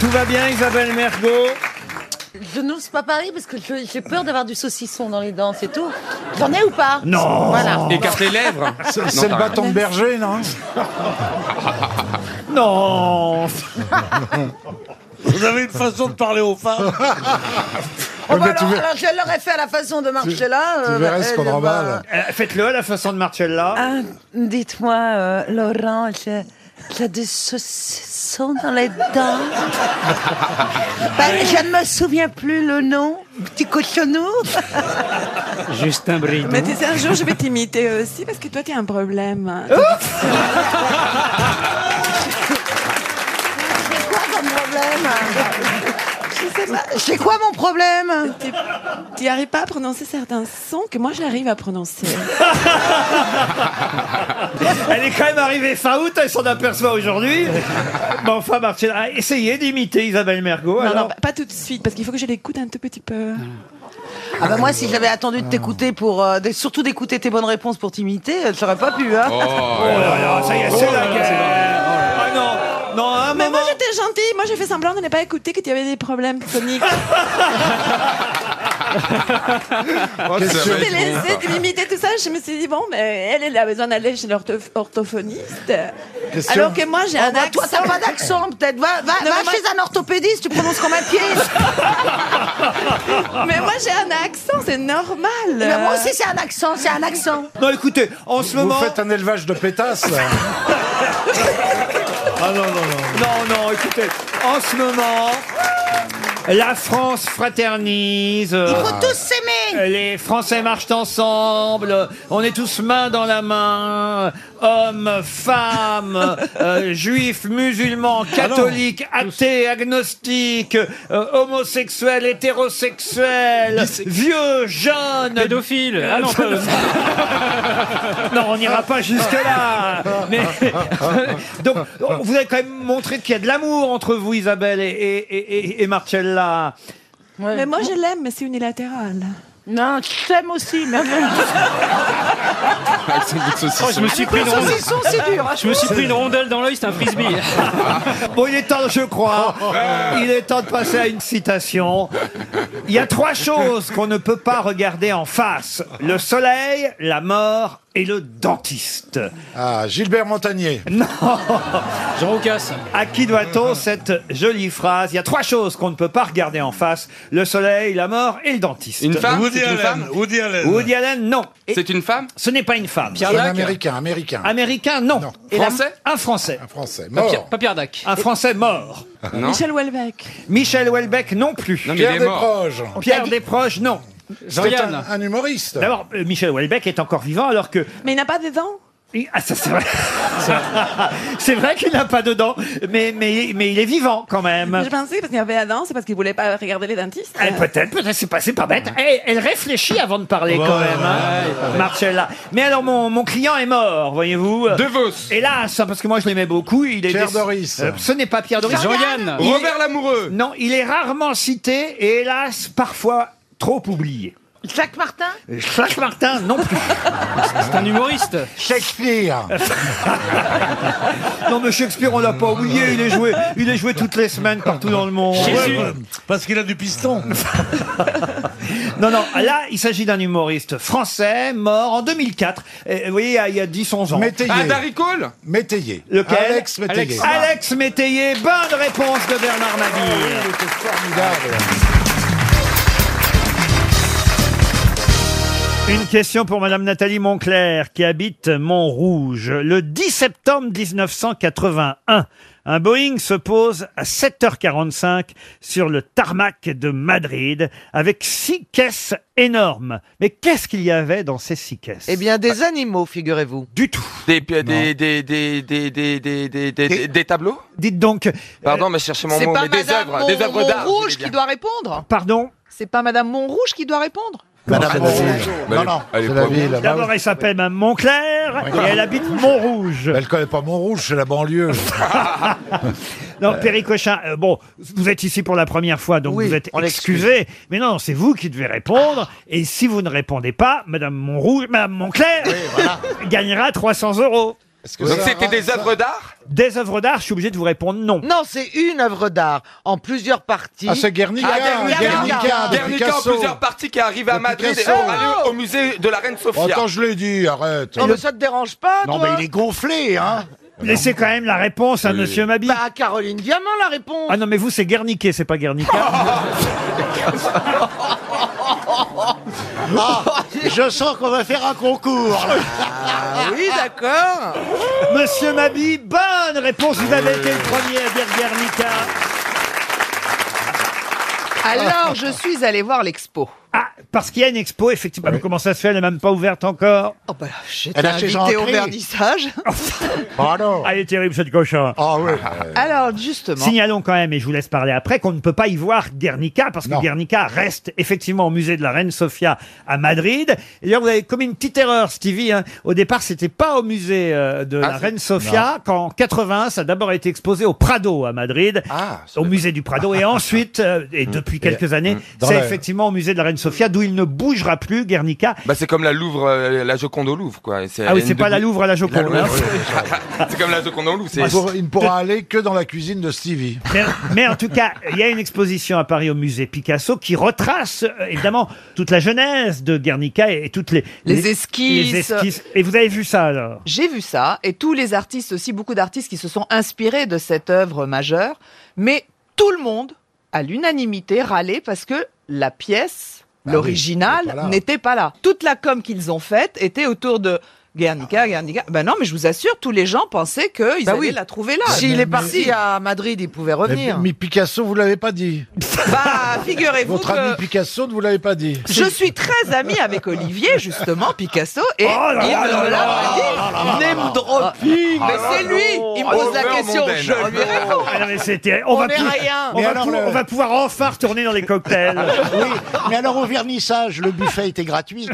Tout va bien, Isabelle Mergot Je n'ose pas parler parce que je- j'ai peur d'avoir du saucisson dans les dents, c'est tout. J'en ai ou pas Non. Voilà. Oh. Écarte les lèvres. C'est Non, c'est le t'as bâton de berger, non Non Vous avez une façon de parler aux femmes. Oh, bah Ah, Mais tu alors, verras- alors, je l'aurais fait à la façon de Marcella. tu euh, verras ce elle, qu'on bah, remballe. Euh, Faites-le à la façon de Marcella. Ah, dites-moi, euh, Laurent, j'ai, j'ai du saucisson dans les dents. Ben, je ne me souviens plus le nom. Petit cochonou. Justin Bridon. Mais tu sais, un jour, je vais t'imiter aussi parce que toi, tu as un problème. C'est quoi ton problème C'est quoi mon problème Tu n'arrives pas à prononcer certains sons que moi, j'arrive à prononcer. Elle est quand même arrivée fin août, elle s'en aperçoit aujourd'hui. Bon, enfin, Marcella, ah, essayez d'imiter Isabelle Mergot. Non, alors. non, pas tout de suite parce qu'il faut que je l'écoute un tout petit peu. Ah bah moi, si j'avais attendu de t'écouter pour... euh, de- surtout d'écouter tes bonnes réponses pour t'imiter, euh, j'aurais pas pu, hein Oh là là, ça y est, c'est la guerre. Ah non, non, à un Mais moment. moi, j'étais gentille. Moi, j'ai fait semblant de ne pas écouter que tu avais des problèmes phoniques. Je t'ai laissé tu m'imitais tout ça. Je me suis dit, bon, mais elle, elle a besoin d'aller chez l'orthophoniste. Alors que moi, j'ai Ah un bah, toi, accent. t'as pas d'accent, peut-être. Va, va, Non, va mais moi- chez un orthopédiste, tu prononces comme un pied. Mais moi, j'ai un accent, c'est normal. Mais moi aussi, c'est un accent, c'est un accent. Non, écoutez, en ce Vous moment. faites un élevage de pétasses. là. Ah, Non, Oh non, écoutez, en ce moment. La France fraternise. euh, Il faut tous s'aimer. Les Français marchent ensemble, on est tous main dans la main, hommes, femmes, euh, juifs, musulmans, Ah catholiques, athées, agnostiques, euh, homosexuels, hétérosexuels, vieux, jeunes. Pédophile. Ah non, pas- Non, on n'ira pas jusque-là. Mais... Donc, vous avez quand même montré qu'il y a de l'amour entre vous, Isabelle et, et, et- et Marcella. Mais moi, je l'aime, mais c'est unilatéral. Non, je t'aime aussi. Mais... Ah, Oh, je me suis pris une ronde- Saucisson, Ah, c'est dur. hein. je me suis pris une rondelle dans l'œil, c'est un frisbee. Bon, il est temps, je crois. Il est temps de passer à une citation. Il y a trois choses qu'on ne peut pas regarder en face. Le soleil, la mort et le dentiste. Ah, Gilbert Montagnier. Jean Roucas. À qui doit-on cette jolie phrase Il y a trois choses qu'on ne peut pas regarder en face. Le soleil, la mort et le dentiste. Une femme Woody C'est une Allen. femme Woody Allen. Woody Allen, non. Et C'est une femme ce n'est pas une femme. Pierre Un Dac. américain, américain. Américain, non. Non. Français Un Français. Un français. Pas Pierre- Mort. Pas Pierre Dac. Un Français mort. Non. Michel Houellebecq. Michel Houellebecq, non plus. Non, mais il Pierre est mort. Desproges. Pierre Desproges, non. C'est un, Jean-Yann. un humoriste. D'abord, euh, Michel Houellebecq est encore vivant alors que Mais il n'a pas de dents. Il- Ah, ça, c'est vrai. c'est vrai qu'il n'a pas de dents, mais, mais, mais il est vivant quand même. Je pensais parce qu'il y avait la dent, c'est parce qu'il voulait pas regarder les dentistes. Eh, peut-être, peut-être, c'est passé par bête. Eh, elle réfléchit avant de parler quand même, hein, Marcella. Mais alors, mon, mon client est mort, voyez-vous. De Vos. Hélas, hein, parce que moi je l'aimais beaucoup. Il est Pierre déc- Doris. Euh, ce n'est pas Pierre Doris. Jean-Yann. Il- Robert Lamoureux. Non, il est rarement cité et hélas, parfois trop oublié. Jacques Martin Jacques Martin, non plus. C'est un humoriste. Shakespeare. Non, mais Shakespeare, on l'a pas oublié. Il est joué, il est joué toutes les semaines partout dans le monde. Jésus. Parce qu'il a du piston. Non, non, là, il s'agit d'un humoriste français mort en 2004. Et, vous voyez, il y a- il y a 10-11 ans. Métayer. Ah, Darry Cole Métayer. Lequel Alex Métayer. Alex Métayer, bonne réponse de Bernard Mabille. Formidable. Ah Une question pour Madame Nathalie Monclerc, qui habite Montrouge. Le 10 septembre 1981, un Boeing se pose à 7h45 sur le tarmac de Madrid avec six caisses énormes. Mais qu'est-ce qu'il y avait dans ces six caisses Eh bien, des animaux, figurez-vous. du tout. des, des, des, des, des, des, des, des, des, des, des tableaux Dites donc, euh, Pardon, mais cherchez mon C'est mot. pas mais des Madame œuvres, des œuvres d'art. je Montrouge dis qui bien. doit répondre. pardon, C'est pas Madame Montrouge qui doit répondre. Ah, Madame Montrouge. Bah, Non, elle est- elle est non, c'est la pas ville. Bah D'abord, elle s'appelle Mme Montclair et elle habite Montrouge. oui. Elle connaît pas Montrouge, c'est la banlieue. Non, Péricochin, euh, bon, vous êtes ici pour la première fois, donc Oui, vous êtes on l'excuse. excusé. Mais non, c'est vous qui devez répondre. Et si vous ne répondez pas, Madame Montrouge, Madame Montclair gagnera 300 euros. Est-ce que Donc ça- c'était des œuvres d'art Des œuvres d'art, je suis obligé de vous répondre non. Non, c'est une œuvre d'art en plusieurs parties. Ah, c'est Guernica, Ah, Guernica, Guernica, de Guernica en Picasso. plusieurs parties qui arrive à De Madrid et Picasso. allez au musée de la Reine Sofia. Attends, je l'ai dit, arrête. non, mais ça te dérange pas, Non, toi mais il est gonflé, hein Laissez quand même la réponse à Monsieur Mabi. Bah, Caroline Diamant, la réponse. Ah non, mais vous, c'est Guerniquet, c'est pas Guernica. Ah, Je sens qu'on va faire un concours. Ah oui, d'accord. Monsieur Mabi, bonne réponse, vous avez été le premier à dire Guernica. Alors, je suis allée voir l'expo. Ah, parce qu'il y a une expo, effectivement. Mais Comment ça se fait, elle n'est même pas ouverte encore Oh bah, j'étais Elle a chez invitée au Jean-Pierre. vernissage. Oh. Ah non. Ah, elle est terrible, cette cochon. Ah oui. Alors, justement. Euh, Signalons quand même, et je vous laisse parler après, qu'on ne peut pas y voir Guernica, parce que Non. Guernica reste effectivement au musée de la Reine Sofia à Madrid. Et d'ailleurs, vous avez commis une petite erreur, Stevie. hein. Au départ, c'était pas au musée euh, de la Reine Sofia, qu'en 80, ça a d'abord été exposé au Prado à Madrid, Ah, c'est au musée du Prado, et ensuite, euh, et depuis quelques années, Dans c'est la- effectivement au musée de la Reine Sofia, d'où il ne bougera plus, Guernica. Bah c'est comme la Louvre, euh, la Joconde au Louvre quoi. Ah oui, une c'est pas de- la Louvre à la Joconde. hein. Ah, c'est comme la Joconde au Louvre. C'est Il pour- il ne pourra aller que dans la cuisine de Stevie. Mais, mais en tout cas, il y a une exposition à Paris au musée Picasso qui retrace euh, évidemment toute la genèse de Guernica et, et toutes les, Les esquisses. les esquisses. Et vous avez vu ça alors J'ai vu ça, et tous les artistes aussi, beaucoup d'artistes qui se sont inspirés de cette œuvre majeure, mais tout le monde, à l'unanimité, râlait parce que la pièce, Bah oui, elle est pas l'original, là. n'était pas là. Toute la com qu'ils ont faite était autour de Guernica, Guernica. Ben non, mais je vous assure, tous les gens pensaient qu'ils Bah Ah, allaient oui. la trouver là. S'il est parti à Madrid, il pouvait Mais, revenir. mais Picasso, vous l'avez pas dit. Bah, figurez-vous Votre ami que... Picasso ne vous l'avez pas dit. Je suis très amie avec Olivier, justement, Picasso, Oh et il me l'a pas dit. Name dropping Ah, Mais c'est lui Il me pose la Over question, Mondaine. je lui réponds Ah non, mais c'était. On, va, est pou- rien. on Mais va alors, pou- le- on va pouvoir enfin retourner dans les cocktails. Oui, mais alors au vernissage, le buffet était gratuit.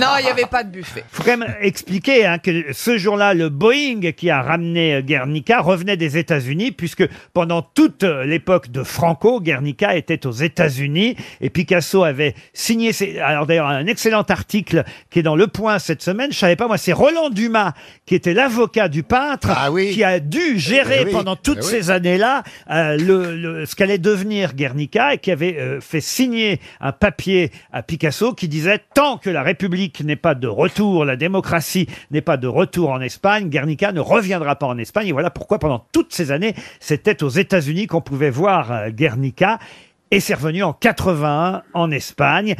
Non, il n'y avait pas de buffet. faut quand même expliquer hein, que ce jour-là, le Boeing qui a ramené euh, Guernica revenait des États-Unis, puisque pendant toute euh, l'époque de Franco, Guernica était aux États-Unis et Picasso avait signé. ses- Alors d'ailleurs, un excellent article qui est dans Le Point cette semaine. Je savais pas moi, c'est Roland Dumas qui était l'avocat du peintre, Ah oui. qui a dû gérer Eh oui, pendant toutes eh oui. ces années-là euh, le, le- ce qu'allait devenir Guernica et qui avait euh, fait signer un papier à Picasso qui disait tant que la République n'est pas de retour, la démocratie n'est pas de retour en Espagne, Guernica ne reviendra pas en Espagne. Et voilà pourquoi pendant toutes ces années, c'était aux États-Unis qu'on pouvait voir euh, Guernica. Et c'est revenu en 81 en Espagne.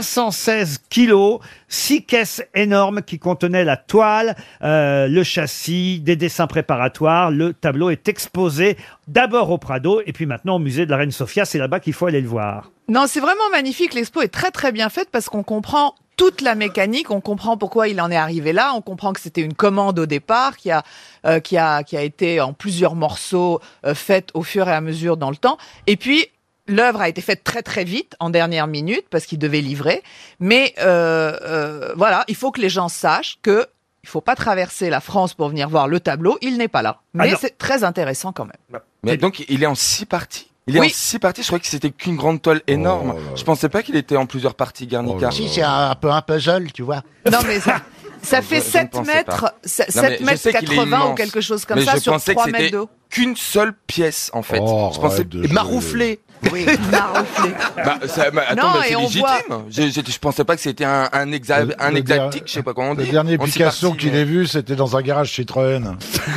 516 kilos, six caisses énormes qui contenaient la toile, euh, le châssis, des dessins préparatoires. Le tableau est exposé d'abord au Prado et puis maintenant au musée de la Reine Sofia. C'est là-bas qu'il faut aller le voir. Non, c'est vraiment magnifique. L'expo est très très bien faite parce qu'on comprend toute la mécanique, on comprend pourquoi il en est arrivé là, on comprend que c'était une commande au départ qui a euh, qui a qui a été en plusieurs morceaux euh, faite au fur et à mesure dans le temps. Et puis L'œuvre a été faite très très vite, en dernière minute, parce qu'il devait livrer. Mais euh, euh, voilà, il faut que les gens sachent que il faut pas traverser la France pour venir voir le tableau. Il n'est pas là, mais non. c'est très intéressant quand même. Mais donc il est en six parties. Il est Oui. en six parties. Je croyais que c'était qu'une grande toile énorme. Oh là là. je pensais pas qu'il était en plusieurs parties Oh Guernica. Si, c'est un, un peu un puzzle, tu vois. Non, mais ça, ça fait Je- je ne 7 pensais mètres, Non, mais 7 je mètres sais qu'il est 80 ou immense, quelque chose comme mais ça je sur pensais 3 que mètres c'était d'eau. qu'une seule pièce en fait. Oh, je pensais. arrête de jouer. Marouflé. Oui. Marouflé. Bah, ça- bah, attends, Non, mais et c'est on légitime. Je, je- je pensais pas que c'était un, un, exa- Le- un le exactique, der- je sais pas comment on dit. Le dernier En six Picasso parties, qu'il mais- ait vu, c'était dans un garage Citroën.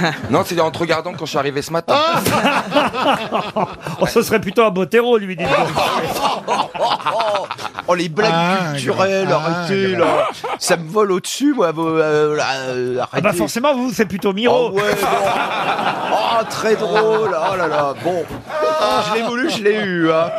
Ah, Non, c'est en te regardant quand je suis arrivé ce matin. Ah Oh, ce serait plutôt un beau terreau, lui, dit Oh, les blagues Ah, culturelles, grave. arrêtez, Ah, là. Ça me vole au-dessus, moi. vos- euh, là, euh, Ah bah arrêtez. forcément, vous, c'est plutôt Oh, Miro. ouais, bon. Oh, très drôle. Oh là là. Bon. Ah, Je l'ai voulu, je l'ai eu. Hein.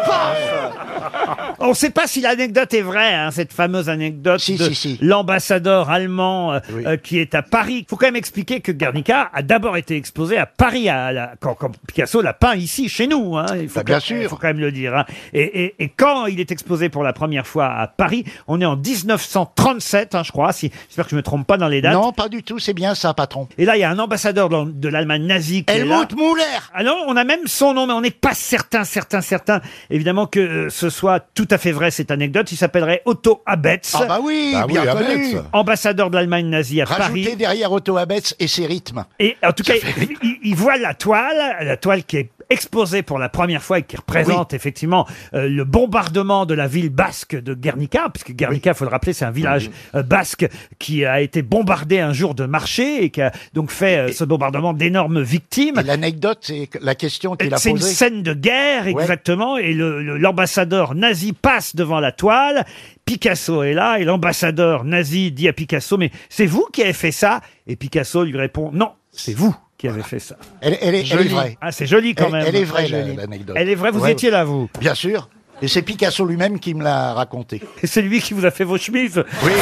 On ne sait pas si l'anecdote est vraie, hein, cette fameuse anecdote Si, de si, si. l'ambassadeur allemand euh, euh, qui est à Paris. Il faut quand même expliquer que Guernica a d'abord été exposé à Paris, à la- quand, quand Picasso l'a peint ici, chez nous. hein. il faut Bah, bien quand- sûr. il faut quand même le dire. hein. Et, et- et quand il est exposé pour la première fois à Paris, on est en 1937, hein, je crois. Si, J'espère que je ne me trompe pas dans les dates. Non, pas du tout. C'est bien ça, patron. Et là, il y a un ambassadeur de l'An- de l'Allemagne nazie qui est là. Helmut Müller. Ah non, on a même son nom, mais on n'est pas pas certain, certain, certain, évidemment, que euh, ce soit tout à fait vrai, cette anecdote. Il s'appellerait Otto Abetz. Ah bah oui, Bah oui, bien Abetz. connu. Ambassadeur de l'Allemagne nazie à Paris. Rajoutez derrière Otto Abetz et ses rythmes. Et en tout cas, il, il- il voit la toile, la toile qui est exposée pour la première fois et qui représente effectivement euh, le bombardement de la ville basque de Guernica, puisque Guernica, il faut le rappeler, c'est un village euh, basque qui a été bombardé un jour de marché et qui a donc fait euh, ce bombardement d'énormes victimes. L'anecdote, c'est que la question qu'il a C'est une posée. scène de guerre, exactement, et le- le- l'ambassadeur nazi passe devant la toile. Picasso est là, et l'ambassadeur nazi dit à Picasso, mais c'est vous qui avez fait ça Et Picasso lui répond, non, c'est vous qui avez fait ça. Elle, elle est, elle est Joli. vraie. Ah, c'est joli quand Elle- même. Elle est vraie, Très joli. la- l'anecdote. Elle est vraie, vous Ouais. étiez là, vous. Bien sûr. Et c'est Picasso lui-même qui me l'a raconté. Et c'est lui qui vous a fait vos chemises. Oui.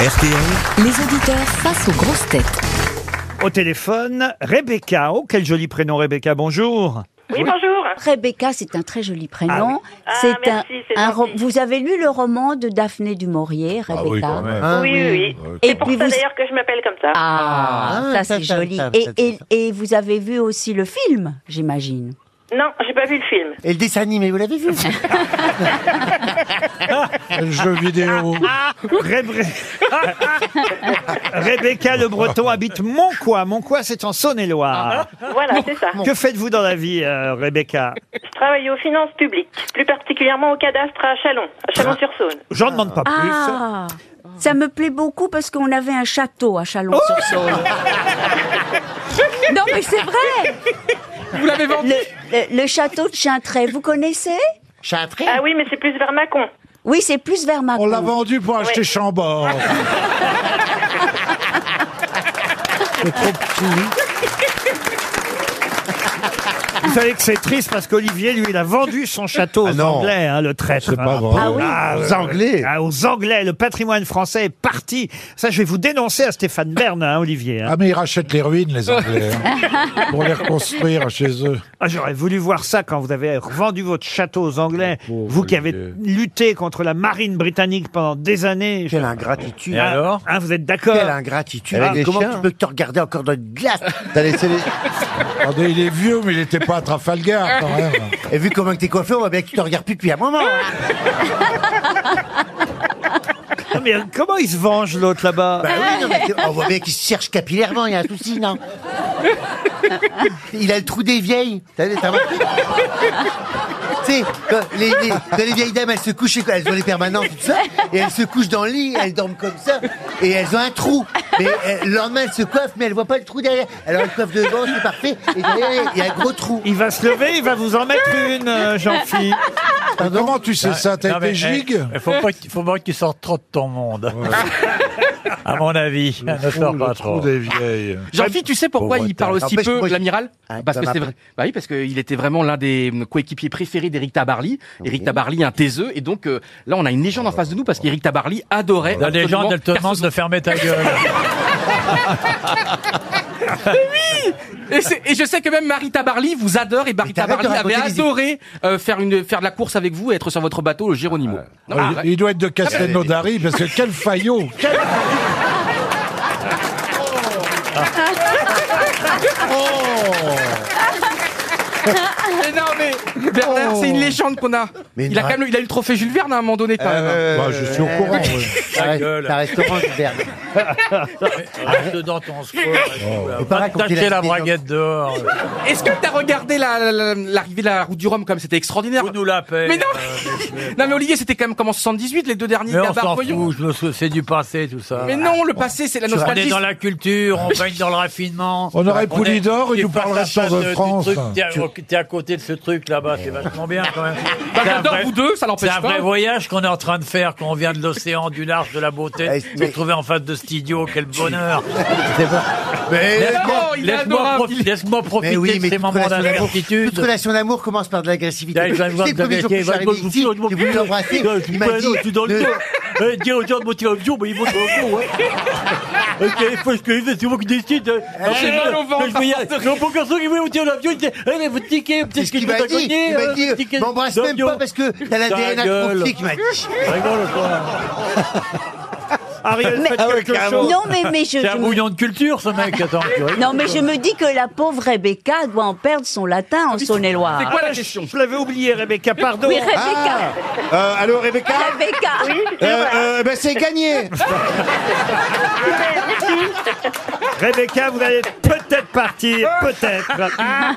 RTL. Les auditeurs face aux grosses têtes. Au téléphone, Rebecca. Oh, quel joli prénom, Rebecca. Bonjour. Oui, bonjour. Rebecca, c'est un très joli prénom. Ah, c'est un, merci, c'est un ro- gentil. Vous avez lu le roman de Daphné du Maurier, Rebecca Ah oui, quand même. Oui, oui, oui. C'est pour ça, d'ailleurs, que je m'appelle comme ça. Ah, Ah, ça ça, c'est ça, joli. ça, Et, ça, et- et vous avez vu aussi le film, j'imagine. Non, j'ai pas vu le film. Et le dessin animé, vous l'avez vu Le jeu vidéo. Rebecca Le Breton habite Moncois. Moncois, c'est en Saône-et-Loire. Voilà, c'est ça. Que faites-vous dans la vie, euh, Rebecca Je travaille aux finances publiques, plus particulièrement au cadastre à Chalon, à Chalon-sur-Saône. J'en demande pas plus. Ah, ça me plaît beaucoup parce qu'on avait un château à Chalon-sur-Saône. Oh. non, mais c'est vrai Vous l'avez vendu le, le- le château de Chintré, vous connaissez Chintré Ah oui, mais c'est plus vers Mâcon. Oui, c'est plus vers Macon. On l'a vendu pour acheter Chambord. C'est trop Vous savez que c'est triste parce qu'Olivier, lui, il a vendu son château aux Anglais, hein, le traître. Ah C'est pas vrai. Ah oui. Aux ouais, Anglais. ouais. Ah, aux Anglais. Le patrimoine français est parti. Ça, je vais vous dénoncer à Stéphane Bern, hein, Olivier. hein. Ah mais ils rachètent les ruines, les Anglais, hein, pour les reconstruire chez eux. Ah, J'aurais voulu voir ça quand vous avez revendu votre château aux Anglais. Ah, vous qui avez lutté contre la marine britannique pendant des années. Ah, Quelle ingratitude. Et alors Hein, Vous êtes d'accord Quelle ingratitude. Avec Ah, des Comment chiens. tu peux te regarder encore dans une glace T'as laissé les... Attendez, il est vieux, mais il n'était pas à Trafalgar, quand même. Ah. Et vu comment que t'es coiffé, on va bien que tu te regardes plus depuis un moment. hein. Non, Ah, mais comment il se venge, l'autre, là-bas Bah oui, non, mais c'est- on voit bien qu'il se cherche capillairement, il y a un souci, non Il a le trou des vieilles. T'as t'as remarqué Tu sais, quand les, les- quand les vieilles dames, elles se couchent, elles ont les permanents, tout ça, et elles se couchent dans le lit, elles dorment comme ça, et elles ont un trou. Mais euh, le lendemain, elles se coiffent, mais elles voient pas le trou derrière. Alors elles coiffent devant, c'est parfait, et derrière, il y a un gros trou. Il va se lever, il va vous en mettre une, euh, Jean-Phi. Comment tu sais ça T'as été gigue eh, Il faut pas, que- faut pas que tu sortes trop de ton monde. à mon avis, ne sors pas trop. des vieilles. Jean-Philippe, tu sais pourquoi Pauvre il parle tête. aussi N'empêche, peu moi, de je- l'amiral Ah, Parce que ça c'est m'a- vrai. Bah oui, parce qu'il était vraiment l'un des mm, coéquipiers préférés d'Éric Tabarly. Ah Éric Tabarly, un taiseux. Et donc euh, là, on a une légende en face de nous parce qu'Éric Tabarly adorait. La légende, elle te demande de fermer ta gueule. oui et, c'est- et je sais que même Marie Tabarly vous adore et Marie t'arrêtes de Tabarly avait raconter des- adoré euh, faire, une, faire de la course avec vous et être sur votre bateau, le Géronimo. Non, Ah, arrête. il, il doit être de Castelnaudary, parce que quel faillot quel- Mais non, mais Bernard, c'est une Oh. légende qu'on a. il, a quand même, il a eu le trophée Jules Verne hein, à un moment donné, quand même. Bah, je suis au courant, ouais. Ta reste- gueule. ça reste orange, Berne. Ah, Reste dans ton score. Oh, Faut pas Va raconter tâcher la la hein. braguette dehors. Est-ce que t'as regardé la- la- la- l'arrivée de la route du Rhum comme c'était extraordinaire Vous nous la paye, Mais non euh, monsieur. Non mais Olivier, c'était quand même comme en 78 les deux derniers Mais on Tabar, s'en voyons. fout, je me sou- c'est du passé tout ça. Mais non, le passé, c'est la Tu vois, On nostalgie. est dans la culture, on baigne dans le raffinement. On aurait est- Poulidor, il tu nous es face parlerait à de Tour face, de euh, du France. truc, T'es à- Tu- Eh. au- t'es à côté de ce truc là-bas, c'est vachement bien quand même. Bah, C'est un j'adore vrai- vous deux, ça l'empêche C'est un pas. vrai voyage qu'on est en train de faire quand on vient de l'océan, du large, de la beauté. Eh, Se retrouver en face de studio, quel bonheur. Mais Laisse-moi Oh, non, il est laisse-moi adorable, profi- laisse-moi profiter Mais oui, de mais ces toute moments relation d'amour- d'incertitude. toute relation d'amour commence par de l'agressivité. Allez, je vais C'est voir le de la premier jour vérité, que je suis arrivé je vous ici, fous dans le j'ai voulu cul. l'embrasser, Je vous il m'a fous euh, dans le cul, dans le dit, dos. euh, Eh, dis aux gens de monter dans le dos, mais ils montent dans le dos, hein. Ok, il faut que je connaisse, c'est moi qui décide. hein. Eh, j'ai mal au ventre. Je voyais un beau garçon qui voulait monter dans l'avion, il disait, eh, mais votre ticket, C'est peut-être ce que je qu'il peux m'a dit. t'accompagner, Il m'a euh, dit, votre ticket m'embrasse même d'avion. pas parce que t'as la Ta DNA gueule. trophique, il m'a dit. Rigole, toi. Ah Ariel, faites quelque chose. Non, mais, mais je. C'est je un me- bouillon de culture, ce mec. Attends, tu rigoles. Non, mais je me dis que la pauvre Rebecca doit en perdre son latin en Saône-et-Loire. Ah, je- Je l'avais oublié, Rebecca, pardon. Ah Oui, Rebecca. Ah, Euh, allô, Rebecca Rebecca. Euh, euh, ben, c'est gagné Rebecca, vous allez peut-être partir, peut-être. Ah,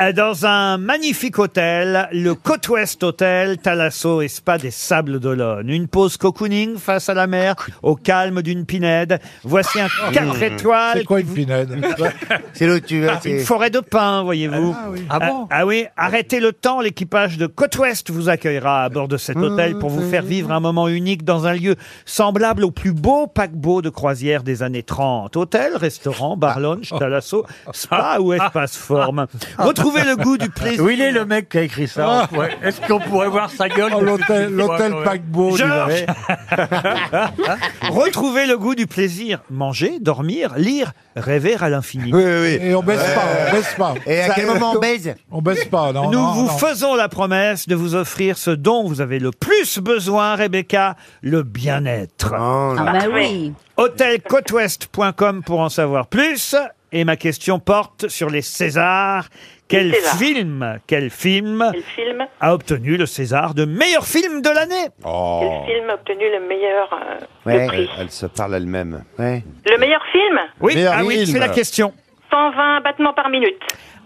Euh, Dans un magnifique hôtel, le Côte Ouest Hôtel, Talasso et Spa des Sables d'Olonne. Une pause cocooning face à la mer, au calme d'une pinède. Voici un 4 Mmh. étoiles. C'est quoi une pinède C'est l'autre tu vas, Ah, Une c'est- forêt de pins, voyez-vous. Ah oui. Ah, Ah bon ah oui, arrêtez le temps, l'équipage de Côte-Ouest vous accueillera à bord de Mmh, cet hôtel pour vous faire vivre un moment unique dans un lieu semblable au plus beau paquebot de croisière des années 30. Hôtel, restaurant, Ah. bar lounge, talasso, spa ou espace forme. Retrouvez le goût du plaisir. Ah. Où il est le mec qui a écrit ça on pourrait- Est-ce qu'on pourrait voir sa gueule Oh, de l'hôtel- ce petit l'hôtel bois, quand même paquebot du Georges Valais. Retrouvez le goût du plaisir. Manger, dormir, lire, rêver à l'infini. Oui, oui. Et on baisse pas, on baisse pas. Et à quel moment on baise On baisse pas, non. Nous non, vous non. faisons la promesse de vous offrir ce dont vous avez le plus besoin, Rebecca, le bien-être. Ah bah oui. Hôtelcôte-ouest.com pour en savoir plus. Et ma question porte sur les Césars. Quel Les Césars. film, quel film, film a obtenu le César de meilleur film de l'année Oh. Quel film a obtenu le meilleur euh, le prix Elle, elle se parle elle-même. Le meilleur film Oui, ah oui, c'est la question. 120 battements par minute.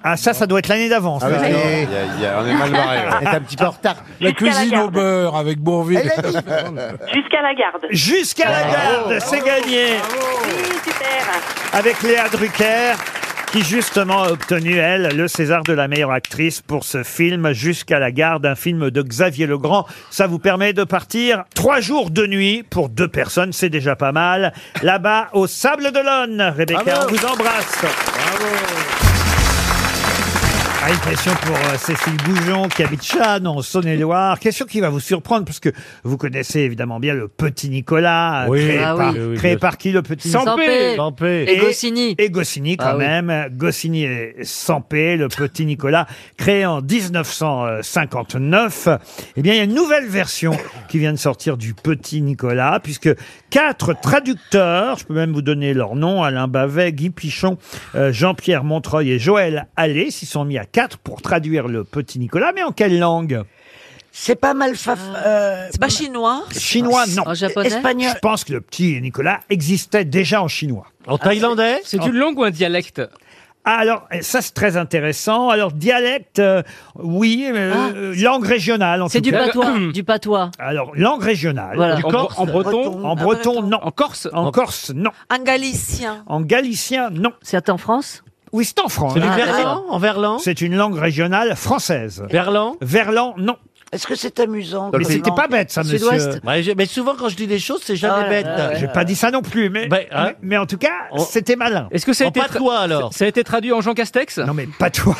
Ah ça, ça doit être l'année d'avant. Ah ça. oui, non, il y a- il y a- on est mal barré. ouais. un petit peu en retard. La cuisine la au beurre avec Bourville. Elle a dit. Jusqu'à la garde. Jusqu'à la garde, c'est gagné. Oui, super. avec Léa Drucker qui justement a obtenu, elle, le César de la meilleure actrice pour ce film Jusqu'à la garde, un film de Xavier Legrand. Ça vous permet de partir trois jours de nuit pour deux personnes, c'est déjà pas mal. Là-bas, au Sable d'Olonne, Rebecca, ben. Bravo. on vous embrasse. Ah, une question pour euh, Cécile Boujon qui habite Châne en Saône-et-Loire. Question qui va vous surprendre parce que vous connaissez évidemment bien le petit Nicolas, euh, Oui. créé, Ah par, oui. Oui, oui, créé bien par qui le petit Sampé. Sampé. Sampé. Et Goscinny. Et Goscinny quand Ah oui. même. Goscinny et Sampé, le petit Nicolas, créé en 1959. Eh bien, il y a une nouvelle version qui vient de sortir du petit Nicolas puisque quatre traducteurs, je peux même vous donner leur nom, Alain Bavet, Guy Pichon, euh, Jean-Pierre Montreuil et Joël Allais, s'y sont mis à quatre pour traduire le petit Nicolas. Mais en quelle langue C'est pas euh, mal. Ah. c'est pas chinois Chinois, non. En japonais Espagnol. Je pense que le petit Nicolas existait déjà en chinois. En thaïlandais C'est une langue ou un dialecte alors, eh, ça c'est très intéressant. Alors, dialecte, euh, oui, euh, euh, langue régionale en Ah. C'est tout du cas. patois. du patois. Alors, langue régionale. Voilà. Du En Corse bre- en breton Ah, En En breton, non. En Corse En Corse, non. Un galicien. En galicien, non. C'est en France Oui, c'est en France. C'est du Ah, verlan, d'accord. En verlan C'est une langue régionale française. Verlan Verlan, non. Est-ce que c'est amusant Mais c'était pas bête, ça, monsieur. mais souvent, quand je dis des choses, c'est Ah là là, J'ai pas dit ça non plus, mais, mais, mais en tout cas, c'était malin. Ben, hein Est-ce que ça a été tra- Ça a été traduit en Jean Castex Non mais pas toi.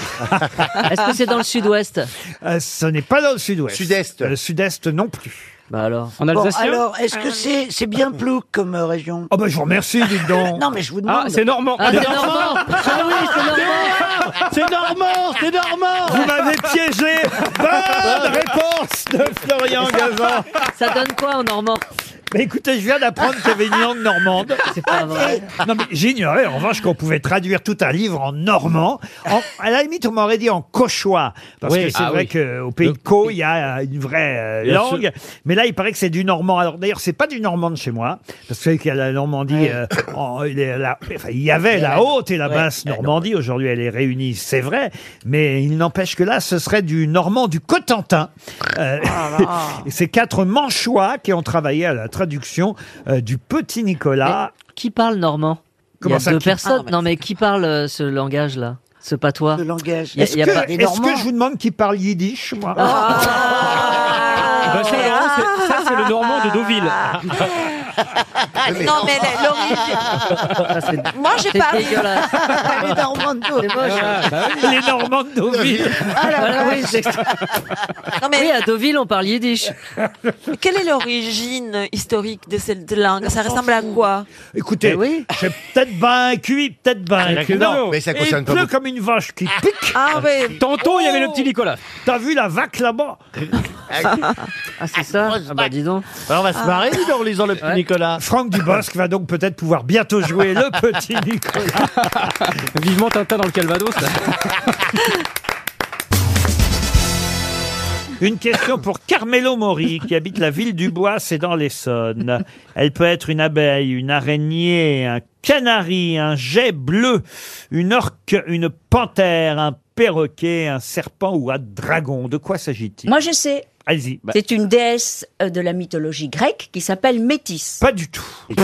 Est-ce que c'est dans le sud-ouest Euh, Ce n'est pas dans le sud-ouest. Sud-est. Euh, sud-est non plus. Bah alors. En Bon, alors, est-ce que c'est c'est bien plouc comme euh, région Oh bah je vous remercie, dites donc. Non, mais je vous demande. Ah, c'est normand. Ah, c'est normand. Ah oui, c'est normand C'est normand, c'est normand Vous m'avez piégé Bonne réponse de Florian Gazan Ça donne quoi en normand Mais écoutez, je viens d'apprendre qu'il y avait une langue normande. C'est pas vrai. Non mais j'ignorais en revanche qu'on pouvait traduire tout un livre en normand. En- à la limite, on m'aurait dit en cauchois. Parce Oui. que c'est Ah vrai oui. qu'au pays de Caux, il y a euh, une vraie euh, Bien sûr. langue. Mais là, il paraît que c'est du normand. Alors d'ailleurs, c'est pas du normand de chez moi. Parce que vous savez qu'il y a la Normandie, euh, en- il, est là- enfin, il y avait la haute et la basse Normandie. Aujourd'hui, elle est réunie, c'est vrai. Mais il n'empêche que là, ce serait du normand du Cotentin. Euh, et c'est quatre manchois qui ont travaillé à la traduction euh, du petit Nicolas. Qui parle normand Comment Il y ça, a deux qui- personnes. Ah, mais- non, mais qui parle euh, ce langage-là Ce patois Le langage. Est-ce que, est-ce que je vous demande qui parle yiddish, moi Ah. Ben, Bah, ça, alors, c'est- ça, c'est le normand de Deauville. Non, mais la- l'origine. Ah, Moi, j'ai pas. Les normands de Deauville. Les normands de Deauville. bah Ah là là, oui, c'est- Oui, à Deauville, on parle yiddish. Quelle est l'origine historique de cette langue Ça ressemble à quoi Écoutez, j'ai peut-être ben un cuit, peut-être ben un Mais cuit. non, Non, mais ça concerne il pas pleut beaucoup. comme une vache qui pique. Oh. Tantôt, il y avait le petit Nicolas. T'as vu la vaque là-bas Ah, c'est ça Ah, bah, dis donc. on va se marrer, dis donc, en lisant le petit Nicolas. Franck Dubosc va donc peut-être pouvoir bientôt jouer le petit Nicolas. Vivement Tintin dans le Calvados. là. Une question pour Carmelo Mori, qui habite la ville du Bois, c'est dans l'Essonne. Elle peut être une abeille, une araignée, un canari, un jet bleu, une orque, une panthère, un perroquet, un serpent ou un dragon. De quoi s'agit-il Moi, je sais. Allez-y. C'est une déesse euh, de la mythologie grecque qui s'appelle Métis. Pas du tout. Bah,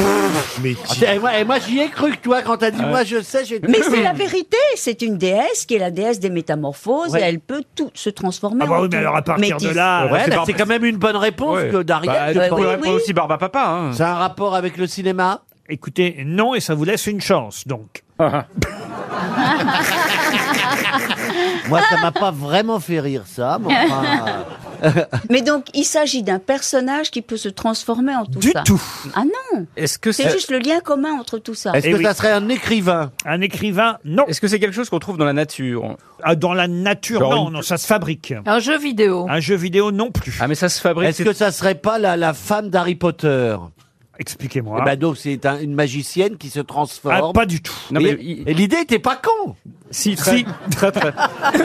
Mais et moi, et moi, j'y ai cru que toi, quand t'as dit Ah ouais. moi je sais, j'ai Mais c'est la vérité, c'est une déesse qui est la déesse des métamorphoses Ouais. Ah bah et elle peut tout se transformer Ah bah en tout. Métis. Ouais, là, c'est quand même une bonne réponse Ouais. que d'Ariel. Bah, je tu pense. pourrais répondre Oui, oui. aussi hein. Barba Papa. Ça a un rapport avec le cinéma Écoutez, non, et ça vous laisse une chance, donc. Moi, ça m'a pas vraiment fait rire, ça. Mais, euh, enfin, Mais donc, il s'agit d'un personnage qui peut se transformer en tout Du ça. tout. Ah non Est-ce que C'est juste le lien commun entre tout ça. serait un écrivain Eh Un écrivain, non. Est-ce que c'est quelque chose qu'on trouve dans la nature Ah, dans la nature, Genre non, une- non, ça se fabrique. Oh. Un jeu vidéo. Un jeu vidéo non plus. Ah mais ça se fabrique. Est-ce que ça serait pas la, la femme d'Harry Potter Expliquez-moi. Eh ben donc, c'est un- une magicienne qui se transforme. Ah, pas du tout. Non, mais, et l'idée était pas con. Si, très, très, très.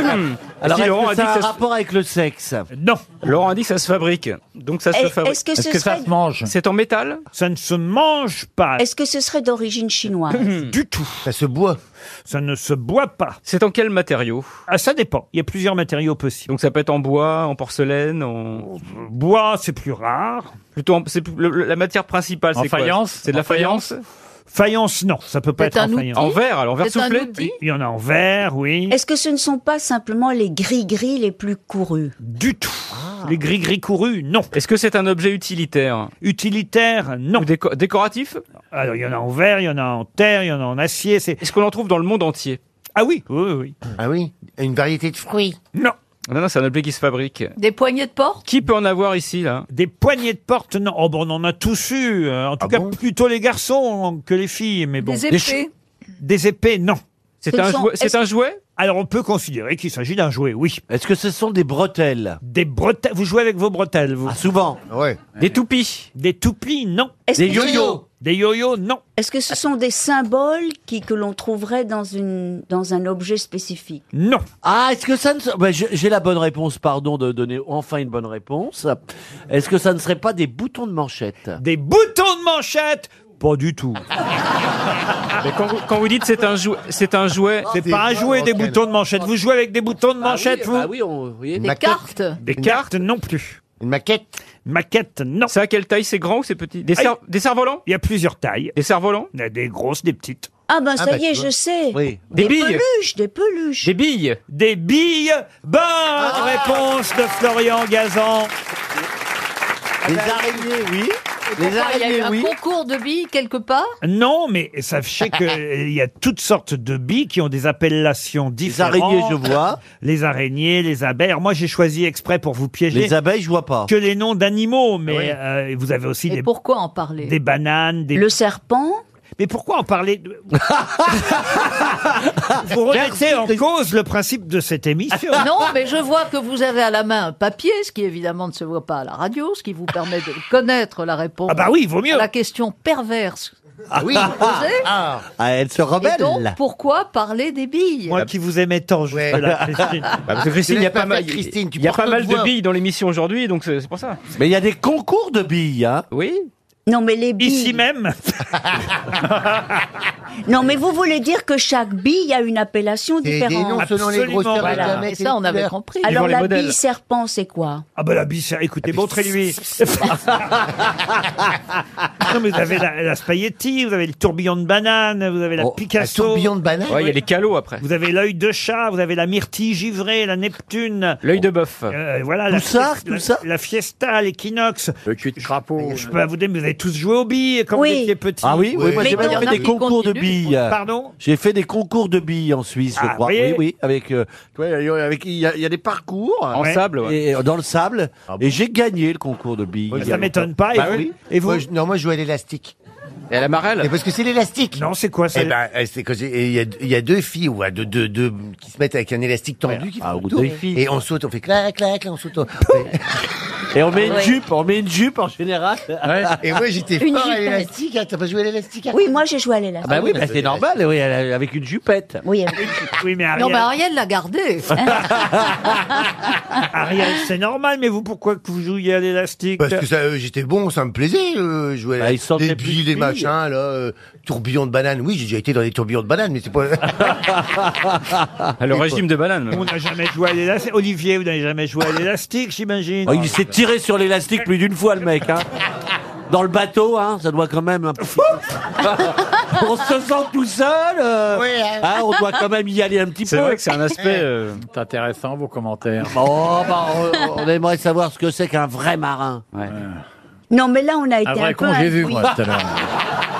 Alors, Si, Laurent est-ce a dit que que ça a un ça se- rapport avec le sexe Non. Laurent a dit que ça se fabrique. Donc ça se Est- fabrique. est-ce que Est-ce ce que ça serait- se mange C'est en métal Ça ne se mange pas. Est-ce que ce serait d'origine chinoise Du tout. Ça se boit. Ça ne se boit pas. C'est en quel matériau Ah, ça dépend. Il y a plusieurs matériaux possibles. Donc ça peut être en bois, en porcelaine, en... Bois, c'est plus rare. Plutôt, en- c'est plus- le- le- la matière principale, En c'est quoi faïence C'est de la En faïence faïence Faïence, non, ça peut pas C'est être un en outil faïence. En verre, alors, en verre C'est un soufflé outil Il y en a en verre, oui. Est-ce que ce ne sont pas simplement les gris-gris les plus courus Du tout. Ah. Les gris-gris courus, non. Est-ce que c'est un objet utilitaire Utilitaire, non. décoratif Alors, il y en a en verre, il y en a en terre, il y en a en acier. Est-ce qu'on en trouve dans le monde entier Ah oui, oui, oui. Ah oui Une variété de fruits Non. Non, non, c'est un objet qui se fabrique. Des poignées de porte Qui peut en avoir ici, là Des poignées de porte, non. Oh, bon, on en a tous eu. euh, En tout Ah cas, plutôt les garçons que les filles, mais bon. Des épées. Des épées, non. C'est Ce un sont- jouet- c'est est-ce- un jouet Alors, on peut considérer qu'il s'agit d'un jouet, oui. Est-ce que ce sont des bretelles Ah, Des bretelles Vous jouez avec vos bretelles, vous Souvent. Des toupies Des toupies, non. Est-ce Des que- yo-yos Des yo-yos, non. Est-ce que ce sont des symboles qui, que l'on trouverait dans, une, dans un objet spécifique Non. Ah, est-ce que ça ne. se- Ben, je- J'ai la bonne réponse, pardon de donner enfin une bonne réponse. Est-ce que ça ne serait pas des boutons de manchette Des boutons de manchette Pas du tout. Mais quand vous, quand vous dites c'est un jouet, c'est un jouet. C'est pas un jouet, des boutons de manchette. Oh. Vous jouez avec des boutons Bah de manchette, Ah vous Des cartes Des cartes, non plus. Une maquette Maquette, non. Ah, C'est à quelle taille C'est grand ou c'est petit Des, cerfs- des cerfs-volants Il y a plusieurs tailles. Des cerfs-volants Des grosses, des petites. Ah ben Ah ça bah, y est, tu je vois. sais. Oui. Des, Des billes. peluches, des peluches. Des billes Des billes Bonne réponse de Florian Gazan. Les araignées, oui. Pourquoi, Il y a eu un concours de billes quelque part Non, mais sachez qu'il y a toutes sortes de billes qui ont des appellations différentes. araignées, je vois. Les araignées, les abeilles. Alors moi, j'ai choisi exprès pour vous piéger. Les abeilles, je vois pas. Ah Que les noms d'animaux, mais euh, vous avez aussi Et des, pourquoi en parler des bananes, des... Le serpent Mais pourquoi en parler de- Vous remettez en cause le principe de cette Ah, émission. Non, mais je vois que vous avez à la main un papier, ce qui évidemment ne se voit pas à la radio, ce qui vous permet de connaître la réponse Ah bah oui, vaut mieux. à la question perverse. Ah oui. posée. Ah, elle se Et rebelle. donc, pourquoi parler des billes Moi qui vous aimais tant, je Ouais. fais la Christine. Bah, parce que Christine, il y a pas mal, Christine, tu il y a portes pas mal le de voile. billes dans l'émission aujourd'hui, donc c'est c'est pour ça. Mais il y a des concours de billes, hein Oui. Non mais les billes. Ici même Non mais vous voulez dire que chaque bille a une appellation des différente. noms selon les Absolument. grosseurs, les Voilà. gamètes Et et ça, les on avait couleurs. compris. Suivant Alors les la modèles. bille serpent, c'est quoi Ah bah la bise, écoutez, montrez-lui. non, mais vous avez la, la spaghetti, vous avez le tourbillon de banane, vous avez Oh, la Picasso. tourbillon de banane Ouais, il y a les calots après. Vous avez l'œil de chat, vous avez la myrtille givrée, la Neptune. L'œil de bœuf. Euh, voilà, la, fies- la- la fiesta, l'équinoxe. Le cul de crapaud. Je peux pas vous dire, mais vous avez tous joué aux billes quand Oui. vous étiez petit. Ah oui, oui moi j'ai même fait des concours de billes. Pardon J'ai fait des concours de billes en Suisse, je Ah, crois. vous voyez Oui, oui, avec. euh, tu vois, avec il y, a- il y a des parcours En Ouais. sable, ouais. Ah et, euh, dans le sable. Et j'ai gagné le concours de billes. Ça m'étonne pas. Et vous, et vous Moi, je- Non, moi je joue à l'élastique. Bah Et à la marelle Mais parce que c'est l'élastique. Non, c'est quoi ça Eh ben, Ah, euh, c'est que j'ai- il y a- il y, a deux filles ouais, deux, deux, deux, Ah, qui se mettent avec un élastique tendu qui font le tour. des filles. Et on saute, on fait clac, clac, on saute. on- Ouais. Et on met une Oui. jupe, on met une jupe en général. Et moi, j'étais Une fort à jupette. l'élastique. Ah, T'as pas joué à l'élastique hein Oui, moi j'ai joué à l'élastique. Ah bah oui, bah, c'est normal, oui, elle a- avec une jupette. bah, Oui, Oui, mais Non, Ariel, mais Ariel l'a gardé. Ariel, Eh, c'est normal, mais vous, pourquoi que vous jouiez à l'élastique Parce que ça, euh, j'étais bon, ça me plaisait, euh, jouer Bah, à la- des billes, des machins, là, euh, tourbillon de bananes. Oui, j'ai déjà été dans des tourbillons de bananes, mais c'est pas... Le Ah, régime de banane. On n'a jamais joué à l'élastique. Olivier, vous n'avez jamais joué à l'élastique, j'imagine. Oh, il s'est tiré sur l'élastique plus d'une fois, le mec. Hein. Dans le bateau, hein, ça doit quand même. un petit peu- on se sent tout seul. euh, hein, on doit quand même y aller un petit peu. C'est vrai que c'est un aspect euh, intéressant, vos commentaires. Oh, bah, on- on aimerait savoir ce que c'est qu'un vrai marin. Non, mais là on a été Un un, vrai peu. con, j'ai vu, induit- moi, tout à l'heure.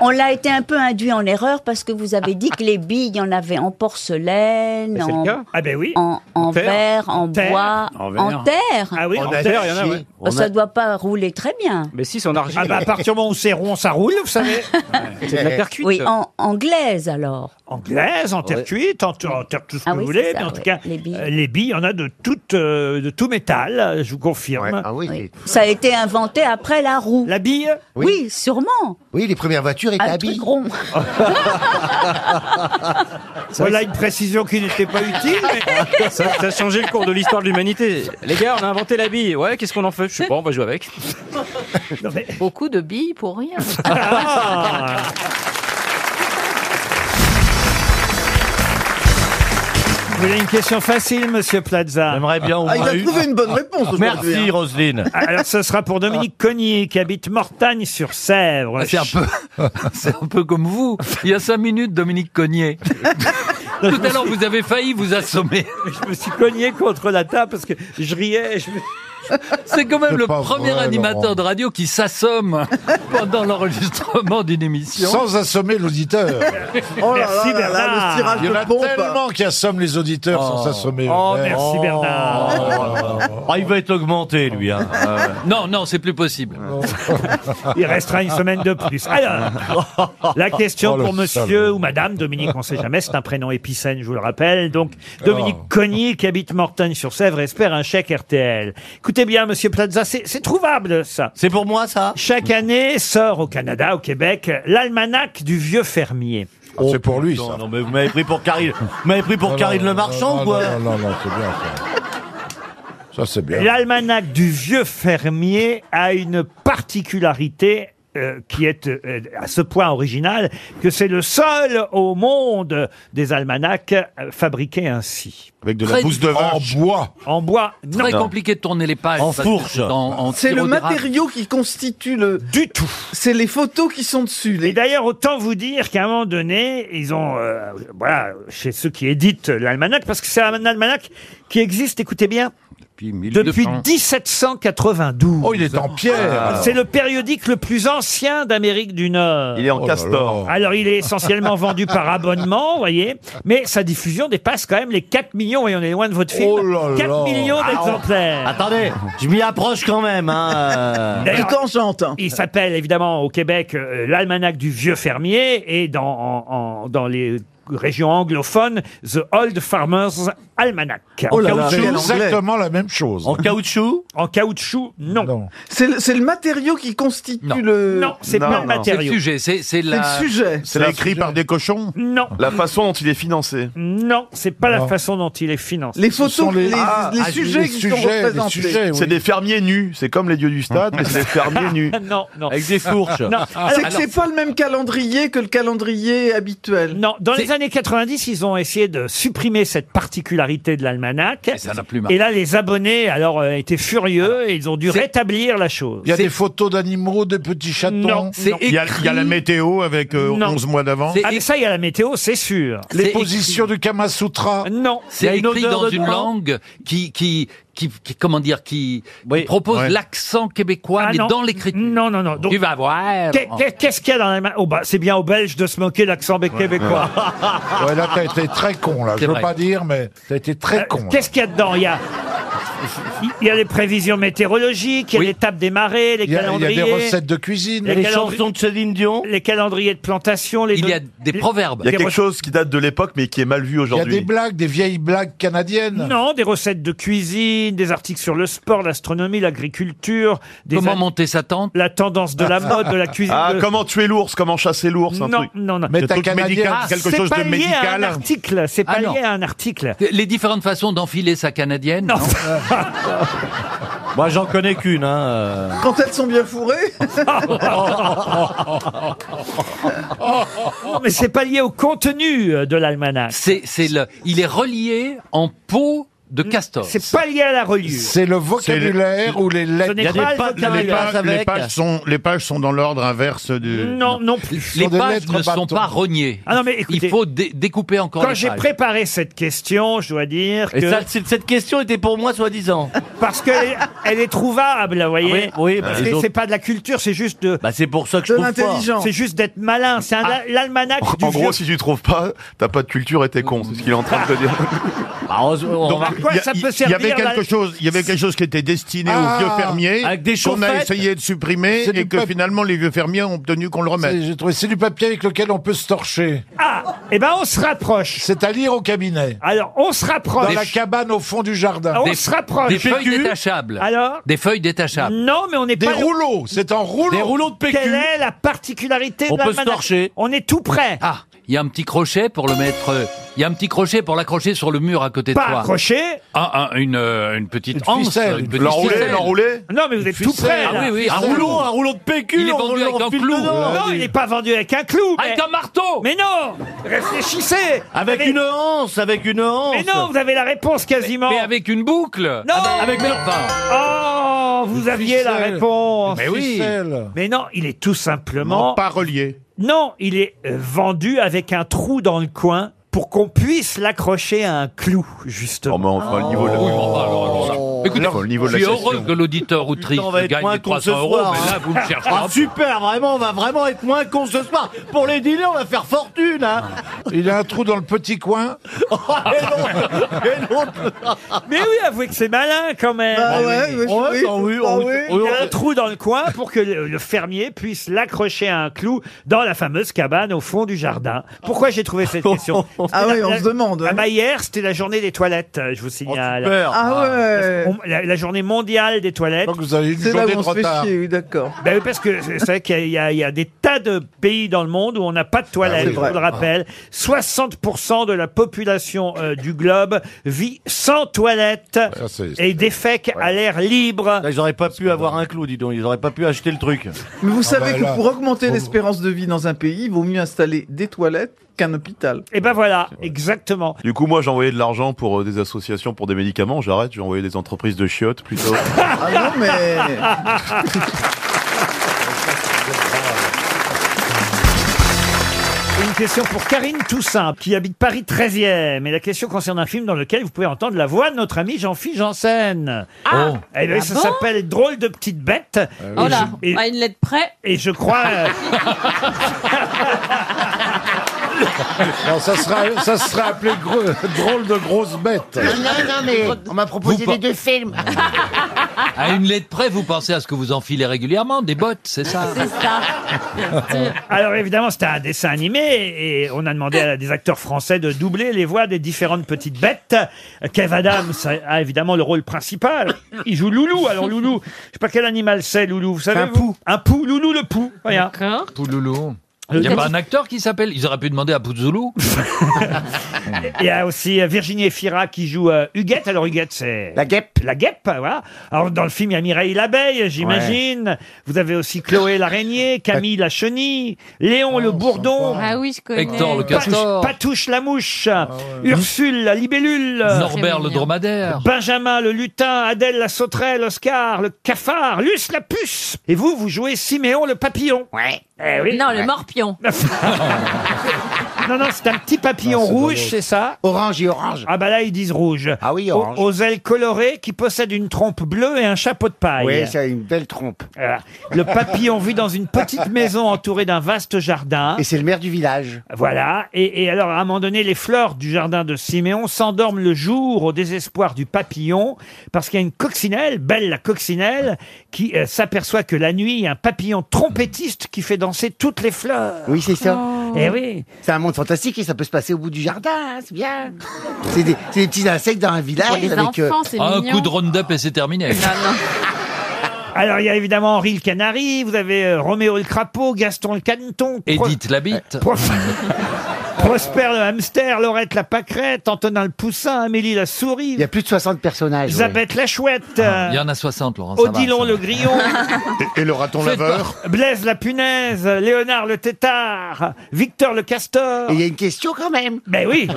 On l'a été un peu induit en erreur parce que vous avez dit que les billes, il y en avait en porcelaine, C'est le en, cas. Ah ben oui. en, en verre, en terre. bois, En en, verre. terre. Ah oui, En en terre, terre, il y en a, ouais. Bah, On Ça a- doit pas rouler très bien. Mais si, c'est en argile. Ah bah, à partir du moment où c'est rond, ça roule, vous savez. C'est de la terre cuite. Oui, en- en glaise, alors. En glaise, en terre Ouais. cuite, en, ter- en terre tout ce Ah que oui, vous voulez. c'est ça, mais en tout ouais, cas, les billes. euh, les billes, il y en a de, toutes, euh, de tout métal, euh, je vous confirme. Ah oui, Ça a été inventé après la roue. La bille Oui, sûrement. Oui, les premières voitures étaient Un à truc billes. rond. Voilà une précision qui n'était pas utile. mais- Ça, ça a changé le cours de l'histoire de l'humanité. Les gars, on a inventé la bille. Ouais, qu'est-ce qu'on en fait Je sais pas, on va jouer avec. Beaucoup de billes pour rien. Ah. Vous voulez une question facile, monsieur Plaza J'aimerais bien au Ah, il moins a une. trouvé une bonne réponse aujourd'hui, Merci, hein. Roselyne. Alors, ce sera pour Dominique Cognier, qui habite Mortagne-sur-Sèvre. C'est un peu, c'est un peu comme vous. Il y a cinq minutes, Dominique Cognier. Tout à l'heure, vous avez failli vous assommer. Je me suis cogné contre la table parce que je riais. C'est quand même C'est le pas premier vrai, animateur Laurent. de radio qui s'assomme pendant l'enregistrement d'une émission. Sans assommer l'auditeur. Oh là là là là, Ah. le tirage Il y en de a pompe. tellement qui assomment les auditeurs sans s'assommer. Oh, merci, Bernard. Ah, il va être augmenté, lui. Hein. Euh, Non, non, c'est plus possible. Il restera une semaine de plus. Alors, la question Oh, le pour monsieur ou madame Dominique, on sait jamais, c'est un prénom épicène, je vous le rappelle. Donc, Oh. Dominique Cognier, qui habite Mortagne-sur-Sèvre, espère un chèque RTL. Écoutez bien, monsieur Plaza, c'est c'est trouvable, ça. C'est pour moi, ça Chaque année sort au Canada, au Québec, l'almanach du vieux fermier. Ah, c'est pour lui, ça. Non, mais vous m'avez pris pour Karine, vous m'avez pris pour Karine Le Marchand, non, quoi. Non, non, non, c'est bien ça. Ça, c'est bien. L'almanach du vieux fermier a une particularité euh, qui est euh, à ce point originale que c'est le seul au monde des almanachs euh, fabriqués ainsi. Avec de la Très- bouse de En bois. En bois, non. Très compliqué de tourner les pages. En parce que fourche. c'est en- en C'est sirop le d'érable. matériau qui constitue le. Du tout. C'est les photos qui sont dessus. Et d'ailleurs, autant vous dire qu'à un moment donné, ils ont, euh, voilà, chez ceux qui éditent l'almanach, parce que c'est un almanach qui existe, écoutez bien, depuis, 1792. Oh, il est en pierre. C'est le périodique le plus ancien d'Amérique du Nord. Il est en Oh là castor. là. Alors, il est essentiellement vendu par abonnement, vous voyez, mais sa diffusion dépasse quand même les 4 millions, et on est loin de votre film, Oh là 4 là. millions Ah, on- d'exemplaires. Attendez, je m'y approche quand même. Hein. euh. Il s'appelle évidemment au Québec euh, l'almanach du vieux fermier et dans, en- en- dans les régions anglophones, The Old Farmer's Almanac. Oh là là, c'est exactement la même chose. En caoutchouc En caoutchouc, non. C'est le, c'est le matériau qui constitue le. Non, c'est pas le matériau. C'est le sujet. C'est écrit par des cochons Non. La façon dont il est financé Non, c'est pas la Non. façon dont il est financé. Les photos, Ce sont les- les- Ah, les sujets qui sont représentés. sujets, oui. C'est des fermiers nus. C'est comme les dieux du stade, mais c'est des fermiers nus. Non, non. Avec des fourches. Non. Ah, C'est que c'est pas le même calendrier que le calendrier habituel. Non, Dans les années 90, ils ont essayé de supprimer cette particularité de l'almanach. Et, ça n'a plus marché. et là, les abonnés alors euh, étaient furieux et ils ont dû rétablir la chose. Il y a des photos d'animaux, de petits chatons. Non, c'est il, y a, il y a la écrit- météo avec euh, Non. 11 mois d'avance. Ah, mais ça, il y a la météo, c'est sûr. Les positions du Kama Sutra. Non. C'est écrit dans une langue qui, qui, qui, qui- comment dire, qui, qui propose Ouais. l'accent québécois, Ah mais non. dans l'écriture. Non, non, non. tu vas voir. Qu'est- qu'est- Qu'est-ce qu'il y a dans la main oh, bah, C'est bien aux Belges de se moquer de l'accent québécois. Ouais, là, t'as été très con, là. C'est Je veux vrai. pas dire, mais t'as été Euh, très con. Qu'est-ce qu'il y a dedans Il y a, Il y a les prévisions météorologiques, il y a l'étape des marées, les Il y a- il y a des calendriers. recettes de cuisine. Les chansons de Céline Dion. Les calendriers de plantation. Les Il y a des proverbes. Il y a des quelque recettes- chose qui date de l'époque mais qui est mal vu Il y a aujourd'hui. des blagues, des vieilles blagues canadiennes. Non, des recettes de cuisine, des articles sur le sport, l'astronomie, l'agriculture. Des Comment monter sa tente La tendance de la mode, de la cuisine. Ah, de- comment tuer l'ours, comment chasser l'ours, un non, truc. non, non. Un truc médical, Ah, quelque c'est chose de pas lié à un médical. article. C'est pas Ah, non. lié à un article. Les différentes façons d'enfiler sa canadienne. Non. Moi, j'en connais qu'une. Hein, euh. Quand elles sont bien fourrées. Oh. Non, mais c'est pas lié au contenu euh, de l'almanach. C'est, c'est le, il est relié en peau de castor. Mm. C'est pas lié à la reliure. C'est le vocabulaire ou les lettres. Ce n'est pas le vocabulaire. les, pages sont, les pages sont dans l'ordre inverse du. Non, non plus. Les pages ne sont pas rognées. Ah non, mais écoutez, il faut dé- découper encore Quand les j'ai pages. préparé cette question, je dois dire que... Et ça, c'est- cette question était pour moi, soi-disant. Parce qu'elle est, elle est trouvable, vous voyez. Oui, oui, bah, Parce les que autres- c'est pas de la culture, c'est juste de. Bah, c'est pour ça que je de trouve l'intelligence. fort. C'est juste d'être malin. C'est Ah. Ah. un- Ah, l'almanach du En vieux. gros, si tu trouves pas, t'as pas de culture et t'es con, c'est ce qu'il est en train de te dire. Bah, on va- quoi il y a- ça peut Il y avait servir, quelque là chose, il y avait quelque chose qui était destiné Ah, aux vieux fermiers, avec des qu'on a chaufferettes. essayé de supprimer C'est du et que peuple. finalement les vieux fermiers ont obtenu qu'on le remette. C'est- J'ai trouvé, c'est du papier avec lequel on peut se torcher. Ah, eh ben on se rapproche. C'est à lire au cabinet. Alors, on se rapproche. Dans la cabane au fond du jardin. Ah, on Des- se rapproche. Des feuilles détachables. Alors Mm. Des feuilles détachables. Non, mais on n'est Des pas. rouleaux, c'est en rouleau. Des rouleaux de PQ. Quelle est la particularité On de peut se l'almanach torcher. On est tout près. Ah, il y a un petit crochet pour le mettre. euh, Il y a un petit crochet pour l'accrocher sur le mur à côté Pas de toi. accroché. Ah, ah, une, euh, une petite Une anse, ficelle, une une petite l'enrouler, ficelle. l'enrouler. Non, mais vous êtes tout près. Ah là. oui, oui, un rouleau, un rouleau de PQ. Il est on- vendu on avec un enfile clou. dedans. Non, il n'est pas vendu avec un clou. Avec mais- un marteau. Mais non Réfléchissez Avec une hanse, avec une hanse. Mais non, vous avez la réponse quasiment. Mais avec une boucle. Non Avec Mais- Oh, vous aviez la ficelle. réponse. Mais oui. Ficelle. Mais non, il est tout simplement. Non, pas relié. Non, il est euh, vendu avec un trou dans le coin pour qu'on puisse l'accrocher à un clou, Oh, justement. enfin, Oh. le niveau de la- Oui, mais Oh, enfin, alors, alors là. Écoutez, Alors, le niveau de je suis la question. heureux que l'auditeur outriste On va être gagne moins les con ce 300 euros, soir. mais là, vous me hein. cherchez Ah, un peu. super, vraiment, on va vraiment être moins con ce soir. Pour les dîners, on va faire fortune. Hein. Il a un trou dans le petit coin. Oh, et non, et non. Mais oui, avouez que c'est malin quand même. Bah ouais, oui, Oh, oui, attends, oui, bah on- oui. Il y a un trou dans le coin pour que le, le fermier puisse l'accrocher à un clou dans la fameuse cabane au fond du jardin. Pourquoi j'ai trouvé cette question Ah oui, on se demande, Ah hein. bah hier, c'était la journée des toilettes, euh, je vous signale. super. Ah ouais. On- la, la journée mondiale des toilettes. Donc vous avez une C'est là journée où on de se fait retard. chier, oui, d'accord. Ben oui, parce que c'est c'est vrai qu'il y a- il y, a- il y a des tas de pays dans le monde où on n'a pas de toilettes, Ah oui. je vous le rappelle. 60% de la population euh, du globe vit sans toilettes c'est- et défèque à l'air libre. Là, ils auraient pas pu avoir un clou, dis donc. Ils auraient pas pu acheter le truc. Mais vous savez bah que là, pour augmenter l'espérance de vie dans un pays, il vaut mieux installer des toilettes qu'un hôpital. Et ben voilà, exactement. Du coup, moi, j'ai envoyé de l'argent pour euh, des associations, pour des médicaments. J'arrête, j'ai envoyé des entreprises de chiottes plutôt. Ah non, mais. Une question pour Karine Toussaint, qui habite Paris 13e. Et la question concerne un film dans lequel vous pouvez entendre la voix de notre ami Jean-Philippe Janssen. Ah, Eh ben, Ah ça bon s'appelle Drôle de petite bête. Et oh là, je- et- à une lettre près. et je crois... euh, Non, ça sera, Ah, ça sera appelé gros- drôle de grosse bête. Non, non, mais on m'a proposé Vous les deux films. À une lettre près, vous pensez à ce que vous enfilez régulièrement, des bottes, c'est Ah. ça C'est ça. Alors évidemment, c'était un dessin animé et on a demandé à des acteurs français de doubler les voix des différentes petites bêtes. Kev Adams a évidemment le rôle principal. Il joue Loulou. Alors Loulou, je sais pas quel animal c'est Loulou, vous savez un vous Un pou, Loulou le pou. Regarde. Pouloulou. Il n'y a pas un acteur qui s'appelle Ils auraient pu demander à Pouzoulou. Il y a aussi euh, Virginie Efira qui joue euh, Huguette. Alors Huguette, c'est... La guêpe. La guêpe, voilà. Alors dans le film, il y a Mireille l'abeille, j'imagine. Vous avez aussi Chloé l'araignée, Camille la chenille, Léon le bourdon. Ah oui, je connais. Hector le Patouche, castor. Patouche la mouche, Ursule la libellule, Norbert le dromadaire. Benjamin le lutin, Adèle la sauterelle, Oscar le cafard, Luce la puce. Et vous, vous jouez Siméon le papillon. Ouais. Eh oui. Non, le morpion. Non, non, c'est un petit papillon Non, c'est drôle. rouge, Ah, c'est ça Orange et orange. Ah bah là, ils disent rouge. Ah oui, orange. Aux ailes colorées qui possèdent une trompe bleue et un chapeau de paille. Oui, ça a une belle trompe. Le papillon vit dans une petite maison entourée d'un vaste jardin. Et c'est le maire du village. Voilà. Et, et alors, à un moment donné, les fleurs du jardin de Siméon s'endorment le jour au désespoir du papillon parce qu'il y a une coccinelle, belle la coccinelle, qui euh, s'aperçoit que la nuit, il y a un papillon trompettiste qui fait danser toutes les fleurs. Oui, c'est ça. Eh oui. C'est un monde fantastique et ça peut se passer au bout du jardin, hein, c'est bien. C'est des, c'est des petits insectes dans un village. avec, euh, Ah, Un coup de round-up et c'est terminé. Alors, il y a évidemment Henri le Canari, vous avez euh, Roméo le Crapaud, Gaston le Caneton. Pro- Edith la bite. Prosper le hamster, Laurette la pâquerette, Antonin le poussin, Amélie la souris. Il y a plus de 60 personnages. Isabelle la chouette. Ah, euh, Ah, Il y en a 60, Laurent. ça va, Odilon ça va. le grillon. Et, et le raton laveur Blaise la punaise, Léonard le tétard, Victor le castor. Il y a une question quand même. Ben oui.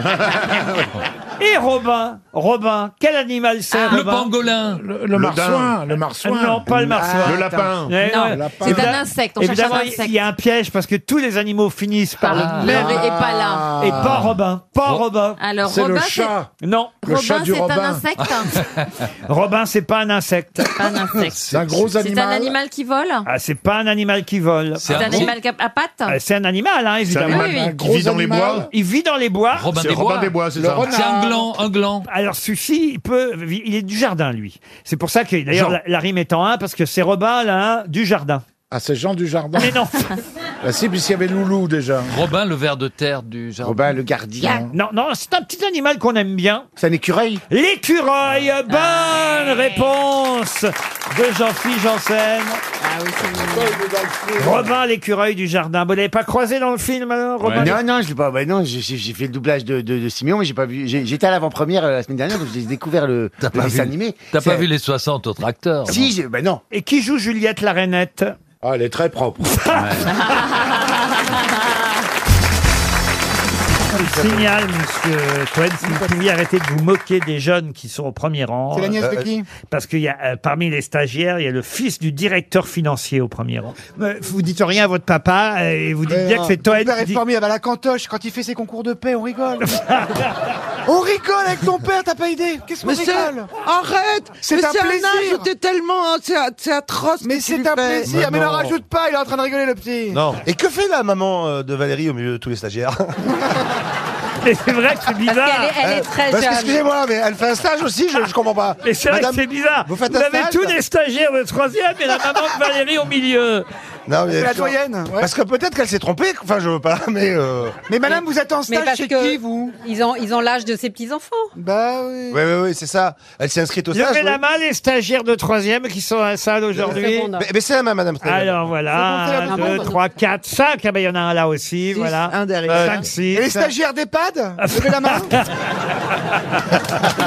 Et Robin, Robin, quel animal c'est Le Robin pangolin. Le, le marsouin, le marsouin. Non, pas le marsouin. Le lapin. Eh Non, ouais. le lapin. c'est un insecte, on cherche un évidemment, il- insecte. il y a un piège parce que tous les animaux finissent par Ah. le même. Le- et pas là. Et pas Robin. Pas Ro- Robin. Alors, C'est le Robin, c'est- chat. Non. Le Robin, chat du c'est un Robin. insecte Robin, c'est pas un insecte. Pas un insecte. C'est un gros C'est un animal qui vole Ah, c'est pas un animal qui vole. C'est un animal qui a- à pattes Ah, C'est un animal, hein, évidemment. Oui, oui. Un gros Qui vit dans les animal. bois. Il vit dans les bois. Robin C'est des Robin Bois. des Bois, c'est Le ça. renard. C'est un gland, un gland. Alors, celui-ci, il peut, il est du jardin, lui. C'est pour ça que, d'ailleurs, Jean. la, la rime est en un, parce que c'est Robin, là, un, du jardin. Ah, c'est Jean du Jardin. Mais non. Bah si, puisqu'il y avait Loulou déjà. Robin, le ver de terre du jardin. Robin le gardien. Non, non, c'est un petit animal qu'on aime bien. Bah, C'est un écureuil L'écureuil, Ah, bonne réponse de Jean-Philippe Janssen. Ah oui, Robin, l'écureuil du jardin. Vous l'avez pas croisé dans le film, alors, Robin Non, non, je l'ai pas. bah non, j'ai- j'ai j'ai fait le doublage de, de, de Siméon, mais j'ai pas vu. j'ai- J'étais à l'avant-première euh, la semaine dernière, donc j'ai découvert le, le T'as pas dessin vu- animé. T'as pas C'est- vu les 60 autres acteurs Si, j'ai- bah non. Et qui joue Juliette la Rainette Ah, elle est très propre. Je signale, monsieur Cohen, si vous pouviez arrêter de vous moquer des jeunes qui sont au premier rang. C'est la nièce de qui Parce qu'il y a, euh, parmi les stagiaires, il y a le fils du directeur financier au premier rang. Vous dites rien à votre papa euh, et vous dites bien que c'est Toen Ton père qui est dit... formidable à la cantoche. Quand il fait ses concours de paix, on rigole. on rigole avec ton père, t'as pas idée Qu'est-ce qu'on Mais c'est- rigole Arrête C'est Mais un plaisir. âge où t'es tellement... hein, c'est a- c'est atroce Mais c'est un plaisir, ah, mais, n'en rajoute pas, il est en train de rigoler le petit. Non. Et que fait la maman euh, de Valérie au milieu de tous les stagiaires Mais c'est vrai que c'est bizarre. Euh, Parce que, excusez-moi, mais elle fait un stage aussi, je, je comprends pas. Mais c'est vrai que Madame, c'est bizarre. Vous faites un avez stage tous des stagiaires de troisième et la maman de Valérie au milieu. Non, mais- C'est la doyenne, ouais. Parce que peut-être qu'elle s'est trompée, enfin je veux pas, mais. euh, Mais madame, vous êtes en Mais stage parce chez que qui, vous Ils ont ils ont l'âge de ses petits enfants. Bah oui. Oui, oui, oui, c'est ça. Elle s'est inscrite au stage. Levez oui. la main les stagiaires de troisième qui sont à la salle aujourd'hui. Mais, mais c'est la main, madame. Sneijder. Alors voilà, 1, 2, 3, 4, 5. Ah ben il y en a un là aussi, voilà. Euh, un derrière. 5, 6. Et les stagiaires d'EHPAD Levez la main.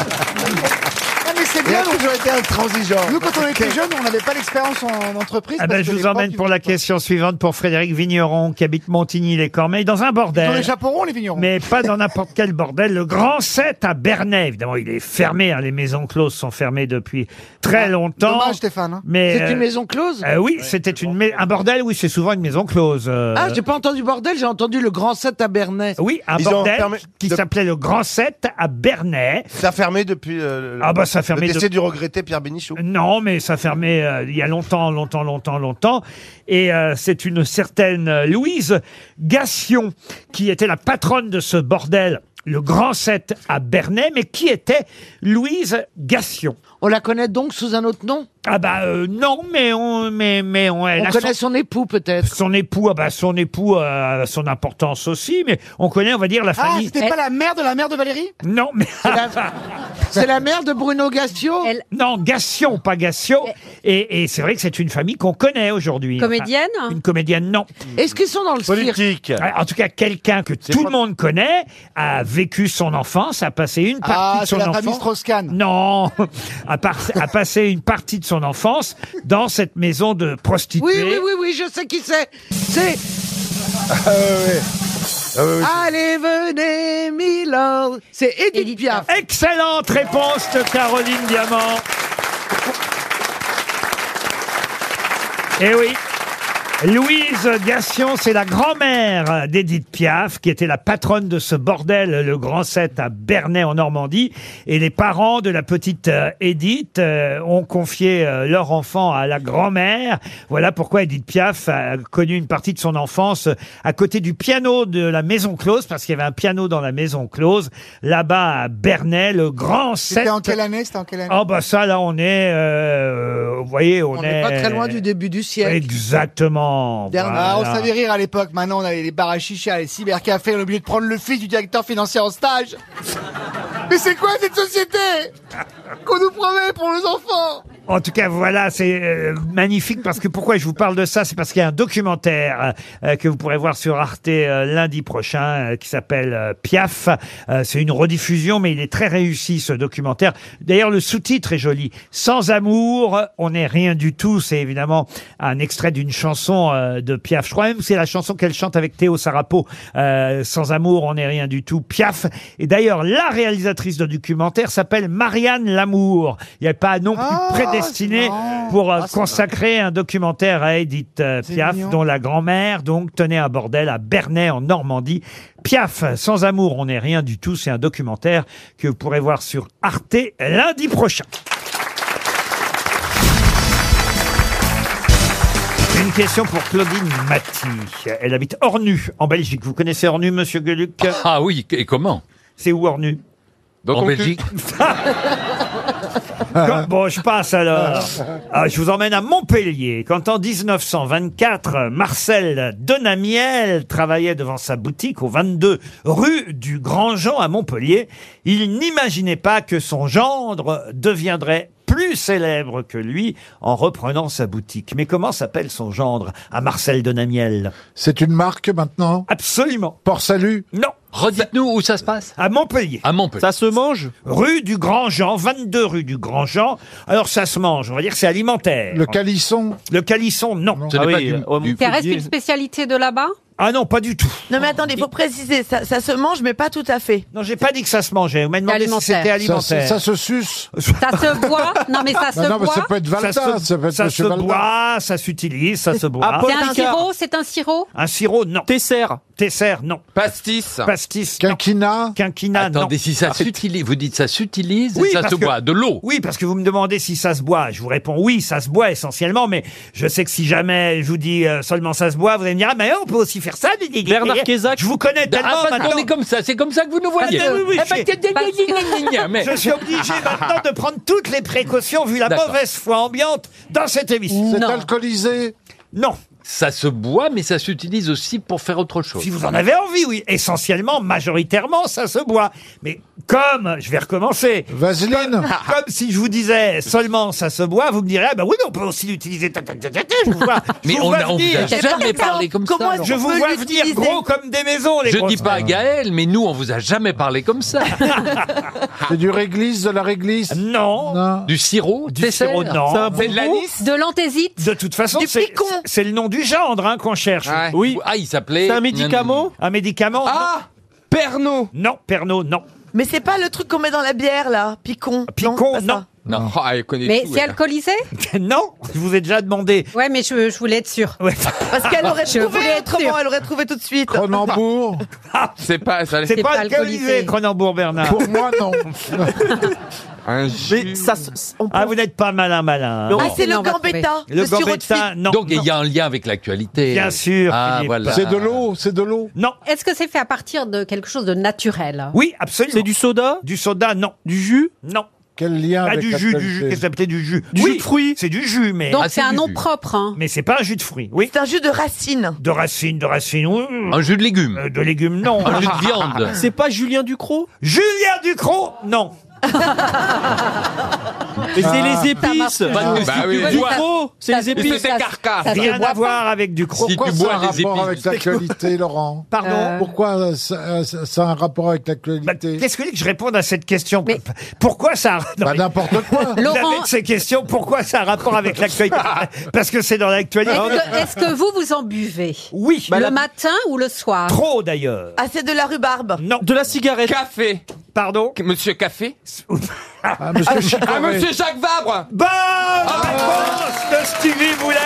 Ah, mais c'est Il bien, a nous. toujours été intransigeant. Nous, quand on était Ok. jeunes, on n'avait pas l'expérience en entreprise. Ah ben, parce je que vous les profs, emmène ils- pour la question suivante pour Frédéric Vigneron qui habite Montigny-les-Cormeilles dans un bordel. Ils ont les chapeaux ronds, les vignerons. Mais pas dans n'importe quel bordel. Le Grand 7 à Bernay, évidemment, il est fermé. hein, Les maisons closes sont fermées depuis très longtemps. Ah, Dommage, Stéphane. hein. Mais C'est une maison close euh, Oui, c'était une mais- un bordel. Oui, c'est souvent une maison close. euh. Ah, j'ai pas entendu bordel, j'ai entendu le grand set à Bernay. Oui, un bordel qui s'appelait le Grand 7 à Bernay. Ça a fermé depuis. euh, le- Ah bah, ça a fermé Le décès de- Euh, du regretté Pierre Bénichou. Non, mais ça fermait euh, il y a longtemps, longtemps, longtemps, longtemps. Et euh, c'est une certaine euh, Louise Gassion qui était la patronne de ce bordel, le grand set à Bernay, mais qui était Louise Gassion. On la connaît donc sous un autre nom Ah bah euh, non, mais on, mais mais on, elle On a connaît son époux, peut-être. Son époux, ah bah son époux euh, a son importance aussi, mais on connaît, on va dire, la Ah, famille. c'était pas la mère de la mère de Valérie Non, mais C'est la mère de Bruno Gassio Non, Gassion, pas Gassion. Et, et c'est vrai que c'est une famille qu'on connaît aujourd'hui. Comédienne Enfin, Une comédienne, non. Est-ce qu'ils sont dans le cirque Ah, En tout cas, quelqu'un que tout le monde connaît a vécu son enfance, a passé une partie Ah, de c'est son la famille enfance. Strauss-Kahn. Non, a, par- a passé une partie de son enfance dans cette maison de prostituées. Ah, Oui, oui, oui, oui, je sais qui c'est. C'est. Euh, Allez, venez, Milord. C'est Edith, Piaf. Excellente réponse de Caroline Diamant. Eh oui. Louise Gassion, c'est la grand-mère d'Edith Piaf, qui était la patronne de ce bordel, le Grand 7 à Bernay en Normandie. Et les parents de la petite euh, Edith euh, ont confié euh, leur enfant à la grand-mère. Voilà pourquoi Edith Piaf a connu une partie de son enfance euh, à côté du piano de la maison close, parce qu'il y avait un piano dans la maison close, là-bas à Bernay, le Grand 7. C'était en quelle année C'était en quelle année Oh bah ça, là, on est, euh, vous voyez, on, On n'est pas très loin du début du siècle. Exactement. Dernier. Ah, on voilà. savait rire à l'époque. Maintenant, on avait les bars à chicha, les cybercafés. On est obligé de prendre le fils du directeur financier en stage. Mais c'est quoi cette société qu'on nous promet pour nos enfants En tout cas, voilà, c'est euh, magnifique parce que pourquoi je vous parle de ça, c'est parce qu'il y a un documentaire euh, que vous pourrez voir sur Arte euh, lundi prochain euh, qui s'appelle euh, Piaf. Euh, c'est une rediffusion, mais il est très réussi ce documentaire. D'ailleurs, le sous-titre est joli. Sans amour, on n'est rien du tout. C'est évidemment un extrait d'une chanson euh, de Piaf. Je crois même que c'est la chanson qu'elle chante avec Théo Sarapo. Euh, Sans amour, on n'est rien du tout. Piaf. Et d'ailleurs, la réalisatrice de documentaire s'appelle Marianne Lamour. Il n'y a pas non plus prédestiné pour euh, consacrer un documentaire à Edith euh, Piaf, dont la grand-mère donc tenait un bordel à Bernay en Normandie. Piaf, sans amour, on n'est rien du tout. C'est un documentaire que vous pourrez voir sur Arte lundi prochain. Une question pour Claudine Maty. Elle habite Ornu, en Belgique. Vous connaissez Ornu, monsieur Gueluc Ah oui, et comment C'est où Ornu En Belgique Quand- bon, je passe alors. Ah, je vous emmène à Montpellier. Quand en 1924, Marcel Denamiel travaillait devant sa boutique au 22 rue du Grand Jean à Montpellier, il n'imaginait pas que son gendre deviendrait plus célèbre que lui en reprenant sa boutique. Mais comment s'appelle son gendre à Marcel Denamiel C'est une marque maintenant Absolument. Port Salut Non. Redites-nous où ça se passe À Montpellier. À Montpellier. Ça se mange Rue du Grand Jean, 22 rue du Grand Jean. Alors ça se mange, on va dire que c'est alimentaire. Le calisson Le calisson, non. Ah oui, euh, au Ça reste une spécialité de là-bas Ah non, pas du tout. Non mais attendez, faut préciser, ça, ça se mange mais pas tout à fait. Non, j'ai pas dit que ça se mangeait. Vous m'avez demandé si Alimentaire. c'était alimentaire. Ça- ça se suce Ça se boit Non, mais ça Non, se Bah non, mais boit. ça peut être Valda, ça peut être ça Monsieur se Valda. boit, ça s'utilise, ça se boit. C'est un sirop, c'est un sirop. Un sirop, non. Tesser. Tesser, non. Pastis. Pastis. Quinquina. Quinquina, non. Attendez, si ça s'utilise, vous dites ça s'utilise, et ça parce se que- boit, de l'eau. Oui, parce que vous me demandez si ça se boit. Je vous réponds oui, ça se boit essentiellement, mais je sais que si jamais je vous dis euh, seulement ça se boit, vous allez me dire, ah, mais on peut aussi faire ça. Bernard Kézac. Je vous connais tellement Ah, parce maintenant. qu'on est comme ça, c'est comme ça que vous nous voyez. Ah, oui, oui, Eh ben, je, suis... mais- Je suis obligé maintenant de prendre toutes les précautions vu la D'accord. mauvaise foi ambiante dans cette émission. C'est alcoolisé Non. Ça se boit, mais ça s'utilise aussi pour faire autre chose. Si vous en avez envie, oui. Essentiellement, majoritairement, ça se boit. Mais comme, je vais recommencer. Vaseline Comme, comme si je vous disais seulement ça se boit, vous me direz, ah ben oui, mais on peut aussi l'utiliser. Ta, ta, ta, ta, ta, Je vous vois, je Mais vous on vois a- on venir. vous a jamais parlé comme ça, Comment est-ce Je qu'on vous peut vois venir l'utiliser gros comme des maisons, les Je grosses dis pas à Gaël, mais nous, on vous a jamais parlé comme ça. C'est du réglisse, de la réglisse Non. Du sirop Du sirop, non. C'est de l'anis De l'anthésite De toute façon, c'est- c'est le nom du gendre hein, qu'on cherche. Oui. Ah, il s'appelait. Un médicament Ah Pernod Non, Pernod, non. Mais c'est Ah, pas le truc qu'on met dans la bière là, picon. Picon, non. Non, Ah, elle connaît Mais c'est alcoolisé Non, je vous ai déjà demandé. Ouais, mais je, je voulais être sûr. Parce qu'elle aurait Je trouvé voulais être autrement, sûre. elle aurait trouvé tout de suite. C'est pas, ça- Ah, C'est pas alcoolisé, Cronenbourg, Bernard. Pour moi, non. Un jus. Ah, vous n'êtes pas malin, malin. hein. Ah, c'est le gambetta, Le gambetta, non. Donc, il y a un lien avec l'actualité. Bien sûr, Ah, Philippe. voilà. C'est de l'eau, c'est de l'eau. Non. Est-ce que c'est fait à partir de quelque chose de naturel Oui, absolument. C'est du soda Du soda, non. Du jus Non. Quel lien Ah, avec du jus, l'actualité du jus. Qu'est-ce que vous appelez du jus Du jus de fruits C'est du jus, mais. Ah, Donc c'est un nom propre. hein. Mais c'est pas un jus de fruits, oui. C'est un jus de racine. De racines, de racines, oui. Un jus de légumes. Euh, de légumes, non. Un jus de viande. C'est pas Julien Ducrot Julien Ducrot Non. Mais c'est Ah. les épices. Bah, Bah, si tu oui, bois- du gros, c'est les épices. Rien à voir avec Ducrot. Pourquoi ça a un rapport avec l'actualité, Laurent Pardon Euh. Bah, Pourquoi euh, ça, euh, ça- ça a un rapport avec l'actualité Qu'est-ce que vous voulez que je réponde à cette question Pourquoi ça Bah n'importe quoi. Vous avez de ces questions, pourquoi ça a un rapport avec l'actualité Parce que c'est dans l'actualité. Est-ce que, est-ce que vous, vous en buvez Oui. Bah, le matin ou le soir Trop d'ailleurs. Ah, c'est de la rhubarbe. Non. De la cigarette. Café. Pardon Monsieur Café ah, monsieur Chicoré. ah, monsieur Jacques Vabre Bonne réponse de Stevie Boulet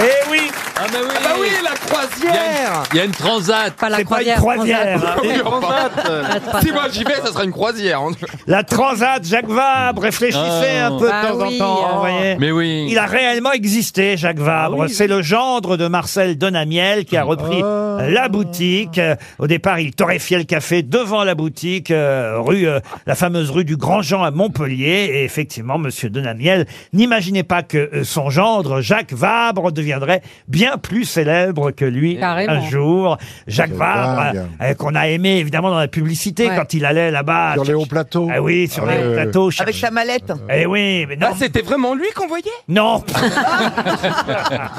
Eh oui Ah bah oui, la croisière Il y a une transat Ah, Pas la C'est pas une croisière, croisière. hein. Oui, Une transat. si moi j'y vais, ça sera une croisière. La Transat Jacques Vabre, réfléchissez Ah. un peu de Ah temps oui, en temps, ah. vous voyez. Mais oui. Il a réellement existé, Jacques Vabre. C'est le gendre de Marcel Donamiel qui a repris la boutique. Euh, Au départ, il torréfiait le café devant la boutique, euh, rue, euh, la fameuse rue du Grand Jean à Montpellier. Et effectivement, Monsieur Donamiel n'imaginait pas que euh, son gendre, Jacques Vabre, deviendrait bien plus célèbre que lui un Carrément. jour. Jacques C'est Vabre, dingue. euh, qu'on a aimé évidemment dans la publicité Ouais. quand il allait là-bas. Sur les hauts plateaux. Ah oui, sur les Ouais. hauts plateaux. Avec sa mallette. Eh oui, mais non. Ah, c'était vraiment lui qu'on voyait Ah. Non. Ah.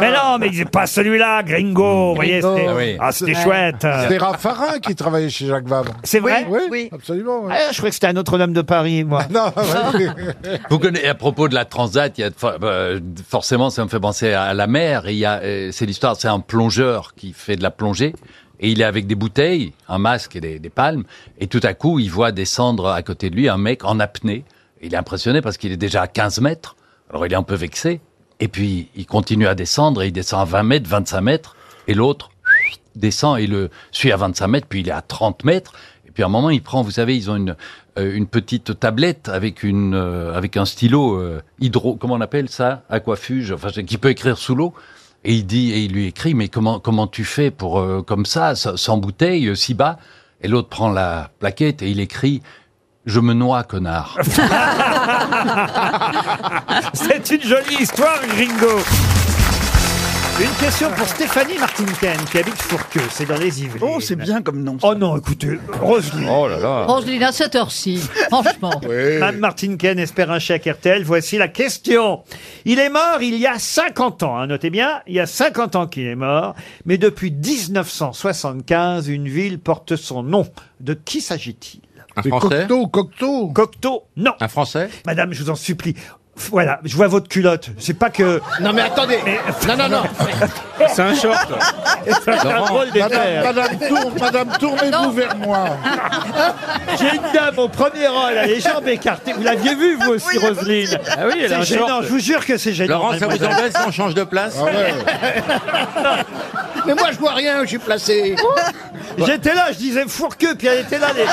mais non, mais c'est pas celui-là, Gringo. Oh, Vous voyez, Gringo. c'était Ah oui. ah, c'était Ouais. chouette. C'était Raffarin qui travaillait chez Jacques Vabre. C'est vrai Oui, absolument. ouais. Ah, je croyais que c'était à Notre-Dame de Paris, moi. Non, ouais. Vous connaissez, à propos de la Transat, il y a, for- euh, forcément, ça me fait penser à la mer. Et il y a, euh, c'est l'histoire, c'est un plongeur qui fait de la plongée. Et il est avec des bouteilles, un masque et des, des palmes. Et tout à coup, il voit descendre à côté de lui un mec en apnée. Il est impressionné parce qu'il est déjà à 15 mètres. Alors il est un peu vexé. Et puis, il continue à descendre et il descend à 20 mètres, 25 mètres. Et l'autre descend et le suit à 25 mètres, puis il est à 30 mètres. Et puis à un moment, il prend, vous savez, ils ont une, euh, une petite tablette avec, une, euh, avec un stylo euh, hydro, comment on appelle ça Aquafuge, enfin, c'est- qui peut écrire sous l'eau. Et il dit, et il lui écrit, mais comment, comment tu fais pour, euh, comme ça, sans sans bouteille, euh, si bas Et l'autre prend la plaquette et il écrit, je me noie, connard. C'est une jolie histoire, Gringo. Une question pour Stéphanie Martinken, qui habite Fourqueux, c'est dans les Yvelines. Oh, c'est bien comme nom. Oh non, écoutez, Roselyne. Oh là là. Roselyne, à cette heure-ci, franchement. Anne Martinken espère un chèque RTL. Voici la question. Il est mort il y a 50 ans. hein. Notez bien, il y a 50 ans qu'il est mort. Mais depuis 1975, une ville porte son nom. De qui s'agit-il Un C'est Français Cocteau, Cocteau. Cocteau, non. Un français Madame, je vous en supplie. Voilà, je vois votre culotte. C'est pas que. Non mais attendez Non, non, non C'est un short. C'est un drôle Madame, d'effet. Madame Tour, Madame tournez-vous vers moi. J'ai une dame au premier rang, elle a les jambes écartées. Vous l'aviez vu, vous aussi, Roselyne Ah oui, elle a C'est un gênant, short. je vous jure que c'est gênant. Laurent, ça vous mademoiselle. embête si on change de place Ah Mais moi, je vois rien, je suis placé. Bah. J'étais là, je disais fourqueux, puis elle était là, les,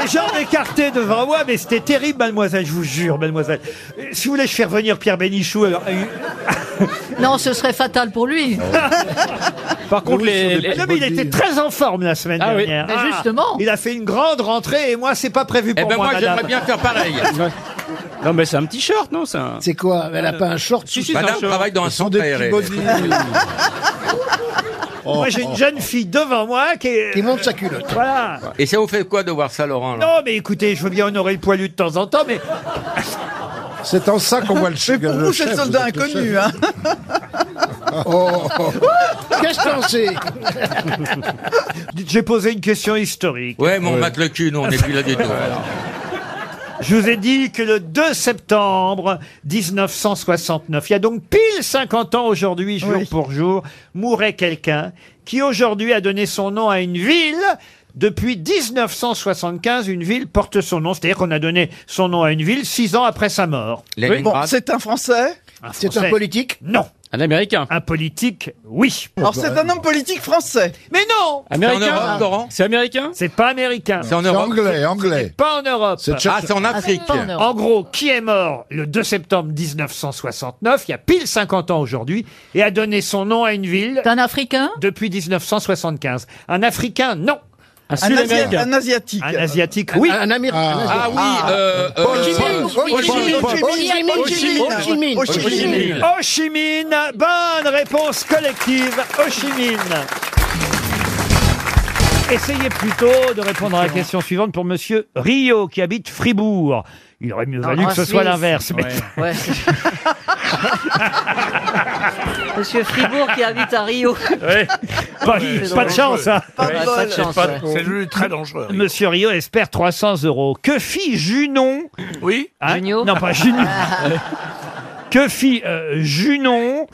les jambes écartées devant moi, mais c'était terrible, mademoiselle, je vous jure, mademoiselle. Euh, Si vous voulez, je fais revenir Pierre Bénichou. alors, euh, Non, ce serait fatal pour lui. Par contre, les- les- Non, mais il était très en forme la semaine Ah oui. dernière. Mais justement. Il a fait une grande rentrée, et moi, c'est pas prévu Eh pour ben moi, j'aimerais madame. bien faire pareil Non, mais c'est un petit short, non C'est un- C'est quoi Elle a pas un short Si, si, c'est un Madame short. travaille dans un centre aéré. Moi, j'ai une jeune fille devant moi qui est... euh, monte sa culotte. Voilà. Et ça vous fait quoi de voir ça, Laurent là Non, mais écoutez, je veux bien honorer le poilu de temps en temps, mais C'est en ça qu'on voit le chef. Pour vous, c'est le soldat inconnu, hein Oh. Qu'est-ce que t'en sais dites, j'ai posé une question historique. Ouais, mais on mate le cul, non, on n'est plus là du tout. Je vous ai dit que le 2 septembre 1969, il y a donc pile 50 ans aujourd'hui, jour pour jour, mourait quelqu'un qui aujourd'hui a donné son nom à une ville. Depuis 1975, une ville porte son nom. C'est-à-dire qu'on a donné son nom à une ville six ans après sa mort. Bon, c'est un Français C'est un politique Non. Un américain. Un politique, oui. Alors, c'est un homme politique français. Mais non Américain Ah. C'est américain C'est pas américain. C'est en Europe. C'est anglais, anglais. C'est Pas en Europe. C'est Churchill. Ah, c'est en Afrique. pas en, Europe. En gros, qui est mort le 2 septembre 1969, il y a pile 50 ans aujourd'hui, et a donné son nom à une ville. T'es un Africain Depuis 1975. Un Africain, non. Un Sud-Américain. Un Asiatique. Un Asiatique, oui. Un Américain. Ah oui, euh, euh, Ho Chi Minh, Ho Chi Minh, Ho Chi Minh, Ho Chi Minh, Ho Chi Minh. Ho Chi Minh. Ho Chi Minh. Bonne réponse collective. Ho Chi Minh. Essayez plutôt de répondre à la question suivante pour Monsieur Rio qui habite Fribourg. Il aurait mieux valu en que ce Suisse. soit l'inverse. Mais... Ouais. Monsieur Fribourg qui habite à Rio. Ouais. Pas, C'est pas de dangereux. chance. hein. Pas de Ouais, bol. pas de chance, ouais. C'est lui très dangereux. Monsieur Rio espère 300 euros. Que fit Junon Oui Hein Non, pas Junon. que fit euh, Junon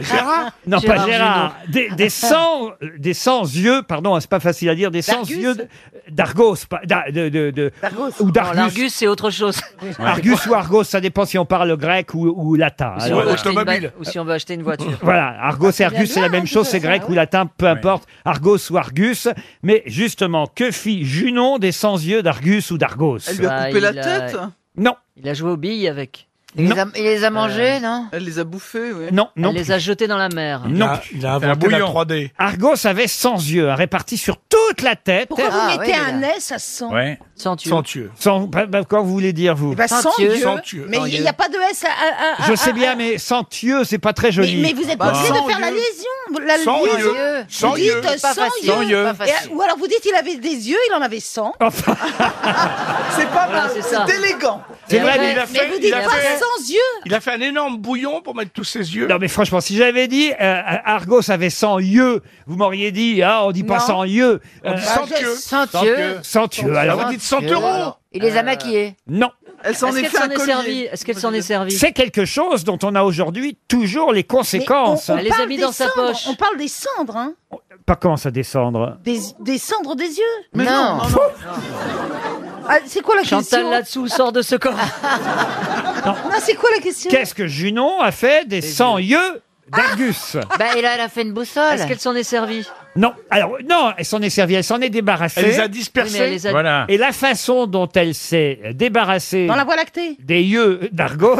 Gérard Non, pas Gérard. Des, des sans, des sans yeux, pardon, hein, c'est pas facile à dire, des sans D'Argus yeux de- d'Argos. pas- d'A- de- de- de- Ou Oh, d'Argus. L'Argus, c'est autre chose. Argus ou Argos, ça dépend si on parle grec ou, ou latin. Ou si, on Alors, euh, veut acheter une voiture- ou si on veut acheter une voiture. Voilà, Ah, Argos et Argus, c'est la même chose, c'est grec ou latin, peu importe, Argos ou Argus. Mais justement, que fit Junon des sans-yeux d'Argus ou d'Argos Ah. Elle lui a coupé la Bah, tête Non. Bah, Il a joué aux billes avec. Il les a- il les a mangés, mangés, non Elle les a bouffés, oui. Non, non Il les a jetés dans la mer. Non. Ah. Argos avait sans yeux, hein, répartis sur toute la tête. Pourquoi vous Ah, mettez oui, un S à 100 Sans yeux. Sans, bah, bah, quand vous voulez dire, vous Eh ben, sans Dieu. yeux. Mais il n'y a pas de S à. à- à- Oh, Je à- sais à- bien, mais sans Dieu, c'est pas très Mais, joli. mais vous êtes pas obligé de faire la lésion. La Sans liaison. yeux. Vous Sans dites, yeux. euh, Pas sans facile. yeux. Sans yeux. Pas Et, facile. ou alors vous dites il avait des yeux, il en avait 100. c'est pas mal, c'est ça. c'est élégant. C'est vrai, mais il a Mais fait- vous il dites a pas fait- sans yeux. Il a fait un énorme bouillon pour mettre tous ses yeux. Non mais franchement, si j'avais dit euh, Argos avait 100 yeux, vous m'auriez dit ah on dit pas Euh, Non. 100 yeux, Euh, On dit bah, sans yeux. Sans Sans yeux. yeux. Sans yeux, alors Sans yeux, alors. Il Euh. les a maquillés. Non. Elle s'en est fait un collier. Est-ce qu'elle s'en est servie C'est quelque chose dont on a aujourd'hui toujours les Mais conséquences. on- on parle mis des dans sa cendres, poche. On parle des cendres, hein. Pas commence à descendre. Des, des cendres des yeux. Mais non, non, non. Ah, c'est quoi la Chantal question là-dessous sort de ce corps. Non, c'est quoi la question Qu'est-ce que Junon a fait des 100 yeux d'Argus Bah, elle a, elle a fait une boussole. Est-ce qu'elle s'en est servie Non, alors non, elle s'en est servie, elle s'en est débarrassée. Elle les a dispersés. Oui, mais elle les a- Voilà. Et la façon dont elle s'est débarrassée Dans la voie lactée. des yeux d'Argos.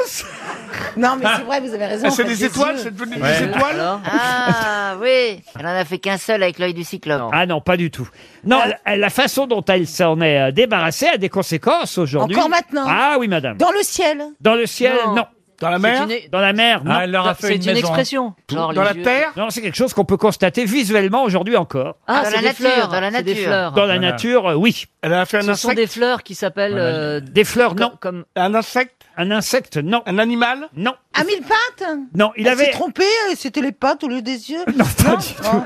Non, mais c'est vrai, vous avez raison. Ah, c'est en fait, des les étoiles, yeux. c'est devenu des Ouais. étoiles Ah, oui. Elle en a fait qu'un seul avec l'œil du cyclope. Ah non, pas du tout. Non, la, la façon dont elle s'en est euh, débarrassée a des conséquences aujourd'hui. Encore maintenant Ah oui, madame. Dans le ciel. Dans le ciel, non. Dans la mer C'est une- Dans la mer, non. Ah, elle leur a fait C'est une une maison. expression. Genre Dans les la yeux. terre hein. Non, c'est quelque chose qu'on peut constater visuellement aujourd'hui encore. Ah, Dans c'est la des nature, fleurs, dans la c'est des nature. fleurs. Dans la nature, euh, oui. Elle a fait Ce sont des fleurs qui s'appellent. euh, Des fleurs, non. Comme Un insecte Un insecte, non. Un animal Non. À Ah, mille pattes Non, il Elle avait- s'est trompée, euh, c'était les pattes au lieu des yeux. Oh, Non, pas du tout.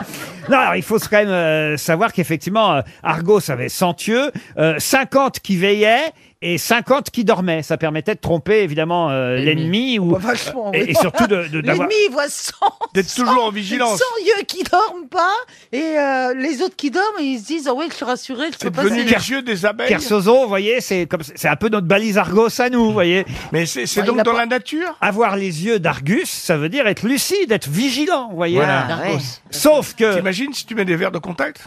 Non, alors il faut quand même euh, savoir qu'effectivement, euh, Argos avait 100 yeux, euh, 50 qui veillaient et 50 qui dormaient. Ça permettait de tromper évidemment euh, l'ennemi ou Oh, bah, Vachement, et, oui. et surtout de, de- d'avoir- L'ennemi, il voit 100. D'être toujours en vigilance. 100 yeux qui dorment pas, et euh, les autres qui dorment, ils se disent, ah ouais, je suis rassuré, je peux C'est pas devenu les yeux des abeilles. Kersozon, vous voyez, c'est comme c'est un peu notre balise Argos à nous, vous voyez. Bah, Mais c'est c'est donc dans la nature Avoir les yeux d'Argus, ça veut dire être lucide, être vigilant, vous voyez. Voilà. Ah, ouais. Sauf que T'imagines si tu mets des verres de contact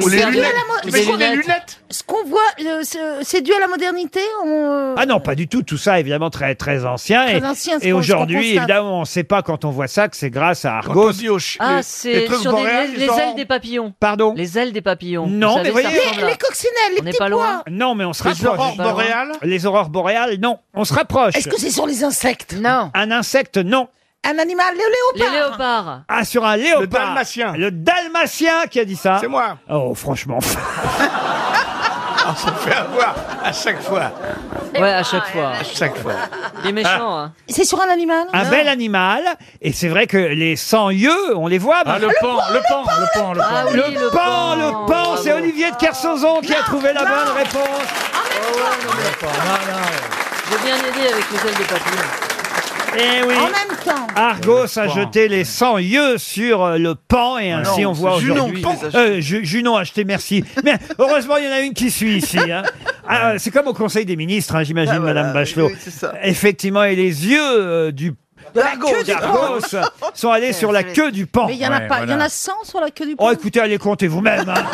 C'est dû à hein. la mo- Tu c'est mets sur dû à des la- lunettes Ce qu'on voit, euh, c'est- c'est dû à la modernité on- euh, Ah non, pas du tout. Tout ça, évidemment, très très ancien. Très et ancien, ce qu'on- ce et qu'on aujourd'hui, constate. évidemment, on ne sait pas quand on voit ça que c'est grâce à Argos. euh, Ah, c'est sur des- les, les ailes des papillons. Pardon Les ailes des papillons. Non, Vous savez, mais voyez- ça Les- ressemble à- les coccinelles, On n'est pas loin. Non, mais on se Les rapproche. aurores Pas loin. boréales Les aurores boréales, non. On se rapproche. Est-ce que c'est sur les insectes Non. Un insecte, non. Un animal, le léopard. léopards. Ah, sur un léopard. Le dalmatien. Le dalmatien qui a dit ça. C'est moi. Oh, franchement. On se fait avoir à chaque fois. Ouais, à chaque fois. À chaque fois. Les méchants. hein. C'est sur un animal Ah. Un Non. bel animal. Et c'est vrai que les sans yeux, on les voit. Ah, le mais- pan, le pan, le pan, le pan. Ah le, oui, le pan, pan. le pan. C'est Bravo. Olivier de Kersauzon qui a trouvé la non. bonne réponse. Oh, J'ai bien aidé avec les ailes des papillons. Eh oui. En même temps. Argos a jeté les 100 yeux sur euh, le pan et ainsi Non, on voit Junon, aujourd'hui. pan. Euh, Ju- Junon a acheté, merci. Mais heureusement, il y en a une qui suit ici. hein. Ah, c'est comme au Conseil des ministres, hein, j'imagine, Madame Bachelot. Effectivement, et les yeux euh, du queue du d'Argos sont allés sur la queue du pan. Mais il y en a pas, il y en a 100 sur la queue du Oh, pan. écoutez, allez compter vous-même. hein.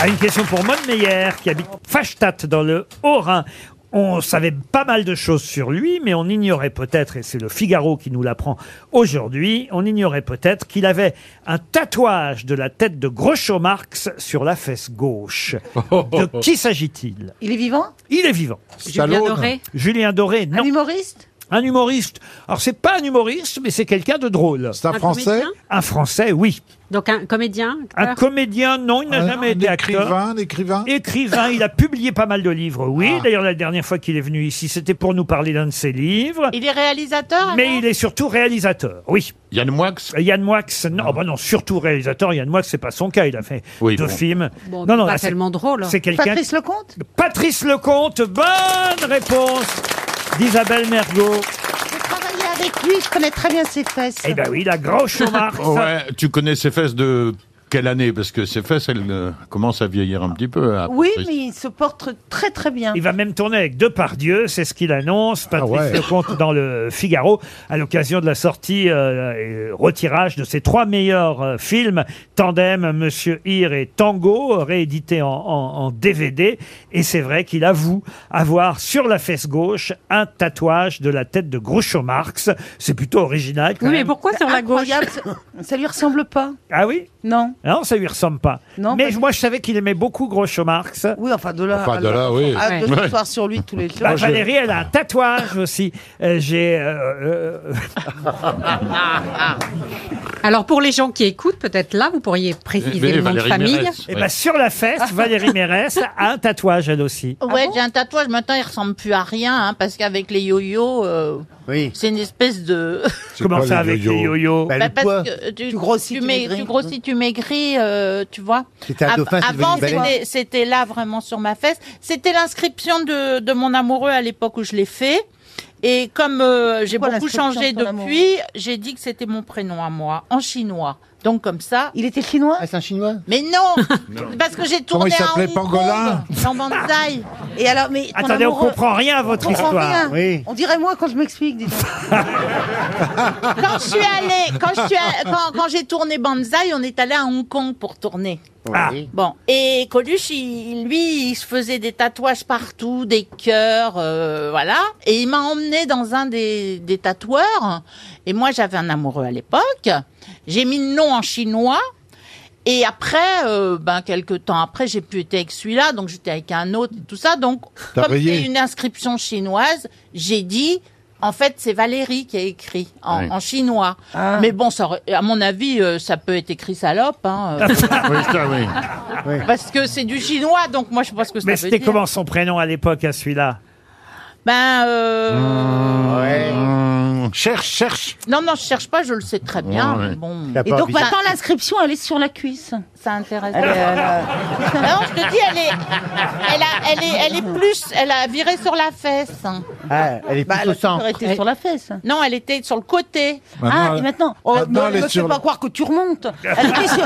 Ah, une question pour Maud Meyer, qui habite Fachstadt, dans le Haut-Rhin. On savait pas mal de choses sur lui, mais on ignorait peut-être, et c'est le Figaro qui nous l'apprend aujourd'hui, on ignorait peut-être qu'il avait un tatouage de la tête de Groucho Marx sur la fesse gauche. De qui s'agit-il Il est vivant Il est vivant. Julien Stallone. Doré Julien Doré, non. Un humoriste Un humoriste. Alors, c'est pas un humoriste, mais c'est quelqu'un de drôle. C'est Un Français comédien Un Français, oui. Donc un comédien Un comédien, non, il n'a Un- jamais un été écrivain, acteur. écrivain Écrivain, il a publié pas mal de livres, oui. D'ailleurs, la dernière fois qu'il est venu ici, c'était pour nous parler d'un de ses livres. Il est réalisateur Mais il est surtout réalisateur, oui. Yann Moix Yann Moix, non, bah non, surtout réalisateur. Yann Moix, c'est pas son cas, il a fait Oui, deux bon. films. Bon, non, non, pas là, c'est- tellement drôle. hein. C'est quelqu'un. Patrice Lecomte Patrice Lecomte, bonne réponse d'Isabelle Mergot. travaillé avec lui, je connais très bien ses fesses. Eh ben oui, la grosse marque. Oh, Ouais, tu connais ses fesses de quelle année Parce que ses fesses, elles euh, commencent à vieillir un petit peu. hein, Oui, Patrice. mais il se porte très très bien. Il va même tourner avec Depardieu, c'est ce qu'il annonce, Patrice ouais. Lecomte dans le Figaro, à l'occasion de la sortie euh, et retirage de ses trois meilleurs euh, films, Tandem, Monsieur Hir et Tango, réédités en, en- en DVD. Et c'est vrai qu'il avoue avoir sur la fesse gauche un tatouage de la tête de Groucho Marx. C'est plutôt original. quand même. pourquoi sur la gauche Ça lui ressemble pas. Ah oui Non. Non, ça lui ressemble pas. Non, Mais moi, je savais qu'il aimait beaucoup Groucho Marx. Oui, enfin de là. Enfin, de là, oui. À, Ah, de Ouais. s'asseoir sur lui tous les jours. Bah, Valérie, elle a un tatouage aussi. Euh, J'ai. euh, euh, Alors pour les gens qui écoutent, peut-être là, vous pourriez préciser le nom de famille. Eh ben, sur la fesse, Valérie Mérès a un tatouage, elle aussi. Ah Ouais, j'ai un tatouage, maintenant il ressemble plus à rien, hein, parce qu'avec les yo-yo, euh, c'est une espèce de... Comment ça avec les yo-yo Bah, parce euh, que tu, grossis, tu, maigris. Tu grossis, tu maigris, euh, tu vois. C'était un Av- dauphin, c'est devenu Avant, une baleine. c'était- c'était là vraiment sur ma fesse. C'était l'inscription de, de mon amoureux à l'époque où je l'ai fait. Et comme euh, j'ai quoi beaucoup l'inscription changé de ton depuis, j'ai dit que c'était mon prénom à moi, en chinois. Donc comme ça. Il était chinois C'est un chinois Mais non Parce que j'ai Comment tourné il à s'appelait, Hong Kong, Pangolin dans Banzai. Et alors, mais ton Attendez, on amoureux- comprend rien à votre On comprend rien. histoire. Oui. On dirait moi quand je m'explique. dis donc. quand je suis allée, quand je suis allée- quand, quand j'ai tourné Banzai, on est allé à Hong Kong pour tourner. Ah. Bon, et Coluche, il- lui, il se faisait des tatouages partout, des cœurs, euh, voilà. Et il m'a emmené dans un des, des tatoueurs. Et moi, j'avais un amoureux à l'époque. J'ai mis le nom en chinois. Et après, euh, ben quelques temps après, j'ai pu être avec celui-là, donc j'étais avec un autre, et tout ça. Donc, T'as comme rayé. c'est une inscription chinoise, j'ai dit, en fait, c'est Valérie qui a écrit en, Oui. en chinois. Mais bon, ça, aurait- à mon avis, euh, ça peut être écrit salope. hein, euh. Parce que c'est du chinois, donc moi je pense que ça Mais veut c'était dire. comment son prénom à l'époque à celui-là Ben, euh, Cherche, cherche. non, non, je cherche pas, je le sais très bien. Ouais, ouais. mais Bon. T'as pas Et donc, envie. maintenant, l'inscription, elle est sur la cuisse. Ça intéresse. Elle est- elle a- non, je te dis, elle est, elle, a- elle est, elle est plus, elle a viré sur la fesse. Ah, elle est Bah, plus elle au a centre. toujours été sur la fesse. Non, elle était sur le côté. ah, et maintenant, oh, maintenant, non, elle est me fais sur le- pas croire que tu remontes. Elle était sur...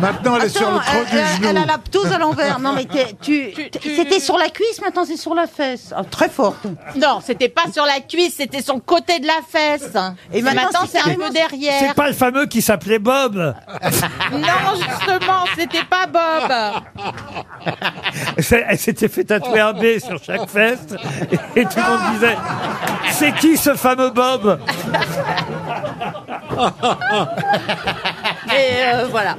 Maintenant, elle est sur le Attends, creux elle, du genou. elle a la ptose à l'envers. Non, mais t'es- tu, t'es- c'était sur la cuisse, maintenant c'est sur la fesse. Ah, très fort. Non, c'était pas sur la cuisse, c'était sur le côté de la fesse. Et maintenant, c'est un peu derrière. C'est pas le fameux qui s'appelait Bob. Non, justement, c'était pas Bob. C'est- Elle s'était fait tatouer un B sur chaque fesse. Et tout le monde disait C'est qui ce fameux Bob Et euh, voilà.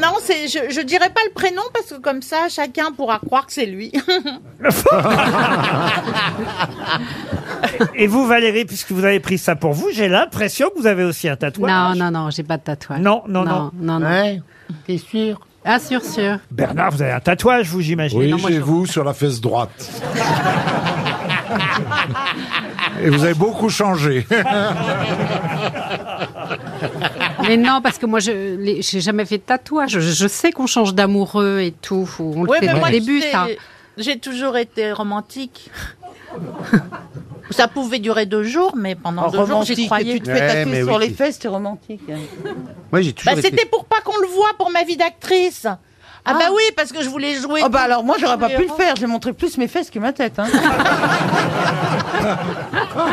Non, c'est, je, je dirais pas le prénom parce que comme ça, chacun pourra croire que c'est lui. Et vous, Valérie, puisque vous avez pris ça pour vous, j'ai l'impression que vous avez aussi un tatouage. Non, non, non, j'ai pas de tatouage. Non, non, non. Non, non. T'es sûr Ah, sûr, sûr. Bernard, vous avez un tatouage, vous, j'imagine Oui, Non, moi, j'ai je- vous sur la fesse droite. Et vous avez beaucoup changé. Mais non, parce que moi, je les- j'ai jamais fait de tatouage. Je, je sais qu'on change d'amoureux et tout. Faut- on le Ouais, fait mais dès moi, le début, j'ai- ça. J'ai toujours été romantique. ça pouvait durer deux jours, mais pendant deux jours, j'y romantique, croyais. tu te fais tatouer sur les fesses, t'es romantique. Moi, j'ai Bah, toujours été- c'était pour pas qu'on le voit pour ma vie d'actrice. Ah, bah oui, parce que je voulais jouer. Oh, bah alors moi, j'aurais pas pu le faire. faire. J'ai montré plus mes fesses que ma tête. Oui, hein.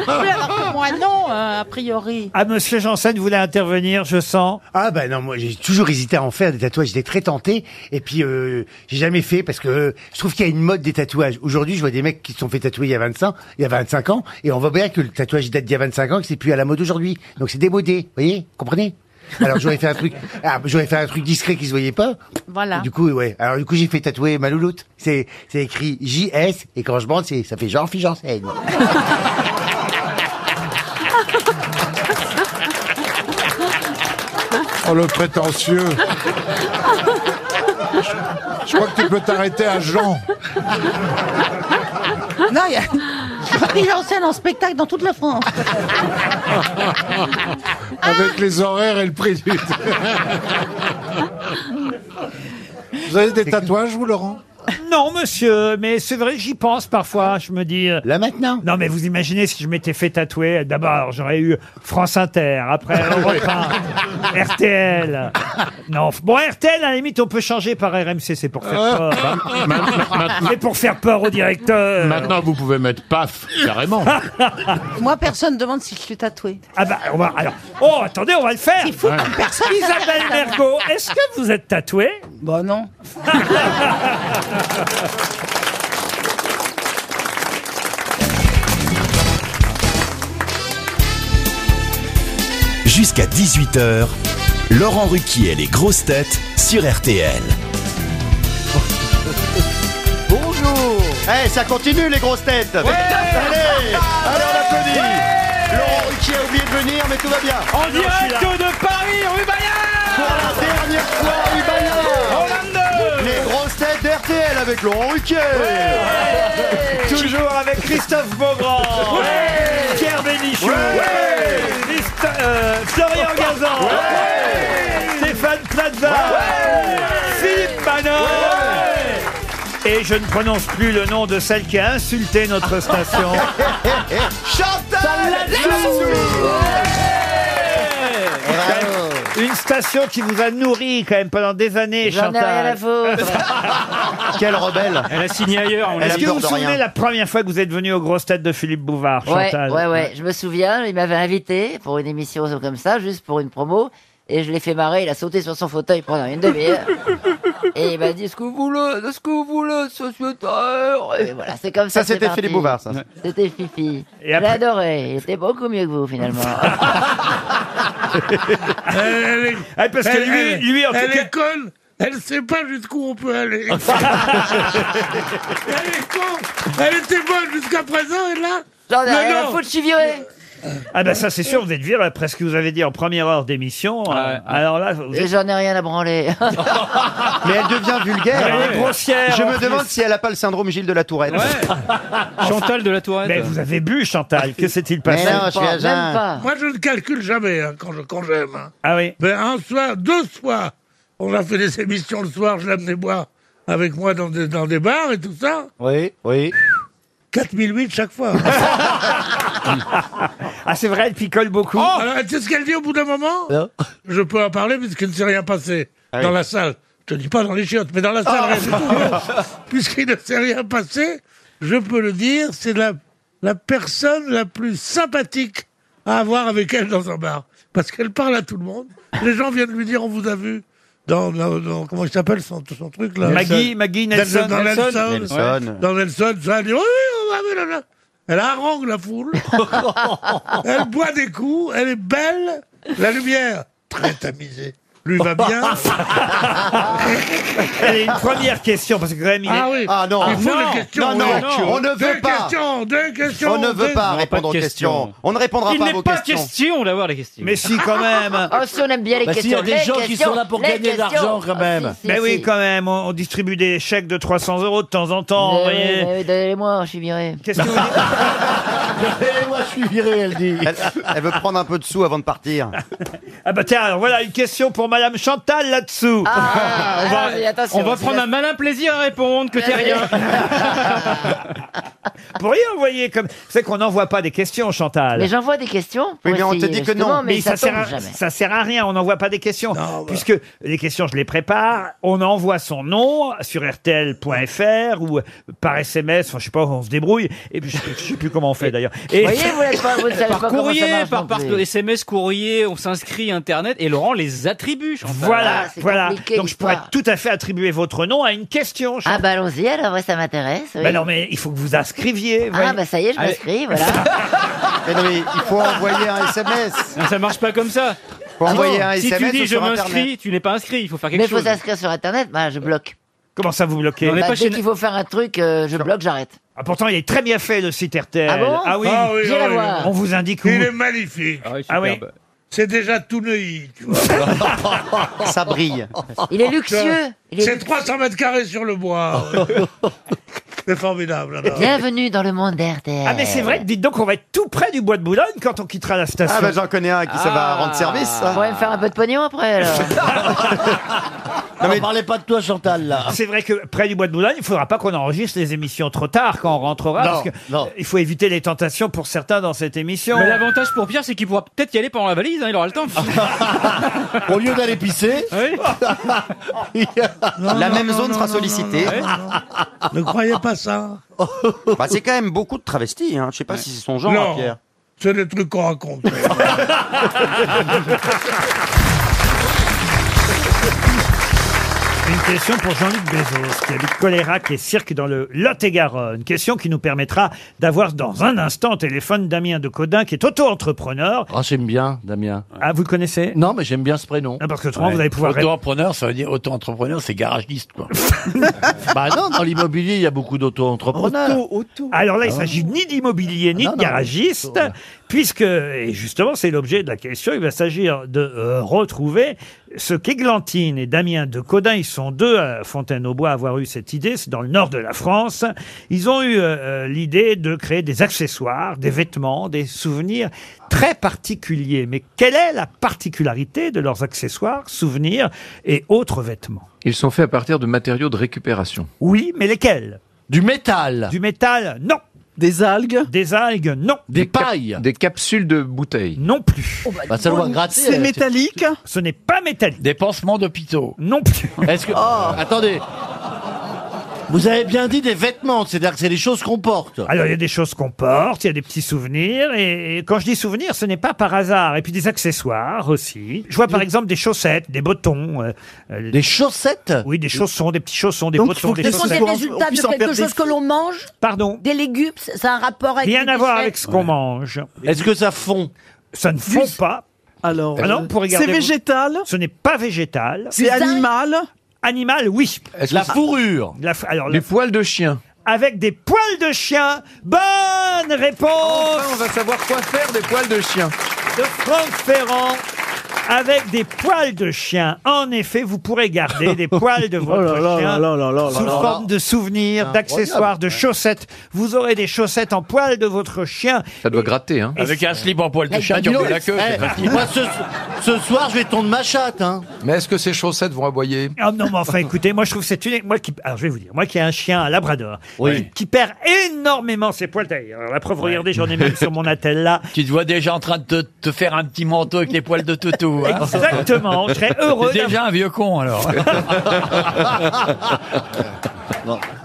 alors que moi, non, euh, a priori. Ah, monsieur Janssen voulait intervenir, je sens. Ah ben non, moi j'ai toujours hésité à en faire des tatouages, j'étais très tenté, et puis euh, j'ai jamais fait parce que euh, je trouve qu'il y a une mode des tatouages. Aujourd'hui je vois des mecs qui se sont fait tatouer il y a 25, il y a 25 ans, et on voit bien que le tatouage date d'il y a 25 ans, que c'est plus à la mode aujourd'hui. Donc c'est démodé, vous voyez, comprenez Alors j'aurais fait un truc, ah, j'aurais fait un truc discret qui se voyait pas. Voilà. Du coup, ouais. Alors du coup, j'ai fait tatouer ma louloute. C'est, c'est écrit JS et quand je bande, c'est, ça fait genre Janssen. Oh, le prétentieux. Je crois que tu peux t'arrêter à Jean. Non, il y a. Paris Janssen en spectacle dans toute la France. Avec les horaires et le prix du. Vous avez des tatouages, vous, Laurent Non, monsieur, mais c'est vrai que j'y pense parfois. Je me dis. euh, Là maintenant Non, mais vous imaginez si je m'étais fait tatouer. D'abord, j'aurais eu France Inter, après Ah Europe 1, RTL. Non, f- bon, RTL, à la limite, on peut changer par RMC, c'est pour Ah. faire peur. hein. C'est pour faire peur au directeur. Maintenant, vous pouvez mettre paf, carrément. Moi, personne ne demande si je suis tatouée. Ah bah, on va, alors. Oh, attendez, on va le faire. C'est fou Ouais. comme personne. Isabelle Mergo, est-ce que vous êtes tatouée Bah non. Jusqu'à 18h, Laurent Ruquier et les grosses têtes sur RTL. Bonjour Eh, ça continue les grosses têtes Allez Allez, on applaudit Laurent Ruquier a oublié de venir, mais tout va bien En direct de Paris, rue Bayard Pour la dernière fois, rue Bayard Les grosses têtes d'RTL avec Laurent Ruquier Toujours avec Christophe Beaugrand Pierre Bénichou Christo- euh, Florian Gazan Stéphane Plaza Philippe Manon Et je ne prononce plus le nom de celle qui a insulté notre station. Eh. Chantal Une station qui vous a nourri quand même pendant des années, J'en ai Chantal. rien à Quelle rebelle Elle a signé ailleurs, on Est-ce l'a que vous vous peur de souvenez rien. la première fois que vous êtes venu aux grosses têtes de Philippe Bouvard, Ouais, Chantal ouais, ouais. Je me souviens, il m'avait invité pour une émission comme ça, juste pour une promo. Et je l'ai fait marrer, il a sauté sur son fauteuil pendant une demi-heure. et il m'a dit Eh ben, ce que vous voulez, ce que vous voulez, sociétaire. Et voilà, c'est comme Ça, ça. que c'est c'était parti. Philippe Bouvard, ça. C'était Fifi. Je l'ai adoré, il était beaucoup mieux que vous finalement. Eh Ah, parce que elle- lui, elle- lui, en tout elle cas. est conne Elle sait pas jusqu'où on peut aller. Elle est con Elle était bonne jusqu'à présent, et là J'en ai Non, rien non. à foutre, je suis viré. Ah bah ça c'est sûr, vous êtes viré après ce que vous avez dit en première heure d'émission. Euh, Alors là, vous Et êtes... j'en ai rien à branler. Mais elle devient vulgaire Elle est grossière, Je en me plus. demande si elle a pas le syndrome Gilles de la Tourette Chantal de la Tourette. Mais vous avez bu Chantal, que s'est-il passé Moi, je ne calcule jamais hein, quand je quand j'aime. hein. Ah oui Ben, un soir, deux soirs, on a fait des émissions le soir, je l'amenais boire avec moi dans des, dans des bars et tout ça. Oui, oui. 4008 chaque fois. ah, c'est vrai, elle picole beaucoup. Alors, Oh, euh, tu sais ce qu'elle dit au bout d'un moment Je peux en parler puisqu'il ne s'est rien passé Ah oui. dans la salle. Je te dis pas dans les chiottes, mais dans la salle, Ah. rien du tout. Puisqu'il ne s'est rien passé, je peux le dire, c'est la, la personne la plus sympathique à avoir avec elle dans un bar. Parce qu'elle parle à tout le monde. Les gens viennent lui dire, on vous a vu. Dans, dans- dans- comment il s'appelle son, son truc là Maggie- Maggie Nelson. Dans Nelson. Nelson, Nelson. Ouais. Dans Nelson, ça, elle dit, oui, oui, on va, blablabla. Elle harangue la foule. elle boit des coups, elle est belle. La lumière, très tamisée, lui va bien. Allez, une première question, parce que quand même, il est- Ah oui. Ah non, Il faut non, des questions. non, non, oui. on ne Deux veut pas. questions, deux questions. On ne veut deux- pas répondre aux questions. On ne répondra Il pas à n'est vos pas questions. question d'avoir les questions. Mais si, quand même. Oh, si on aime bien les Bah, s'il y questions. a des les gens qui questions, sont là pour les gagner de questions. l'argent, quand Oh, même. si, si, Mais oui, si. quand même, on, on distribue des chèques de 300 euros de temps en temps, vous Mais oui, voyez. mais oui, Donnez-les-moi, je suis viré. Qu'est-ce que vous dites moi, je suis viré, elle dit. Elle, veut prendre un peu de sous avant de partir. Ah bah tiens, alors voilà une question pour Madame Chantal là-dessous. Ah, On va- ah, mais attention, on va c'est prendre la- un malin plaisir à répondre que t'es rien. Vous pourriez envoyer comme... C'est qu'on n'envoie pas des questions, Chantal. Mais j'envoie des questions. pour Oui, mais on essayer, te dit que justement, non. bah. Mais, ça, sert tombe à, jamais. ça sert à rien. On n'envoie pas des questions. Puisque les questions, je les prépare. On envoie son nom sur rtl.fr ou par SMS. Enfin, je sais pas, on se débrouille. Et puis, je, je sais plus comment on fait d'ailleurs. Et- Vous voyez, vous n'êtes pas- vous ne savez par pas comment courrier, ça marche par, non par plus. SMS, courrier, on s'inscrit Internet et Laurent les attribue. Chantal. Voilà, voilà. Donc je pourrais Ah, l'histoire. tout à fait attribuer votre nom à une question. Ah bah allons-y, alors ouais, ça m'intéresse. oui. Mais non, mais il faut que vous inscriviez. Ah bah ça y est, je m'inscris, voilà. Mais non, mais il faut envoyer un SMS. Non, ça marche pas comme ça. Ah Envoyer un si tu SMS dis ou je sur m'inscris, Internet. tu n'es pas inscrit, il faut faire quelque Mais il faut chose. s'inscrire sur Internet, bah, je bloque. Comment ça vous bloquez Bah, dès qu'il faut faire un truc, euh, je bloque, j'arrête. Ah, pourtant, il est très bien fait, le site RTL. Ah bon oui, Ah oui, J'irai ah oui. voir. on vous indique où. Il est magnifique. Ah oui. superbe. C'est déjà tout neuilly, tu vois. Ça brille. Il est luxueux. Il est C'est luxueux. 300 mètres carrés sur le bois. C'est formidable. alors. Bienvenue dans le monde d'RTL. Ah mais c'est vrai, dites donc on va être tout près du bois de Boulogne quand on quittera la station. Ah, bah, j'en connais un à qui ça va Ah. rendre Ah, service. On pourrait me faire un peu de pognon après, alors. Ah, Non, mais parlez pas de toi Chantal là. C'est vrai que près du bois de Boulogne, il faudra pas qu'on enregistre les émissions trop tard quand on rentrera Non, parce que il faut éviter les tentations pour certains dans cette émission. Mais l'avantage pour Pierre, c'est qu'il pourra peut-être y aller pendant la valise, hein, il aura le temps. Au lieu d'aller pisser, La même zone sera sollicitée. Ne croyez pas ça. Bah, c'est quand même beaucoup de travestis. Hein. Je sais pas si c'est son genre, Non. hein, Pierre. C'est des trucs qu'on raconte. Une question pour Jean-Luc Bezos, qui habite Colérac et Cirque dans le Lot-et-Garonne. Question qui nous permettra d'avoir dans un instant au téléphone Damien de Codin, qui est auto-entrepreneur. Ah, j'aime bien, Damien. Ah, vous le connaissez Ah, bah. Non, mais j'aime bien ce prénom. parce que autrement, vous allez pouvoir- Auto-entrepreneur, ça veut dire auto-entrepreneur, c'est garagiste, quoi. bah non, dans l'immobilier, il y a beaucoup d'auto-entrepreneurs. Alors là, il s'agit ni d'immobilier ni Ah non, de non, garagiste, auto, là. puisque, et justement, c'est l'objet de la question, il va s'agir de euh, retrouver ce qu'Églantine et Damien de Codin, ils sont deux à Fontaine-au-Bois à avoir eu cette idée, c'est dans le nord de la France. Ils ont eu euh, euh, l'idée de créer des accessoires, des vêtements, des souvenirs très particuliers. Mais quelle est la particularité de leurs accessoires, souvenirs et autres vêtements Ils sont faits à partir de matériaux de récupération. Oui, mais lesquels Du métal. Du métal, non. Des algues. Des algues, non. Des, pailles. des capsules de bouteilles. Non plus. bah, ça doit gratter. euh, métallique Ce n'est pas métallique. Des pansements d'hôpitaux. Non plus. Oh. Est-ce que. Attendez. Vous avez bien dit des vêtements, c'est-à-dire que c'est des choses qu'on porte. Alors il y a des choses qu'on porte, il y a des petits souvenirs, et, et quand je dis souvenirs, ce n'est pas par hasard. Et puis des accessoires aussi. Je vois par exemple des chaussettes, des bottons. des chaussettes Oui, des chaussons, des petits chaussons, des bottons, des Est-ce qu'on chaussettes. des résultats de quelque chose que l'on mange Pardon Des légumes, c'est c'est un rapport avec Rien les à voir déchets avec ce qu'on mange. Est-ce que ça fond Ça ne fond pas. Alors, Alors, euh, pour regarder c'est vos- végétal Ce n'est pas végétal. C'est C'est animal Animal, oui. Ah. Est-ce que La c'est- fourrure. La f- alors, Des la- poils de chien. Avec des poils de chien. Bonne réponse on va savoir quoi faire des poils de chien. de Franck Ferrand. Avec des poils de chien. En effet, vous pourrez garder des poils de Oh votre là là chien là là là là sous là là. forme de souvenirs, Incroyable. d'accessoires, de chaussettes. Vous aurez des chaussettes en poils de votre chien. Ça doit gratter, hein. Avec un slip en poils de chien, tu roules Eh, la queue, Eh. c'est facile. Eh, moi, ce, ce soir, je vais tourner ma chatte, hein. Mais est-ce que ces chaussettes vont aboyer Ah non, mais enfin, écoutez, moi je trouve que c'est une. Moi qui. Alors je vais vous dire, moi qui ai un chien, un labrador, qui, qui perd énormément ses poils. D'ailleurs, la preuve, regardez, j'en ai même sur mon attel là. Tu te vois déjà en train de te, te faire un petit manteau avec les poils de toutou. hein. Exactement, je serais heureux T'es d'avoir- déjà un vieux con alors.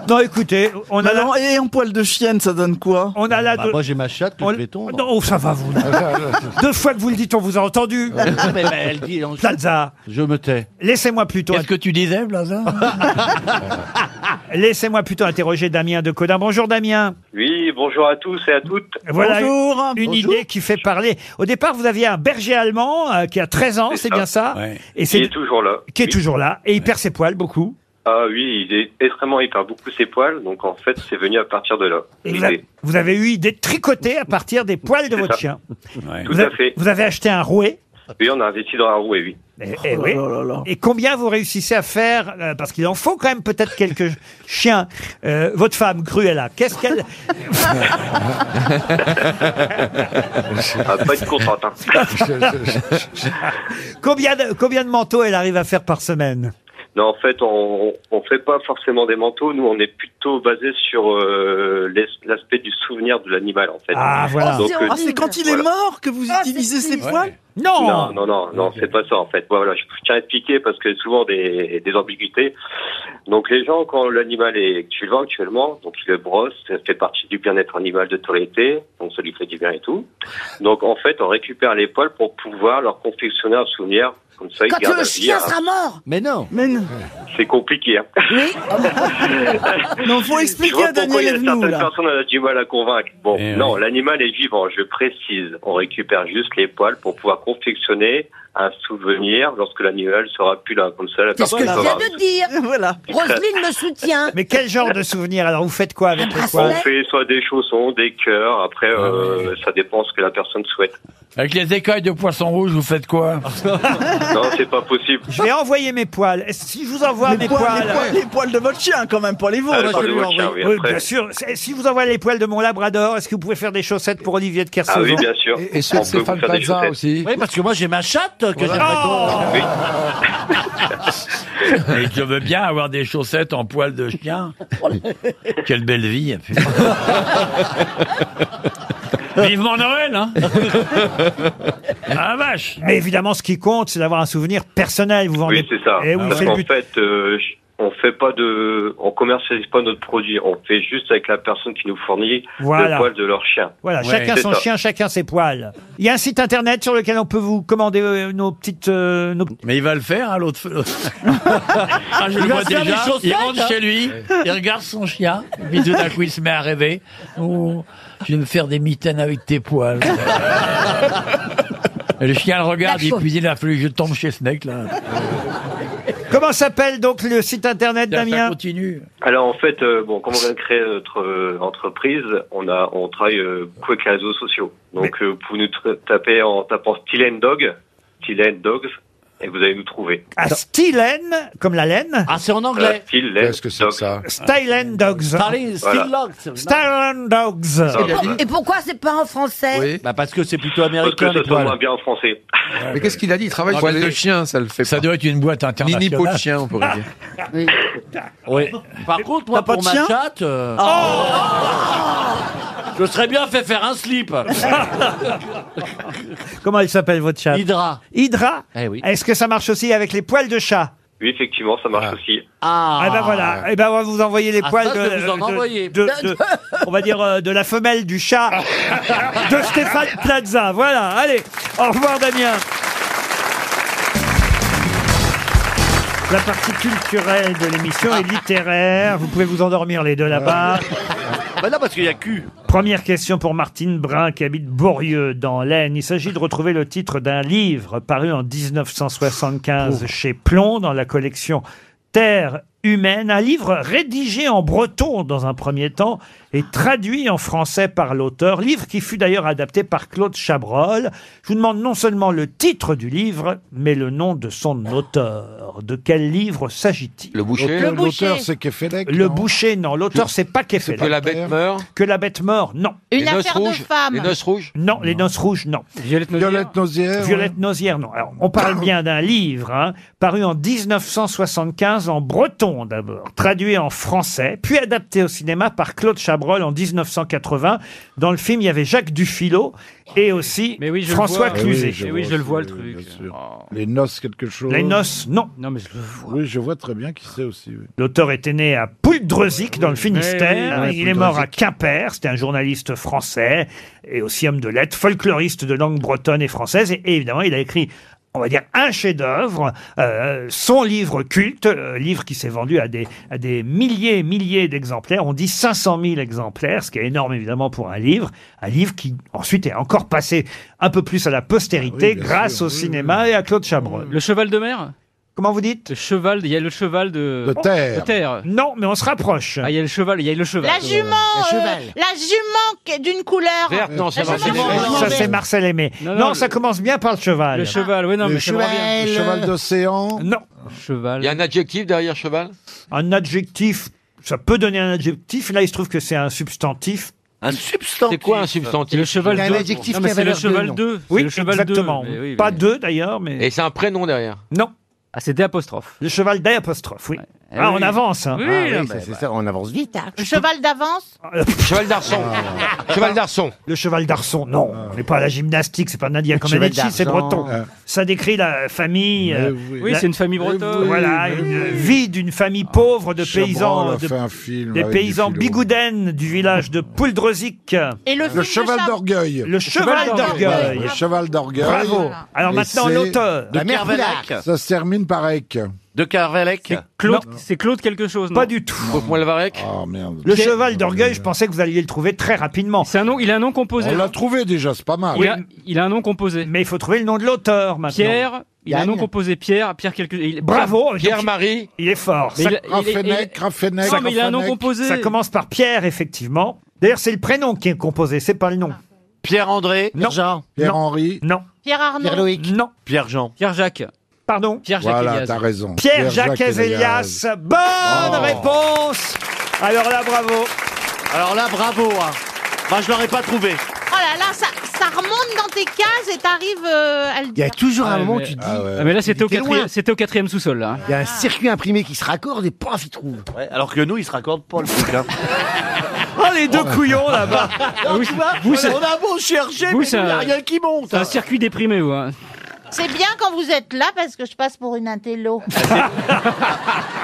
Non, écoutez, on a. Mais non, Et en poil de chienne, ça donne quoi On a la. Ah, bah, moi j'ai ma chatte que je vais tondre. Non, oh, ça va vous. Deux fois que vous le dites, on vous a entendu. Ah, mais bah, bah, elle dit- Plaza. Je me tais. Laissez-moi plutôt. Qu'est-ce que tu disais, Blaza Laissez-moi plutôt interroger Damien de Codin. Bonjour Damien. Oui, bonjour à tous et à toutes. Voilà une, une idée qui fait parler. Au départ, vous aviez un berger allemand euh, qui a 13 ans, c'est bien ça Et c'est il Ah, est toujours là. qui est toujours là et il perd ses poils beaucoup. Ah oui, il est extrêmement, il perd beaucoup ses poils, donc en fait, c'est venu à partir de là. Et vous, avez, vous avez eu idée de tricoter à partir des poils de C'est votre ça. chien. Tout Vous, à avez- fait. vous avez acheté un rouet. Oui, on a investi dans la roue, et oui. Et, et Eh, oui. Et combien vous réussissez à faire euh, Parce qu'il en faut quand même peut-être quelques chiens. Euh, votre femme, Cruella, qu'est-ce qu'elle Ah, pas être contente. hein. combien de, combien de manteaux elle arrive à faire par semaine Non, en fait, on on fait pas forcément des manteaux. Nous, on est plutôt basé sur euh, l'es- l'aspect du souvenir de l'animal, en fait. Ah, voilà. Donc, euh, Ah, c'est quand il est voilà. mort que vous utilisez ses poils Oh. Non, non, non, non, c'est pas ça en fait. Voilà, je tiens à expliquer parce que souvent des, des ambiguïtés. Donc les gens, quand l'animal est tu le vends actuellement, donc il le brosse, ça fait partie du bien-être animal de tolété, donc ça lui fait du bien et tout. Donc en fait, on récupère les poils pour pouvoir leur confectionner un souvenir. Comme ça, ils Quand gardent le un chien souvenir. sera mort Mais non. Mais non. C'est compliqué. Hein. Oui. non, faut Je expliquer vois à pourquoi il y a Daniel Evnou, certaines là. personnes on a du mal à convaincre. Bon, non, l'animal est vivant, je précise. On récupère juste les poils pour pouvoir confectionner un souvenir lorsque l'animal sera plus là. Comme ça, la Ah C'est ce que je personne viens saura. de dire. bah, Voilà. Roselyne me soutient. Mais quel genre de souvenir Alors, vous faites quoi avec le On poil fait soit des chaussons, des cœurs, après euh, ça dépend ce que la personne souhaite. Avec les écailles de poisson rouge, vous faites quoi non, c'est pas possible. Je vais envoyer mes poils. Est-ce- Si je vous envoie Les mes poils, poils... les poils- les poils de votre chien, quand même, pas les vôtres. Ah, les poils de votre chien, oui, Oui, après. bien sûr. C'est- Si vous envoyez les poils de mon labrador, est-ce que vous pouvez faire des chaussettes pour Olivier de Kersauzon Ah oui, bien sûr. Et- et On ceux peut de vous Stéphane faire des Plaza chaussettes. aussi. Oui, parce que moi j'ai ma chatte que Oh Oui. Et je veux bien avoir des chaussettes en poil de chien. Quelle belle vie. putain. Vivement Noël, hein Ah vache Mais évidemment, ce qui compte, c'est d'avoir un souvenir personnel. Vous vendez. Oui, c'est ça. Eh oui, Parce c'est le qu'en but. fait, euh, je- on fait pas de, on commercialise pas notre produit. On fait juste avec la personne qui nous fournit Voilà. le poil de leur chien. Voilà, chacun C'est son ça. chien, chacun ses poils. Il y a un site internet sur lequel on peut vous commander euh, nos petites. euh, nos- Mais il va le faire, hein, l'autre. Ah, je le Il va vois se faire déjà, des chaussettes, il rentre hein. chez lui, il regarde son chien, et puis tout d'un coup il se met à rêver. Oh, je vais me faire des mitaines avec tes poils. Et le chien le regarde, La il faute. puis il a fallu que je tombe chez Snake là. Comment s'appelle donc le site internet, Ça Damien continue. Alors en fait, euh, bon, comme on vient de créer notre euh, entreprise, on a, on travaille euh, beaucoup avec les réseaux sociaux. Donc euh, vous pouvez nous tra- taper en tapant Still and Dog, Still and Dogs, et vous allez nous trouver. À Stylen, comme la laine. Euh, Ah, c'est en Voilà, Still and Dog. Stylen Dogs. Parlez, Voilà. Still Dogs. Stylen Dogs. Et, pour- Oh, et pourquoi c'est pas en français Bah, parce que c'est plutôt Parce que ça sonne moins bien en français. Mais qu'est-ce qu'il a dit Il travaille sur les- chien, ça le fait. Ça doit être une boîte internationale. Mini pot de chien, on pourrait dire. Oui. Par contre, moi, T'as pas pour de ma chien chatte, euh, je serais bien fait faire un slip. Comment elle s'appelle votre chat Hydra. Hydra Eh oui. Est-ce que ça marche aussi avec les poils de chat Oui, effectivement, ça marche aussi. Ah. Eh ben voilà, eh ben on va vous envoyer les Ah, poils ça, de, je vais vous en de- envoyer. de- de- on va dire euh, de la femelle du chat de Stéphane Plaza. Voilà, allez, au revoir Damien. La partie culturelle de l'émission est littéraire. Vous pouvez vous endormir les deux là-bas. Bah non, parce qu'il y a cul. Première question pour Martine Brun qui habite Borieux dans l'Aisne. Il s'agit de retrouver le titre d'un livre paru en 1975 chez Plon dans la collection Terre humaine, un livre rédigé en breton dans un premier temps et traduit en français par l'auteur, livre qui fut d'ailleurs adapté par Claude Chabrol. Je vous demande non seulement le titre du livre, mais le nom de son auteur. De quel livre s'agit-il Le boucher. Le boucher. L'auteur, c'est Kefelec, Le non boucher, non. L'auteur, c'est pas Kefelec. Que la bête meurt Que la bête meurt, non. Une Les noces affaire de rouges femme. Les noces rouges Non, les noces rouges, non. Violette Nozière Violette Nozière, non. Alors, on parle bien d'un livre, hein, paru en 1975 en breton d'abord, traduit en français, puis adapté au cinéma par Claude Chabrol en 1980. Dans le film, il y avait Jacques Dufilo et aussi je le François vois. Cluzet. Eh oui, je Eh oui, vois, je le vois, le oui, truc. bien sûr. Les noces quelque chose. Les noces, non. Non, mais je le vois. Oui, je vois très bien qui c'est aussi. oui. L'auteur était né à Pouldreuzic, dans le Finistère. oui, oui, il est mort à Pouldreuzic. Quimper. C'était un journaliste français et aussi homme de lettres, folkloriste de langue bretonne et française. Et, et évidemment, il a écrit, on va dire, un chef-d'œuvre, euh, son livre culte, euh, livre qui s'est vendu à des, à des milliers et milliers d'exemplaires. On dit 500 000 exemplaires, ce qui est énorme, évidemment, pour un livre. Un livre qui, ensuite, est encore passé un peu plus à la postérité bien grâce sûr, au Ah oui, Mm. cinéma et à Claude Chabrol. Le cheval de mer Comment vous dites Le cheval, il y a le cheval de... De terre. De terre. Non, mais on se rapproche. Ah, il y a le cheval, il y a le cheval. La jument, euh, la jument qui est d'une couleur. Verte, non, ça La va, jument c'est verte. Ça, c'est Marcel Aimé. Non, Non, le- ça commence bien par le cheval. Le cheval, oui, non, Le mais ça me revient. cheval. Le cheval d'océan Non. Cheval. Il y a un adjectif derrière cheval Un adjectif, ça peut donner un adjectif. Là, il se trouve que c'est un substantif. Un substantif. C'est quoi un substantif Le cheval Il y a un de- adjectif Non, mais qui a c'est le valeur de cheval nom. de. Oui, C'est le cheval de. exactement. Mais oui, Pas deux d'ailleurs, mais. Et c'est un prénom derrière. Non. Ah, c'est des apostrophes. Le cheval d'apostrophe, oui. Ah, on avance. hein. bah. ça, on avance vite. hein. Le cheval d'avance. Cheval d'Arçon. Ah. cheval d'Arçon. Le cheval d'Arçon, non. On n'est pas à la gymnastique, c'est pas Nadia Comaneci, cheval c'est d'argent. breton. Ah. Ça décrit la famille. Mais euh, oui. Oui, la- c'est une famille bretonne. Oui, Voilà, mais une oui. vie d'une famille pauvre de Chabrol paysans. Ah, a de- fait un film des avec du paysans philo. bigouden du village de Pouldreuzic. Et Le cheval d'orgueil. Le cheval d'orgueil. Le cheval d'orgueil. Bravo. Alors Et maintenant, c'est l'auteur. de Kervelec. Ça se termine par Ek. De Carvelec Claude, c'est Claude quelque chose, non Pas du tout. Oh merde. Le cheval d'orgueil, je pensais que vous alliez le trouver très rapidement. C'est un nom, il a un nom composé. Ah On l'a trouvé déjà, c'est pas mal. Il, a, il a un nom composé. Mais il faut trouver le nom de l'auteur maintenant. Pierre Il a un nom Gagne. composé Pierre, Pierre quelque. il- Bravo Pierre-Marie Il est fort. Mais Ça- il a- il est- Raffenec, il est- Raffenec, Non, mais il a un nom Raffenec. composé. Ça commence par Pierre, effectivement. D'ailleurs, c'est le prénom qui est composé, c'est pas le nom. Pierre-André Non. Pierre-Henri Non. Pierre Arnaud. Non. Pierre-Jean. Pierre-Jacques. Pardon Pierre-Jacques Voilà, Elias. t'as raison. Pierre-Jacques Elias. Bonne Oh. réponse Alors là, bravo. Alors là, bravo. hein. Bah, Moi, je l'aurais pas trouvé. Oh là là, ça, ça remonte dans tes cases et t'arrives euh, à le Il y a toujours un Ah, moment où mais- tu te dis. Ah, ouais. Mais là, c'était au T'es loin. quatrième- c'était au quatrième sous-sol, là. Il y a un circuit imprimé qui se raccorde et paf, il trouve. Ouais, Eh, alors que nous, ils se raccordent pas le truc. hein. Oh, les deux couillons là-bas Non, tu vois, vous, on a- c'est- on a beau chercher, vous, mais c'est il n'y a un- rien qui monte. hein. C'est un circuit déprimé, hein. ou C'est bien quand vous êtes là parce que je passe pour une intello.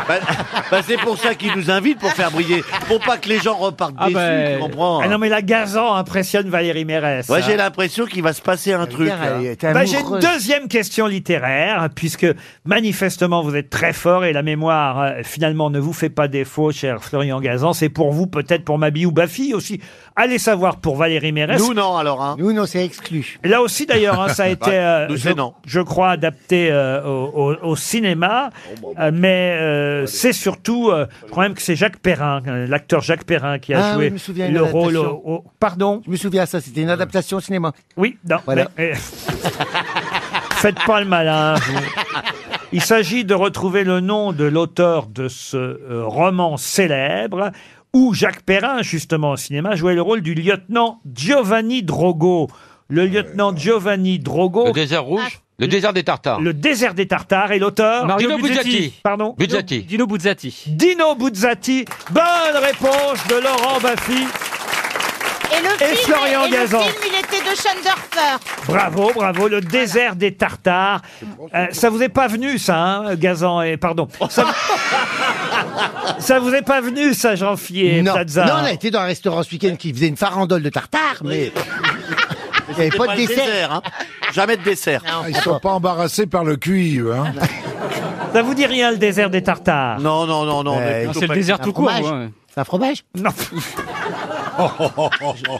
Bah, c'est pour ça qu'ils nous invitent, pour faire briller. Pour pas que les gens repartent Ah déçus, bah, tu comprends Ah non, mais la gazan impressionne Valérie Mérès. Moi, hein. j'ai l'impression qu'il va se passer un truc. Pierre, là. elle était Bah, j'ai une deuxième question littéraire, puisque manifestement vous êtes très fort et la mémoire euh, finalement ne vous fait pas défaut, cher Florian Gazan. C'est pour vous, peut-être pour Mabi ou Bafi aussi. Allez savoir pour Valérie Mérès. Nous, non, alors. Hein. Nous, non, c'est exclu. Ah, Là aussi, d'ailleurs, hein, ça a été, Ouais, euh, nous, je, c'est non. je crois, adapté euh, au, au- au cinéma, Euh, mais euh, c'est surtout, euh, je crois même que c'est Jacques Perrin, euh, l'acteur Jacques Perrin qui a Ah oui, joué je me souviens, une le rôle. au- adaptation. au- pardon Je me souviens, ça, c'était une adaptation au cinéma. Oui, non. Voilà. mais- eh, Faites pas le malin. vous. Il s'agit de retrouver le nom de l'auteur de ce euh, roman célèbre où Jacques Perrin, justement au cinéma, jouait le rôle du lieutenant Giovanni Drogo. Le lieutenant Giovanni Drogo. Ah. Le désert rouge Le désert des tartares. Le désert des Tartares et l'auteur Mario Dino Buzzati. Buzzati. Pardon Buzzati. Dino Buzzati. Dino Buzzati. Bonne réponse de Laurent Baffy. Et le Et film, Florian et le Gazan. film, il était de Schandorfer. Bravo, bravo. Le désert des Tartares. Euh, ça vous est pas venu, ça, hein, Gazan et pardon. Ça, ça vous est pas venu, ça, jean et non. Plaza. Non, on a été dans un restaurant ce week-end qui faisait une farandole de tartare, mais. Il n'y avait C'était pas de le dessert. hein. Jamais de dessert. Ils ne sont pas embarrassés par le QI, eux, hein. Ça vous dit rien, le désert des Tartares Non, non, non, non. Euh, plutôt c'est le pas- désert un tout court, fromage. ouais. C'est un fromage Non.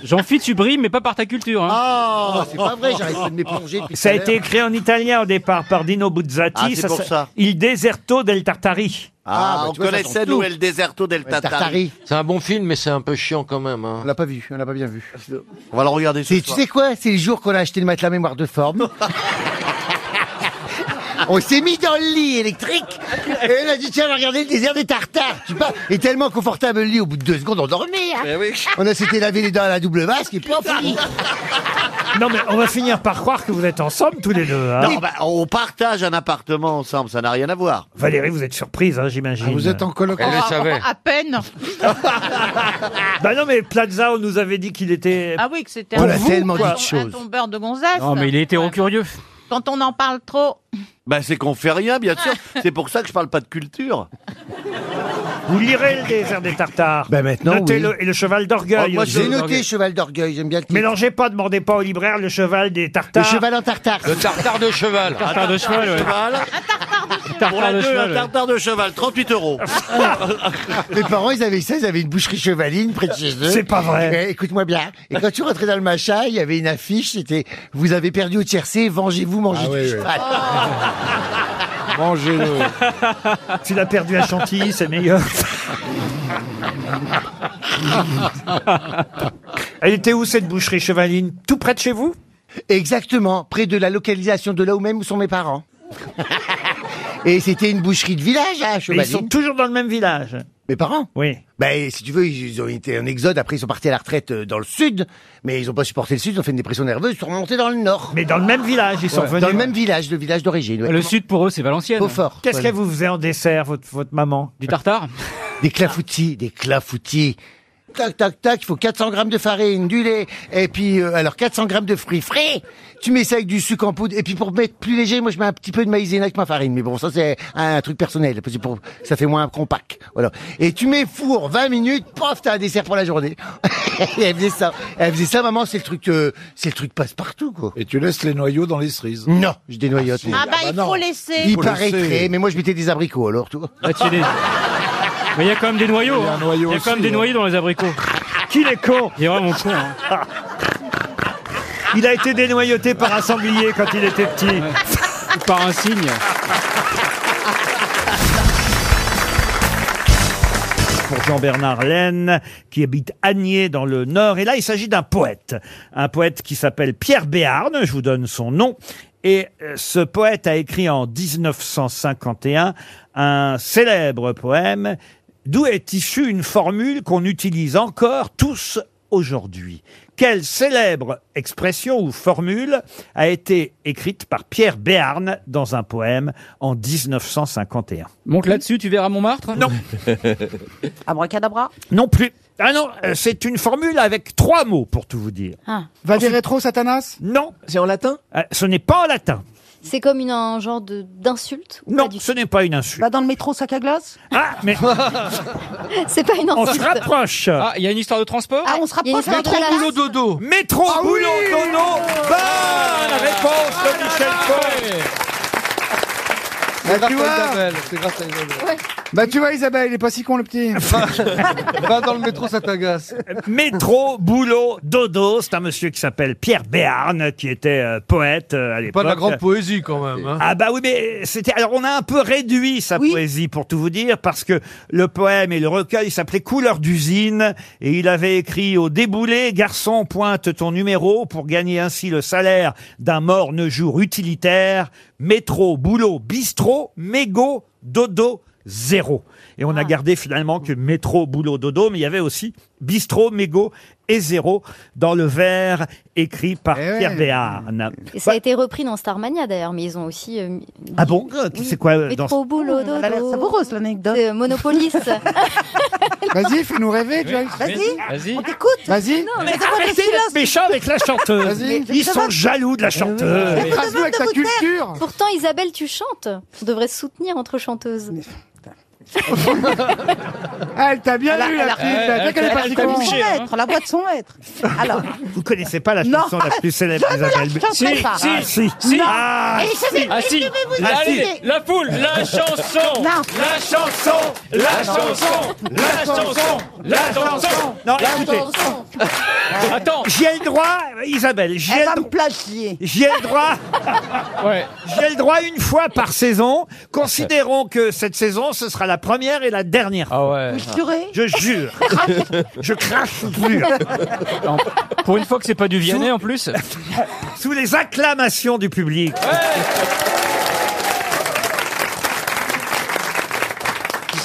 J'en fit, tu brilles, mais pas par ta culture. hein. Oh, c'est pas vrai, j'arrête pas de m'éponger depuis Ça a tout à été l'heure. écrit en italien au départ par Dino Buzzati. Ah, c'est pour s'a- ça. Il deserto del Tartari. Ah, Ah, bah, on tu vois, ça connaissait, change nous, tout. El Deserto del Tartari. Tartari. C'est un bon film, mais c'est un peu chiant quand même. hein. On l'a pas vu, on l'a pas bien vu. On va le regarder ce C'est- tu soir. sais quoi C'est le jour qu'on a acheté le matelas mémoire de forme. On s'est mis dans le lit électrique et on a dit tiens, on va regarder le désert des tartares. Tu vois et tellement confortable le lit, au bout de deux secondes, on dormait. hein. On a s'était lavé les dents à la double vasque et puis on finit. Non, mais on va finir par croire que vous êtes ensemble tous les deux. hein. Non, bah, on partage un appartement ensemble, ça n'a rien à voir. Valérie, vous êtes surprise, hein, j'imagine. Ah, Vous êtes en coloc. Elle le savait. Oh, À peine. Bah non, mais Plaza, on nous avait dit qu'il était. Ah oui, que c'était On un, a vous, tellement quoi. dit de un choses. tombeur de gonzesse. Non, mais il est hétéro-curieux. Quand on en parle trop. Bah, c'est qu'on fait rien, bien sûr. C'est pour ça que je parle pas de culture. Vous lirez le désert des Tartares. Bah, Ben maintenant, Notez oui. le, et le cheval d'orgueil. Oh, moi, aussi. J'ai noté cheval d'orgueil, j'aime bien le titre. Mélangez pas, demandez pas au libraire le cheval des Le Tartares. cheval en tartare. Le tartare de cheval. Tartare de cheval, ouais. Pour la de deux, cheval, un ouais. tartare de cheval, 38 euros. Mes parents, ils avaient ça, ils avaient une boucherie chevaline près de chez eux. C'est pas vrai. Eh, Écoute-moi bien. Et quand tu rentrais dans le machin, il y avait une affiche, c'était « Vous avez perdu au tiercé, vengez-vous, mangez Ah du oui, Oh. oui. cheval Mangez-le. S'il a perdu à Chantilly, c'est meilleur. Elle était où cette boucherie chevaline Tout près de chez vous Exactement, près de la localisation de là où même où sont mes parents. Et c'était une boucherie de village, hein, à Et Ils Chevaline. sont toujours dans le même village. Mes parents Oui. Ben, si tu veux, ils ont été en exode, après ils sont partis à la retraite euh, dans le sud, mais ils ont pas supporté le sud, ils ont fait une dépression nerveuse, ils sont remontés dans le nord. Mais dans le même village, ils sont revenus. Dans le même village, le village d'origine. ouais. Le sud, pour eux, c'est Valenciennes. Beaufort. Qu'est-ce Voilà. qu'elle vous faisait en dessert, votre, votre maman Du tartare Des clafoutis, des clafoutis. Tac, tac, tac, il faut 400 grammes de farine, du lait, et puis, euh, alors 400 grammes de fruits frais. Tu mets ça avec du sucre en poudre, et puis pour mettre plus léger, moi je mets un petit peu de maïzena avec ma farine, mais bon, ça c'est un, truc personnel, parce que pour- ça fait moins compact, voilà. Et tu mets four, 20 minutes, pof, t'as un dessert pour la journée. et elle faisait ça, elle faisait ça, maman, c'est le truc, euh, c'est le truc passe-partout, quoi. Et tu laisses les noyaux dans les cerises. Non, je dénoyote. Ah bah, il non. faut laisser. Il faut laisser. paraîtrait, mais moi je mettais des abricots, alors, tu vois. Là, tu sais, des- Mais il y a quand même des noyaux. Il y a un hein. noyau Il y a quand même aussi, des hein. noyaux dans les abricots. Qui les con Il est vraiment con. hein. Il a été dénoyauté par un sanglier quand il était petit. ou par un signe. pour Jean-Bernard Laine, qui habite Agnier dans le Nord. Et là, il s'agit d'un poète. Un poète qui s'appelle Pierre Béarn, je vous donne son nom. Et euh, ce poète a écrit en 1951 un célèbre poème d'où est issue une formule qu'on utilise encore tous aujourd'hui. Quelle célèbre expression ou formule a été écrite par Pierre Béarn dans un poème en 1951 Monte là-dessus, tu verras Montmartre Non. Abracadabra. Non plus. Ah non, euh, c'est une formule avec trois mots pour tout vous dire. Ah. Va dire rétro Satanas Non. C'est en latin Ce n'est pas en latin. C'est comme une, un genre de- d'insulte Non, ce n'est pas une insulte. Dans le métro, sac à glace Ah, mais. C'est pas une On insulte. se rapproche. Ah, il y a une histoire de transport Ah, on se rapproche Il y a une d'un histoire de transport. boulot dodo. Métro Ah boulot dodo. Bonne réponse de Michel Faux. Bah, tu vois. C'est grâce à Isabelle. Bah tu vois Isabelle, il est pas si con le petit. Va dans le métro, ça t'agace. Métro, boulot, dodo. C'est un monsieur qui s'appelle Pierre Béarn, qui était euh, poète euh, à Pas l'époque. de la grande poésie quand même. hein. Ah bah oui, mais c'était. Alors on a un peu réduit sa poésie pour tout vous dire parce que le poème et le recueil s'appelait Couleur d'usine et il avait écrit au déboulé garçon pointe ton numéro pour gagner ainsi le salaire d'un morne jour utilitaire métro boulot bistrot mégot dodo zéro. Et on a gardé finalement que métro, boulot, dodo, mais il y avait aussi bistrot, mégot et zéro dans le vers écrit par Pierre Béarn. Et ça a été repris dans Starmania d'ailleurs, mais ils ont aussi. euh, mis- Ah bon C'est quoi euh, dans... Métro, boulot, dodo. Elle a l'air savoureuse, l'anecdote. Monopolis. Vas-y, fais-nous rêver, Joyce. Vas-y. On t'écoute. Vas-y. Non, Mais arrêtez d'être méchant avec la chanteuse. Vas-y. Ils sont jaloux de la chanteuse. Écrase-nous avec ta culture. Pourtant, Isabelle, tu chantes. On devrait se soutenir entre chanteuses. Ah, elle t'a bien Elle a- eu elle la a- petite. T'as vu qu'elle est La pas voix si de con. son maître, la voix de son maître. Alors, Vous connaissez pas la Non, chanson la plus célèbre je ne la d'Isabelle chanterai Si, pas. Ah, si, Non. Ah, Et je si. vais- Ah, et je si. vais vous Ah, si. aider. La foule, la chanson, Non. Ah, la chanson, la Ah, chanson, la chanson, la chanson, Non, la écoutez. chanson. Attends. J'y ai le droit, Isabelle. J'y ai, le... J'y ai le droit. J'y ai le droit une fois par saison. Considérons que cette saison, ce sera la première et la dernière. Ah ouais. Vous jurez Je jure. Je crache plus. Pour une fois que c'est pas du Vianney en plus. Sous les acclamations du public.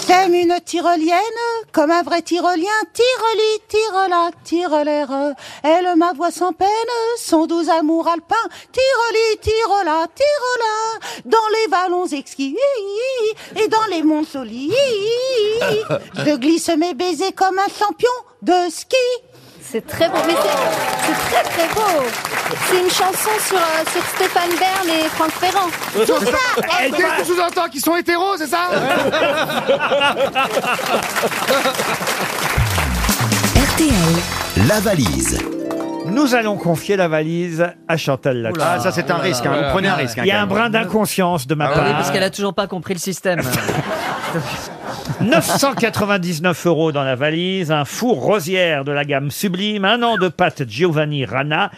J'aime une tyrolienne comme un vrai tyrolien. Tyroli, tyrola, tyrolaire. Elle ma voix sans peine, son doux amour alpin. Tyroli, tyrola, tyrola. Dans les vallons exquis et dans les monts solis. Je glisse mes baisers comme un champion de ski. C'est très beau. Mais c'est c'est très très beau. C'est une chanson sur, euh, sur Stéphane Bern et Franck Ferrand. Euh, C'est ça. Ah, Et Qu'est-ce que tu sous-entends Qu'ils sont hétéros, c'est ça La valise. Nous allons confier la valise à Chantal Lacroix. Oula. Ah, ça, c'est un Oula. risque, hein. Vous prenez un risque, hein, Il y a quand un même. Ah brin d'inconscience de ma part. Ah oui, parce qu'elle a toujours pas compris le système. 999 euros dans la valise, un four rosière de la gamme sublime, un an de pâte Giovanni Rana.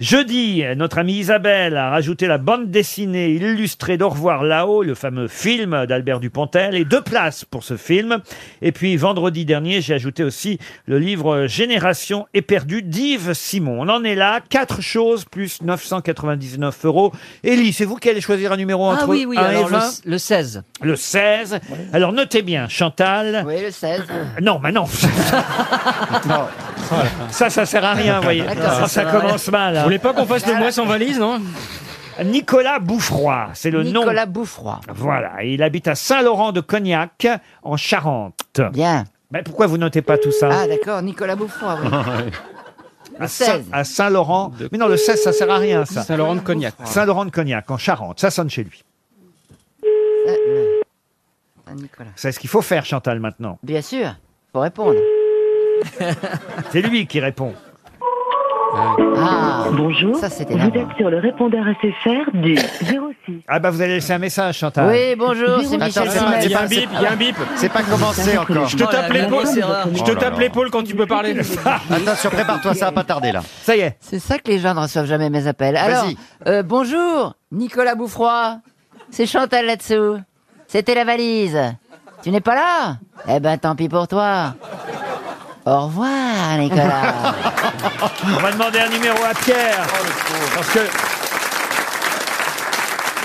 Jeudi, notre amie Isabelle a rajouté la bande dessinée illustrée d'Au revoir là-haut, le fameux film d'Albert Dupontel, et deux places pour ce film. Et puis vendredi dernier, j'ai ajouté aussi le livre Génération éperdue d'Yves Simon. On en est là, quatre choses plus 999 euros. Élie, c'est vous qui allez choisir un numéro Ah entre oui, oui, 1 et alors le- 20 le 16. le 16. Alors notez bien, Chantal. Oui, le 16. Non, mais non. Ça, ça sert à rien, vous voyez. D'accord. Ça, ça commence mal. hein. Vous voulez pas qu'on fasse le mois sans valise, non Nicolas Bouffroy, c'est le nom. Nicolas Bouffroy. Voilà, il habite à Saint-Laurent de Cognac, en Charente. Bien. Mais pourquoi vous notez pas tout ça Ah d'accord, Nicolas Beaufroy. oui. à Saint- à Saint-Laurent. Mais non, le 16, ça sert à rien, ça. Saint-Laurent de Cognac. Saint-Laurent de Cognac, en Charente. Ça sonne chez lui. Ah, C'est ce qu'il faut faire, Chantal, maintenant. Bien sûr, faut répondre. C'est lui qui répond. Ah, Bonjour. ça c'était là. sur le répondeur SFR du 06. Ah bah vous allez laisser un message, Chantal. Oui, bonjour, c'est Michel c'est pas- Simel. c'est pas- c'est pas- C'est pas commencé encore. Je te tape l'épaule. Oh Je là là. quand tu peux parler. Attention, prépare-toi, ça va pas tarder là. Ça y est. C'est ça que les gens ne reçoivent jamais mes appels. Alors, Vas-y. euh, bonjour, Nicolas Bouffroy. C'est Chantal là-dessous. C'était la valise. Tu n'es pas là Eh ben tant pis pour toi. Au revoir, Nicolas. On va demander un numéro à Pierre. Oh, Parce que.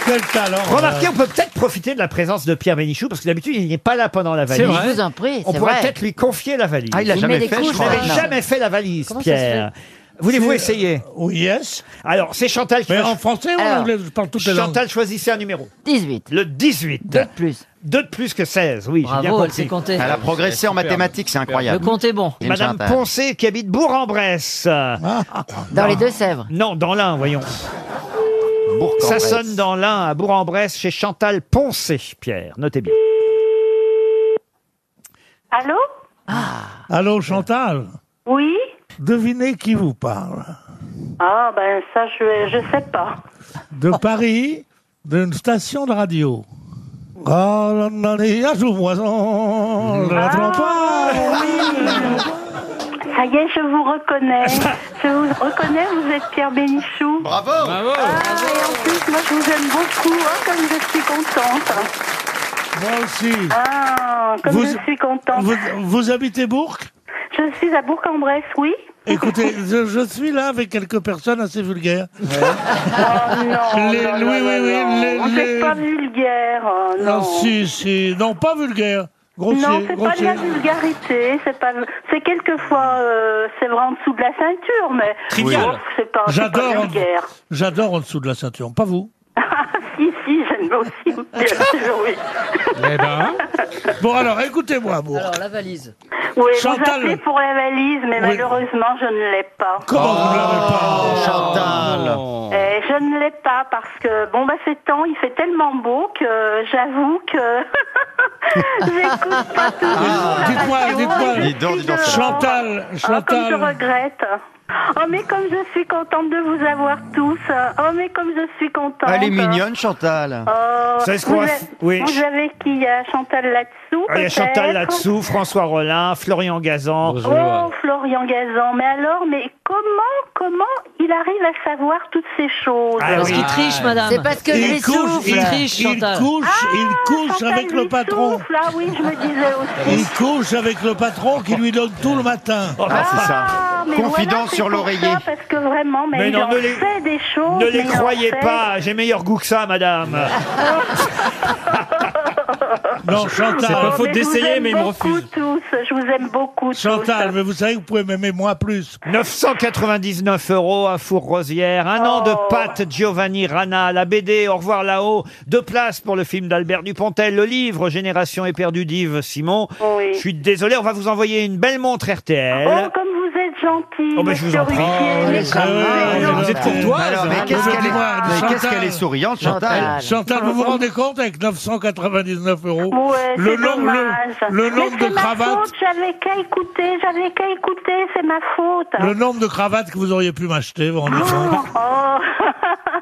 Quel talent Remarquez, on peut peut-être profiter de la présence de Pierre Bénichou, parce que d'habitude, il n'est pas là pendant la valise. C'est vrai. Je vous en prie, On c'est pourrait vrai. peut-être lui confier la valise. Ah, il l'a Il jamais met des fait, je couches, crois. n'avait non. jamais fait la valise, Comment ça se Pierre. Voulez-vous essayer Oui, yes. Alors, c'est Chantal qui Mais en français ou en Alors, anglais Je parle toutes les langues. Chantal, choisissez un numéro. 18. Le 18. Deux de plus. Deux de plus que 16, oui, j'ai Bravo, bien elle compris. sait compter. Elle a progressé en mathématiques, c'est incroyable. Le compte est bon. Madame Chantal. Poncé qui habite Bourg-en-Bresse. Ah. Dans les Deux-Sèvres. Non, dans l'un, voyons. Ça Bourg-en-Bresse. sonne dans l'un à Bourg-en-Bresse chez Chantal Poncé, Pierre. Notez bien. Allô Allô, Chantal Oui Devinez qui vous parle. Ah, ben ça, je, je sais pas. Oh. De Paris, d'une station de radio. Ah, la, la, la, ajoute-moi-en, la Ah. Ah, Ça y est, je vous reconnais. Je vous reconnais, vous êtes Pierre Bénichou. Bravo Bravo. Ah, et en plus, moi, je vous aime beaucoup, hein, comme je suis contente. Moi aussi. Ah, comme Vous- je suis contente. Vous, vous habitez Bourg Je suis à Bourg-en-Bresse, oui. Écoutez, je, je suis là avec quelques personnes assez vulgaires. Oh non, Les- non, oui, oui, non, non, oui, non. les- On n'est les- pas vulgaire, oh, non. Non, Ah, si, si. Non, pas vulgaire. Grossier, non, c'est pas de grossier. la vulgarité, c'est pas, c'est quelquefois, euh, c'est vrai en dessous de la ceinture, mais Trivial. Oh, c'est pas, c'est J'adore. pas en- vulgaire. J'adore en dessous de la ceinture, pas vous. Si, si, j'aime aussi, bien sûr, oui. Bon, alors, écoutez-moi, Bourg. la valise. Oui, Chantal. vous appelez pour la valise, mais malheureusement, je ne l'ai pas. Comment vous ne l'avez pas Chantal. Oh. Eh, je ne l'ai pas parce que, bon, bah, ces temps, il fait tellement beau que euh, j'avoue que j'écoute pas toujours la Dites-moi, radio. dites-moi. Je Dis donc, dis donc, suis dehors. Chantal, Oh, Chantal. comme je regrette. Oh, mais comme je suis contente de vous avoir tous. Oh, mais comme je suis contente. Elle est mignonne, Chantal. Oh, Vous savez ce qu'on vous, va avez- f- oui. vous avez qui Il y a Chantal là-dessous Ah, Il y a Chantal peut-être là-dessous, François Rollin, Florian Gazan. Oh, Florian Gazan, mais alors, mais comment, comment il arrive à savoir toutes ces choses Ah Parce oui. qu'il triche, madame. C'est parce que Ah, il couche, il, il couche, il couche avec le patron. Là, ah oui, je me disais aussi. Il couche avec le patron qui lui donne tout le matin. Oh, Ah, mais Confident voilà, c'est sur pour l'oreiller. ça, Parce que vraiment, mais, Mais il non, en ne les- fait des choses. Ne les mais il en croyez fait- pas, j'ai meilleur goût que ça, madame. Non, Chantal. Oh, je vous aime beaucoup tous, je vous aime beaucoup Chantal, mais vous savez que vous pouvez m'aimer moi plus. 999 euros à Four-Rosière, un an Oh. de pâtes Giovanni Rana, la BD Au revoir là-haut, deux places pour le film d'Albert Dupontel, le livre Génération éperdue d'Yves Simon. Oui. Je suis désolé, on va vous envoyer une belle montre RTL. Oh, comme vous êtes gentil. Oh, ben, je vous en monsieur prie. Ruquier, Oh, Ah mais les comme amis, Ah vous êtes vous êtes gentil. courtoise. Alors, mais Ah, qu'est-ce mais qu'elle est, dites-moi, mais qu'est-ce Chantal. qu'elle est souriante, Chantal. Chantal, vous vous rendez compte avec 999 euros Ouais, le, c'est nom- dommage. le, le Mais nombre c'est de ma cravates, faute, J'avais qu'à écouter, j'avais qu'à écouter, c'est ma faute. le nombre de cravates que vous auriez pu m'acheter, vous vous rendez compte Oh, oh.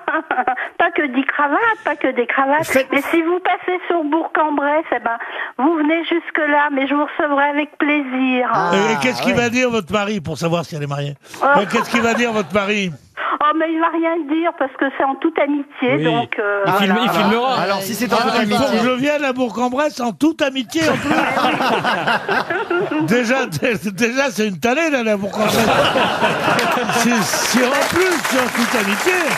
pas que des cravates, pas que des cravates. Mais si vous passez sur Bourg-en-Bresse, eh ben, vous venez jusque là, mais je vous recevrai avec plaisir. Ah. Et, Ah, et Euh, qu'est-ce qu'il va dire votre mari pour savoir si elle est mariée Oh. Ah. Mais Qu'est-ce qu'il va dire votre mari Oh, mais il va rien dire parce que c'est en toute amitié, Oui. donc. euh, Il filme- Ah il filmera. Alors, si c'est dans Ah, votre il faut amitié. que je vienne à Bourg-en-Bresse en toute amitié en plus. déjà, dé- déjà c'est une tannée d'aller à Bourg-en-Bresse. c'est, c'est en plus c'est en toute amitié.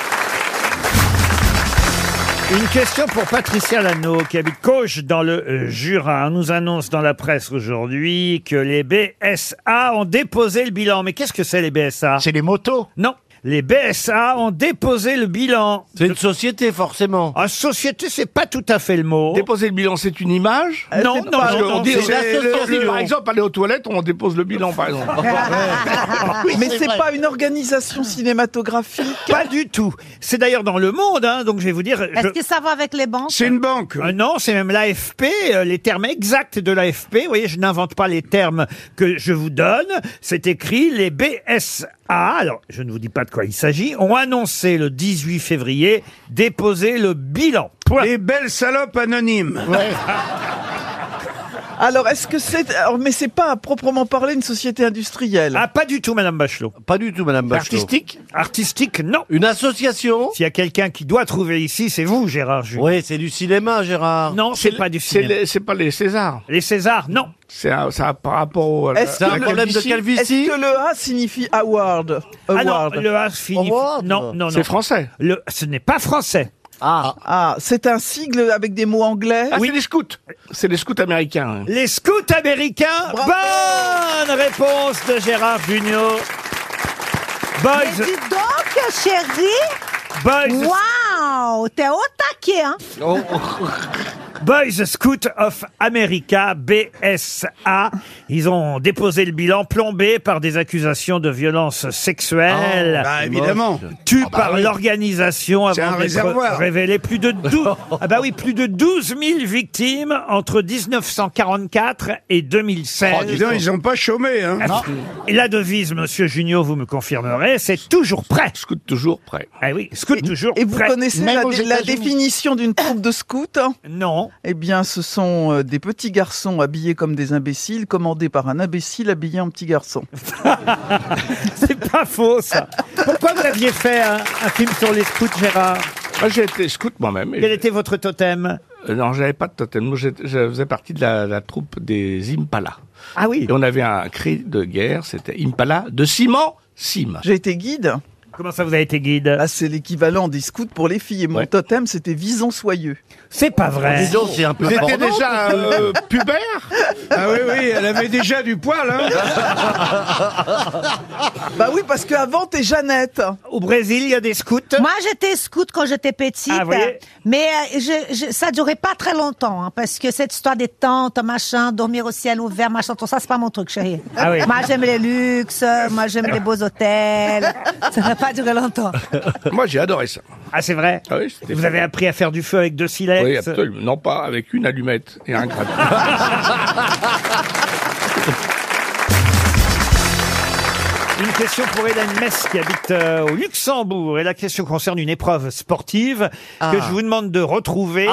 Une question pour Patricia Lano qui habite Cauche dans le euh, Jura. On nous annonce dans la presse aujourd'hui que les BSA ont déposé le bilan. Mais qu'est-ce que c'est les BSA C'est les motos Non. Les BSA ont déposé le bilan. C'est une société forcément. Ah, société, c'est pas tout à fait le mot. Déposer le bilan, c'est une image Non, non, Parce non, qu'on non, dit- c'est- c'est- le- l'association. le- Par exemple, aller aux toilettes, on dépose le bilan, par exemple. Mais c'est pas une organisation cinématographique. Pas du tout. C'est d'ailleurs dans le monde, hein, donc je vais vous dire. Est-ce je- que ça va avec les banques C'est une banque. Euh, non, c'est même l'AFP, euh, les termes exacts de l'AFP. Vous voyez, je n'invente pas les termes que je vous donne. C'est écrit les BSA. Alors, je ne vous dis pas de quoi il s'agit. Ont annoncé le 18 février déposer le bilan. Les belles salopes anonymes. Alors, est-ce que c'est. alors, Mais c'est pas à proprement parler une société industrielle. Ah, pas du tout, Madame Bachelot. Pas du tout, Madame Bachelot. Artistique Artistique, non. Une association S'il y a quelqu'un qui doit trouver ici, c'est vous, Gérard Oui, c'est du cinéma, Gérard. Non, c'est pas du cinéma. C'est pas les Césars. Les Césars, non. C'est un- ça a par rapport au. Est-ce que, le- est-ce que le A signifie award, Ah non, Award. le A signifie- non, non, non. C'est français. Le, ce n'est pas français. Ah, Ah, c'est un sigle avec des mots anglais. oui. C'est les scouts. C'est les scouts américains. Les scouts américains. Bonne réponse de Gérard Junior. Mais Boys. dis donc, chérie. Boys. Waouh, t'es au taquet, hein. Oh. Boys Scout of America, BSA. Ils ont déposé le bilan plombé par des accusations de violence sexuelle. Ah, bah, évidemment. Tues Ah, bah par oui. l'organisation C'est avant un d'être réservoir. révélé plus de 12, ah bah oui, plus de 12 000 victimes entre 1944 et 2016. Oh, dis donc, ils ont pas chômé, hein. Non. Ah, Et la devise, monsieur Junio, vous me confirmerez, c'est toujours prêt. Scout toujours prêt. Ah oui, scout toujours Et vous prêt. connaissez la, dé- la définition d'une troupe de scouts Non. Eh bien, ce sont euh, des petits garçons habillés comme des imbéciles, commandés par un imbécile habillé en petit garçon. C'est pas faux, ça. Pourquoi vous aviez fait un, un film sur les scouts, Gérard Moi, j'ai été scout moi-même. Quel était votre totem Euh, Non, j'avais pas de totem. Moi, j'étais- je faisais partie de la, la troupe des Impala. Ah oui. Et on avait un cri de guerre, c'était Impala de ciment, cime. J'ai été guide. Ah, Comment ça, vous avez été guide C'est l'équivalent des scouts pour les filles. Et mon totem, c'était vison soyeux. C'est pas vrai. Oh, Dis donc, c'est un peu Vous étiez porno, déjà, tout ça. euh, pubère Ah oui, oui, elle avait déjà du poil, hein Bah oui, parce qu'avant, t'es Jeannette. Au Brésil, il y a des scouts. Moi, j'étais scout quand j'étais petite, Ah, vous voyez mais euh, je, je- ça durait pas très longtemps, hein, parce que cette histoire des tentes, machin, dormir au ciel ouvert, machin, tout ça, c'est pas mon truc, chérie. Ah oui. Moi, j'aime les luxes, moi, j'aime les beaux hôtels. Ça n'a pas duré longtemps. Moi, j'ai adoré ça. Ah, c'est vrai Vous avez appris à faire du feu avec deux silex Oui, absolument. Non, pas avec une allumette et un gratin. Une question pour Hélène Mess qui habite euh, au Luxembourg. Et la question concerne une épreuve sportive Ah. que je vous demande de retrouver.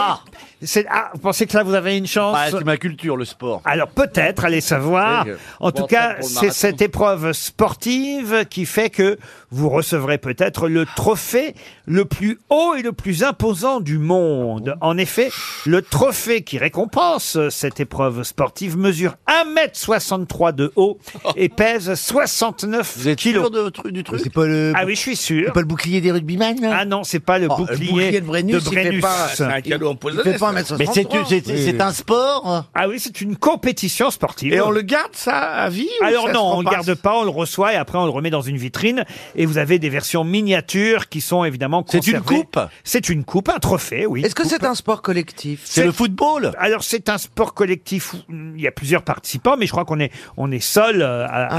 C'est- Ah, vous pensez que là, vous avez une chance Ah, c'est ma culture, le sport. Alors peut-être, allez savoir. Oui, je Ah. En tout m'entraîne cas, pour le c'est marathon. cette épreuve sportive qui fait que vous recevrez peut-être le trophée le plus haut et le plus imposant du monde. Ah En effet, le trophée qui récompense cette épreuve sportive mesure 1m63 de haut et pèse 69 Vous êtes kilos. sûr de tru- du truc C'est pas le... Ah oui, je suis sûr. pas le bouclier des rugbyman Ah non, c'est pas le Oh, le bouclier, bouclier de Brennus, il fait Brennus. pas- c'est un cadeau empoisonné, Il fait pas ça. 1m63. Mais c'est- c'est- c'est- c'est un sport Ah oui, c'est une compétition sportive. Et on le garde, ça, à vie ou Alors ça se non, on ne repasse garde pas, on le reçoit et après on le remet dans une vitrine. Et vous avez des versions miniatures qui sont évidemment C'est une conservées. coupe C'est une coupe, un trophée, oui. Est-ce que c'est un sport collectif C'est le football Alors c'est un sport collectif où il y a plusieurs participants, mais je crois qu'on est, on est seul euh, à... à- à part-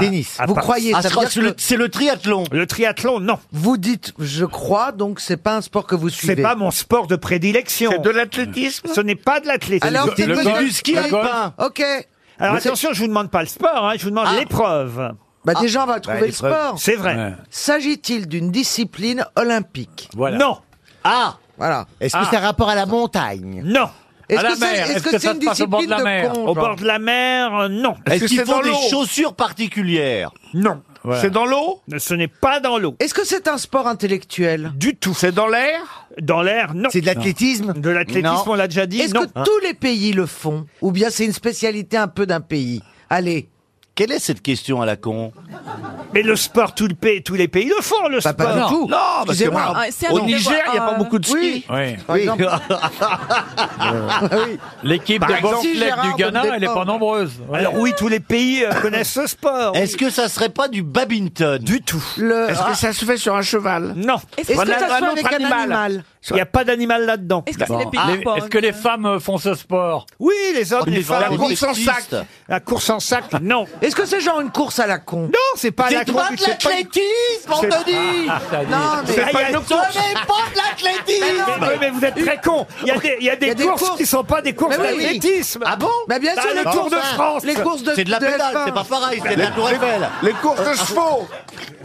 Ah, je crois que c'est le triathlon Le triathlon, non. Vous dites, je crois, donc c'est pas un sport que vous suivez. C'est pas mon sport de prédilection. C'est de l'athlétisme Ce n'est pas de l'athlétisme. Alors, c'est pas pas. Ok. Mais Alors c'est- Ah. attention, je vous demande pas le sport, hein, je vous demande l'épreuve. Bah déjà, on va trouver le sport. C'est vrai. S'agit-il d'une discipline olympique Non. Ah Voilà. Est-ce que Ah. c'est un rapport à la montagne Non. Est-ce que c'est est-ce que c'est une discipline de, con Au bord de la mer, euh, non. Est-ce Est-ce que qu'ils c'est font dans des l'eau chaussures particulières Non. Voilà. C'est dans l'eau Ce n'est pas dans l'eau. Est-ce que c'est un sport intellectuel Du tout. C'est dans l'air Dans l'air, non. C'est de l'athlétisme De l'athlétisme, on l'a déjà dit, Est-ce non. que tous les pays le font Ou bien c'est une spécialité un peu d'un pays Allez. Quelle est cette question à la con Mais le sport, tout le pays, tous les pays le font, le pas sport. du tout. Non, parce que Excusez-moi. moi, Ah, c'est au un- Niger, il y a pas euh, beaucoup de Oui. ski. Oui. Par exemple. L'équipe Par de exemple, bobsleigh si Gérard du Ghana, Depardieu- elle n'est pas nombreuse. Ouais. Alors oui, tous les pays euh, connaissent ce sport. Est-ce que ça serait pas du badminton Du tout. Est-ce Ah. que ça se fait sur un ah. cheval Non. Est-ce que ça se fait avec un animal Il n'y a pas d'animal là-dedans. Est-ce que c'est Bon. les Ah, pays pauvres Est-ce que les femmes euh, font ce sport Oui, les hommes, On les est femmes. vraiment sexistes. La course en sac, non. Est-ce que c'est genre une course à la con Non, c'est pas à la con. con, c'est pas- C'est- Ah, ça y est. Non, mais C'est pas une course. pas de l'athlétisme Mais, non, mais- mais vous êtes très con. Il y a des, il y a des courses, qui sont pas des courses Mais oui, oui. d'athlétisme. Ah bon Ben Mais bien Bah, sûr, le les Tour courses, de hein. France. Les courses de- C'est de la de pédale, F1. c'est pas pareil, c'est de la Tour Eiffel. Les courses de chevaux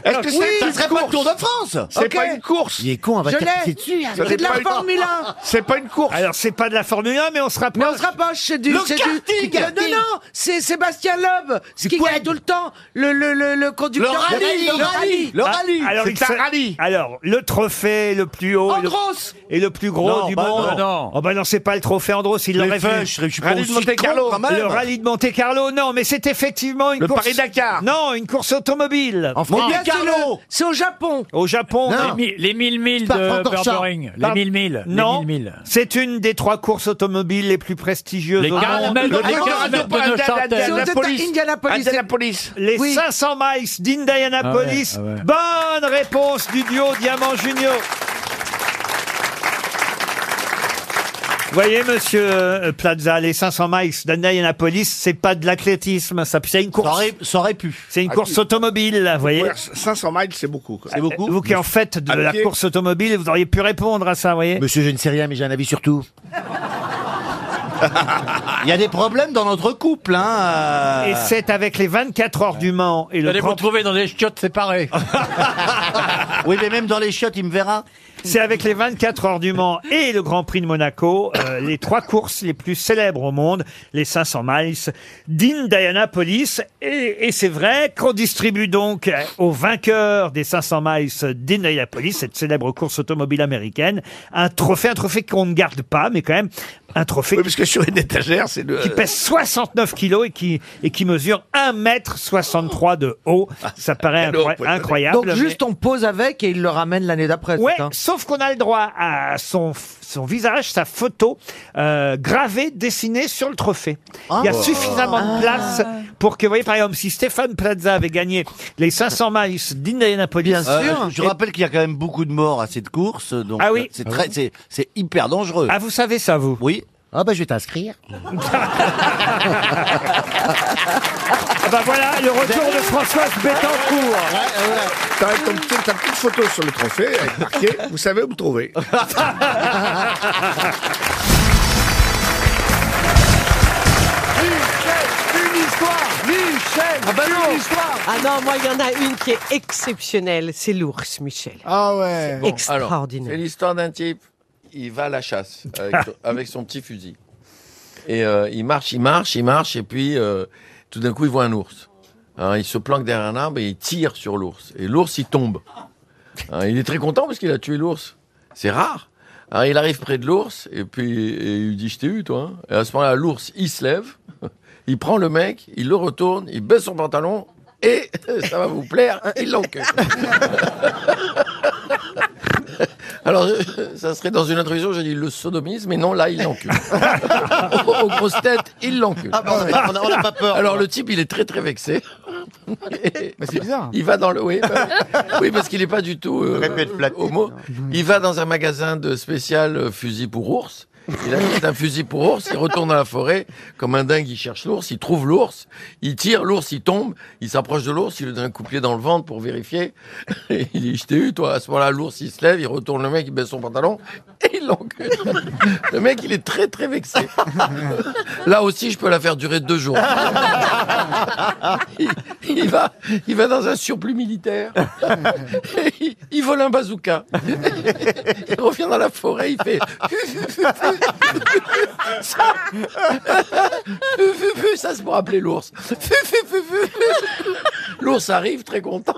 Est-ce que Oui, c'est ça une serait pas le course Tour de France. C'est Ok. pas une course Il est con, on va Je taper l'ai. dessus, hein. C'est c'est de la pas une- Formule 1. C'est pas une course. Alors, c'est pas de la Formule 1, mais on se rapproche. On se rapproche, c'est du. Le c'est du- karting. Non, non, c'est Sébastien Loeb, ce qui gagne tout le temps, le, le, le, le conducteur. le rallye. Ah, alors, il se- Alors, le trophée le plus haut. et le- Andros. Et le plus gros Non, du bah monde. non. Non. Oh, bah non, c'est pas le trophée Andros, il Mais l'aurait feu, vu. je serais- je suis pas Rallye de aussi Monte-Carlo, con, quand même. Le rallye de Monte-Carlo, non, mais c'est effectivement une Le course. Paris-Dakar. Non, une course automobile. En Eh bien, c'est le- C'est au Japon. Au Japon, non. Les, mi- les mille milles Par de Francorchamps. Burbering. Les Par- mille milles. les Non, mille milles. c'est une des trois courses automobiles les plus prestigieuses. Les au monde. 40 mètres, les 40 mètres de Neuchâtel. Indianapolis. Les 500 miles d'Indianapolis. Ah ouais, Bonne réponse du duo Diamant Junior. Vous voyez, monsieur euh, Plaza, les 500 miles d'Indianapolis, c'est pas de l'athlétisme, ça, c'est une course. Ça aurait, pu. C'est une Ah, course oui. automobile, là, vous voyez. 500 miles, c'est beaucoup. Ah, quoi. Euh, Vous qui en faites de À la pied. course automobile, vous auriez pu répondre à ça, vous voyez. Monsieur, je ne sais rien, mais j'ai un avis sur tout. Il y a des problèmes dans notre couple, hein. Et c'est avec les 24 heures du Mans et Vous le allez vous 30 retrouver dans des chiottes séparées. Oui, mais même dans les chiottes, il me verra. C'est avec les 24 heures du Mans et le Grand Prix de Monaco, euh, les trois courses les plus célèbres au monde, les 500 miles d'Indianapolis. Et, et c'est vrai qu'on distribue donc euh, aux vainqueurs des 500 miles d'Indianapolis, cette célèbre course automobile américaine, un trophée, un trophée qu'on ne garde pas, mais quand même un trophée. parce que sur une étagère, c'est le. qui pèse 69 kilos et qui, et qui mesure 1m63 de haut. Ah, Ça paraît incroy- incroyable. Donc mais- juste on pose avec et il le ramène l'année d'après. Ouais, sauf qu'on a le droit à son, son visage, sa photo euh, gravée, dessinée sur le trophée. Il y a Ah. suffisamment de place pour que, vous voyez, par exemple, si Stéphane Plaza avait gagné les 500 miles d'Indianapolis, Bien sûr. euh, je et- rappelle qu'il y a quand même beaucoup de morts à cette course, donc Ah oui. c'est très, c'est, c'est hyper dangereux. Ah, vous savez ça, vous Oui. Ah bah je vais t'inscrire. Ah bah voilà, le retour de Françoise Bettencourt. T'as ton petit- ta petite photo sur le trophée, elle est marquée, vous savez où me trouver. Une histoire Michel bah Une histoire. Ah non, moi, il y en a une qui est exceptionnelle. C'est l'ours, Michel. Ah ouais. Bon, Extraordinaire. alors, C'est l'histoire d'un type. Il va à la chasse avec, son- avec son petit fusil. Et euh, il marche, il marche, il marche, et puis euh, tout d'un coup, il voit un ours. Hein, il se planque derrière un arbre et il tire sur l'ours. Et l'ours, il tombe. Hein, il est très content parce qu'il a tué l'ours. C'est rare. Hein, il arrive près de l'ours et puis et il lui dit Je t'ai eu, toi. hein. Et à ce moment-là, l'ours, il se lève, il prend le mec, il le retourne, il baisse son pantalon et ça va vous plaire, hein, il l'enquête. Alors, euh, ça serait dans une intrusion, j'ai dit le sodomisme, mais non, là, il l'encule. Aux- Aux grosses têtes, il l'encule. Ah bah, on a- on a- on a pas peur. Alors, le type, il est très, très vexé. Mais c'est bizarre. Il va dans le. Oui, bah, oui, parce qu'il n'est pas du tout euh, homo. Il va dans un magasin de spécial euh, fusil pour ours. Il achète un fusil pour ours, il retourne dans la forêt, comme un dingue, il cherche l'ours, il trouve l'ours, il tire, l'ours, il tombe, il s'approche de l'ours, il lui donne un coup de pied dans le ventre pour vérifier. Et il dit, je t'ai eu, toi. À ce moment-là, l'ours, il se lève, il retourne le mec, il baisse son pantalon, et il l'engueule. Le mec, il est très, très vexé. Là aussi, je peux la faire durer deux jours. Il, il va, il va dans un surplus militaire. Et il, il vole un bazooka. Il revient dans la forêt, il fait. Ça, ça c'est pour appeler l'ours. L'ours arrive très content.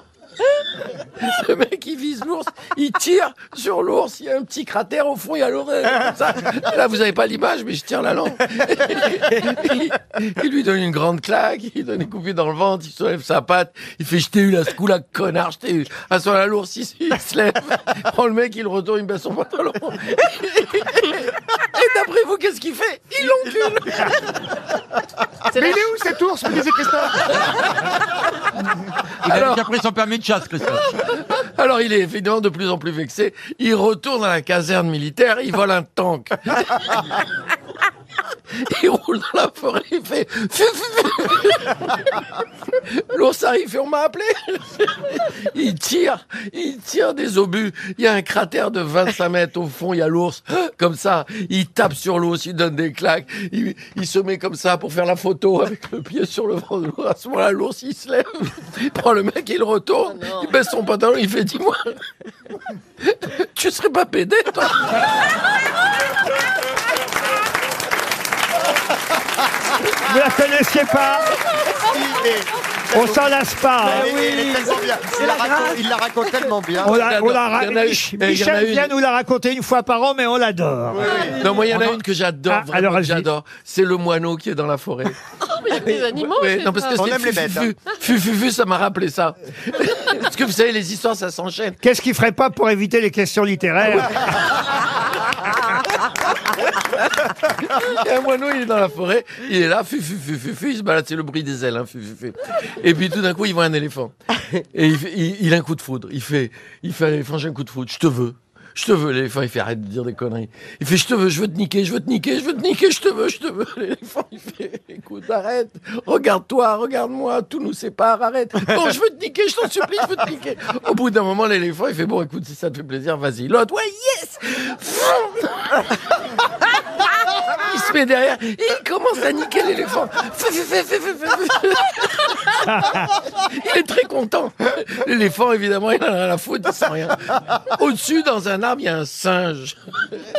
Le mec, il vise l'ours, il tire sur l'ours, il y a un petit cratère au fond, il y a l'oreille. comme ça. Et Ah, Là, vous n'avez pas l'image, mais je tire la langue. Il, il lui donne une grande claque, il donne une coupée dans le ventre, il soulève sa patte, il fait Je t'ai eu là, ce coup-là, connard, je t'ai eu. Ah, À ce moment-là, l'ours, il, il se lève, prend le mec, il le retourne, il baisse son pantalon. Et d'après vous, qu'est-ce qu'il fait Il l'encule Mais il est où cet ours, me disait Christophe Il a pris son permis de chasse, Alors, il est évidemment de plus en plus vexé. Il retourne à la caserne militaire, il vole un tank. il roule dans la forêt, il fait. L'ours arrive, fait, on m'a appelé. Il tire, il tire des obus. Il y a un cratère de 25 mètres au fond, il y a l'ours. Comme ça, il tape sur l'ours, il donne des claques. Il, il se met comme ça pour faire la photo avec le pied sur le ventre de l'ours. À ce moment-là, l'ours, il se lève, il prend le mec, il le retourne, il baisse son pantalon, il fait, dis-moi, tu serais pas pédé, toi Vous la connaissiez pas On s'en lasse pas. hein. Il la raconte- il la raconte tellement bien. On la, on la ra- Il y en a eu- Mich- eh, il y en a Michel eu- vient nous la raconter une fois par an, mais on l'adore. Non, moi, il y en a On une que j'adore, Ah, vraiment alors, que allez-y. j'adore. C'est le moineau qui est dans la forêt. des animaux. Ouais, c'est non, parce ça. que c'est Fufu. Fufufu, ça m'a rappelé ça. parce que vous savez, les histoires, ça s'enchaîne. Qu'est-ce qu'il ferait pas pour éviter les questions littéraires Et un moineau, il est dans la forêt, il est là, fu, fu, fu, fu, fu, il se balade, c'est le bruit des ailes, hein, fu, fu, fu. Et puis tout d'un coup, il voit un éléphant. Et il, fait- il- il a un coup de foudre. Il fait, il fait à l'éléphant, j'ai un coup de foudre, je te veux. Je te veux, l'éléphant, il fait arrête de dire des conneries. Il fait, je te veux, je veux te niquer, je veux te niquer, je veux te niquer, je te veux, je te veux. L'éléphant, il fait, écoute, arrête, regarde-toi, regarde-moi, tout nous sépare, arrête. Non, je veux te niquer, je t'en supplie, je veux te niquer. Au bout d'un moment, l'éléphant, il fait, bon, écoute, si ça te fait plaisir, vas-y. L'autre, ouais, yes! Ah, Il se met derrière, il commence à niquer l'éléphant. Feu, feu, feu, feu, feu, feu, feu. Il est très content. L'éléphant, évidemment, il en a la faute, il sent rien. Au-dessus, dans un arbre, il y a un singe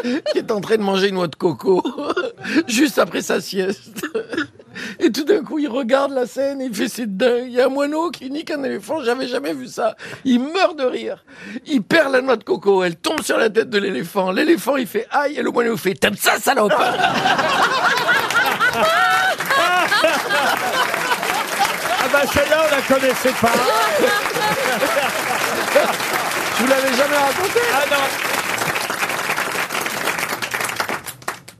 qui est en train de manger une noix de coco juste après sa sieste. Et tout d'un coup, il regarde la scène, il fait c'est dingue. Il y a un moineau qui nique un éléphant, j'avais jamais vu ça. Il meurt de rire. Il perd la noix de coco, elle tombe sur la tête de l'éléphant. L'éléphant, il fait aïe, et le moineau fait t'aimes ça, salope Ah bah celle-là, on la connaissait pas. Je vous l'avais jamais raconté Ah non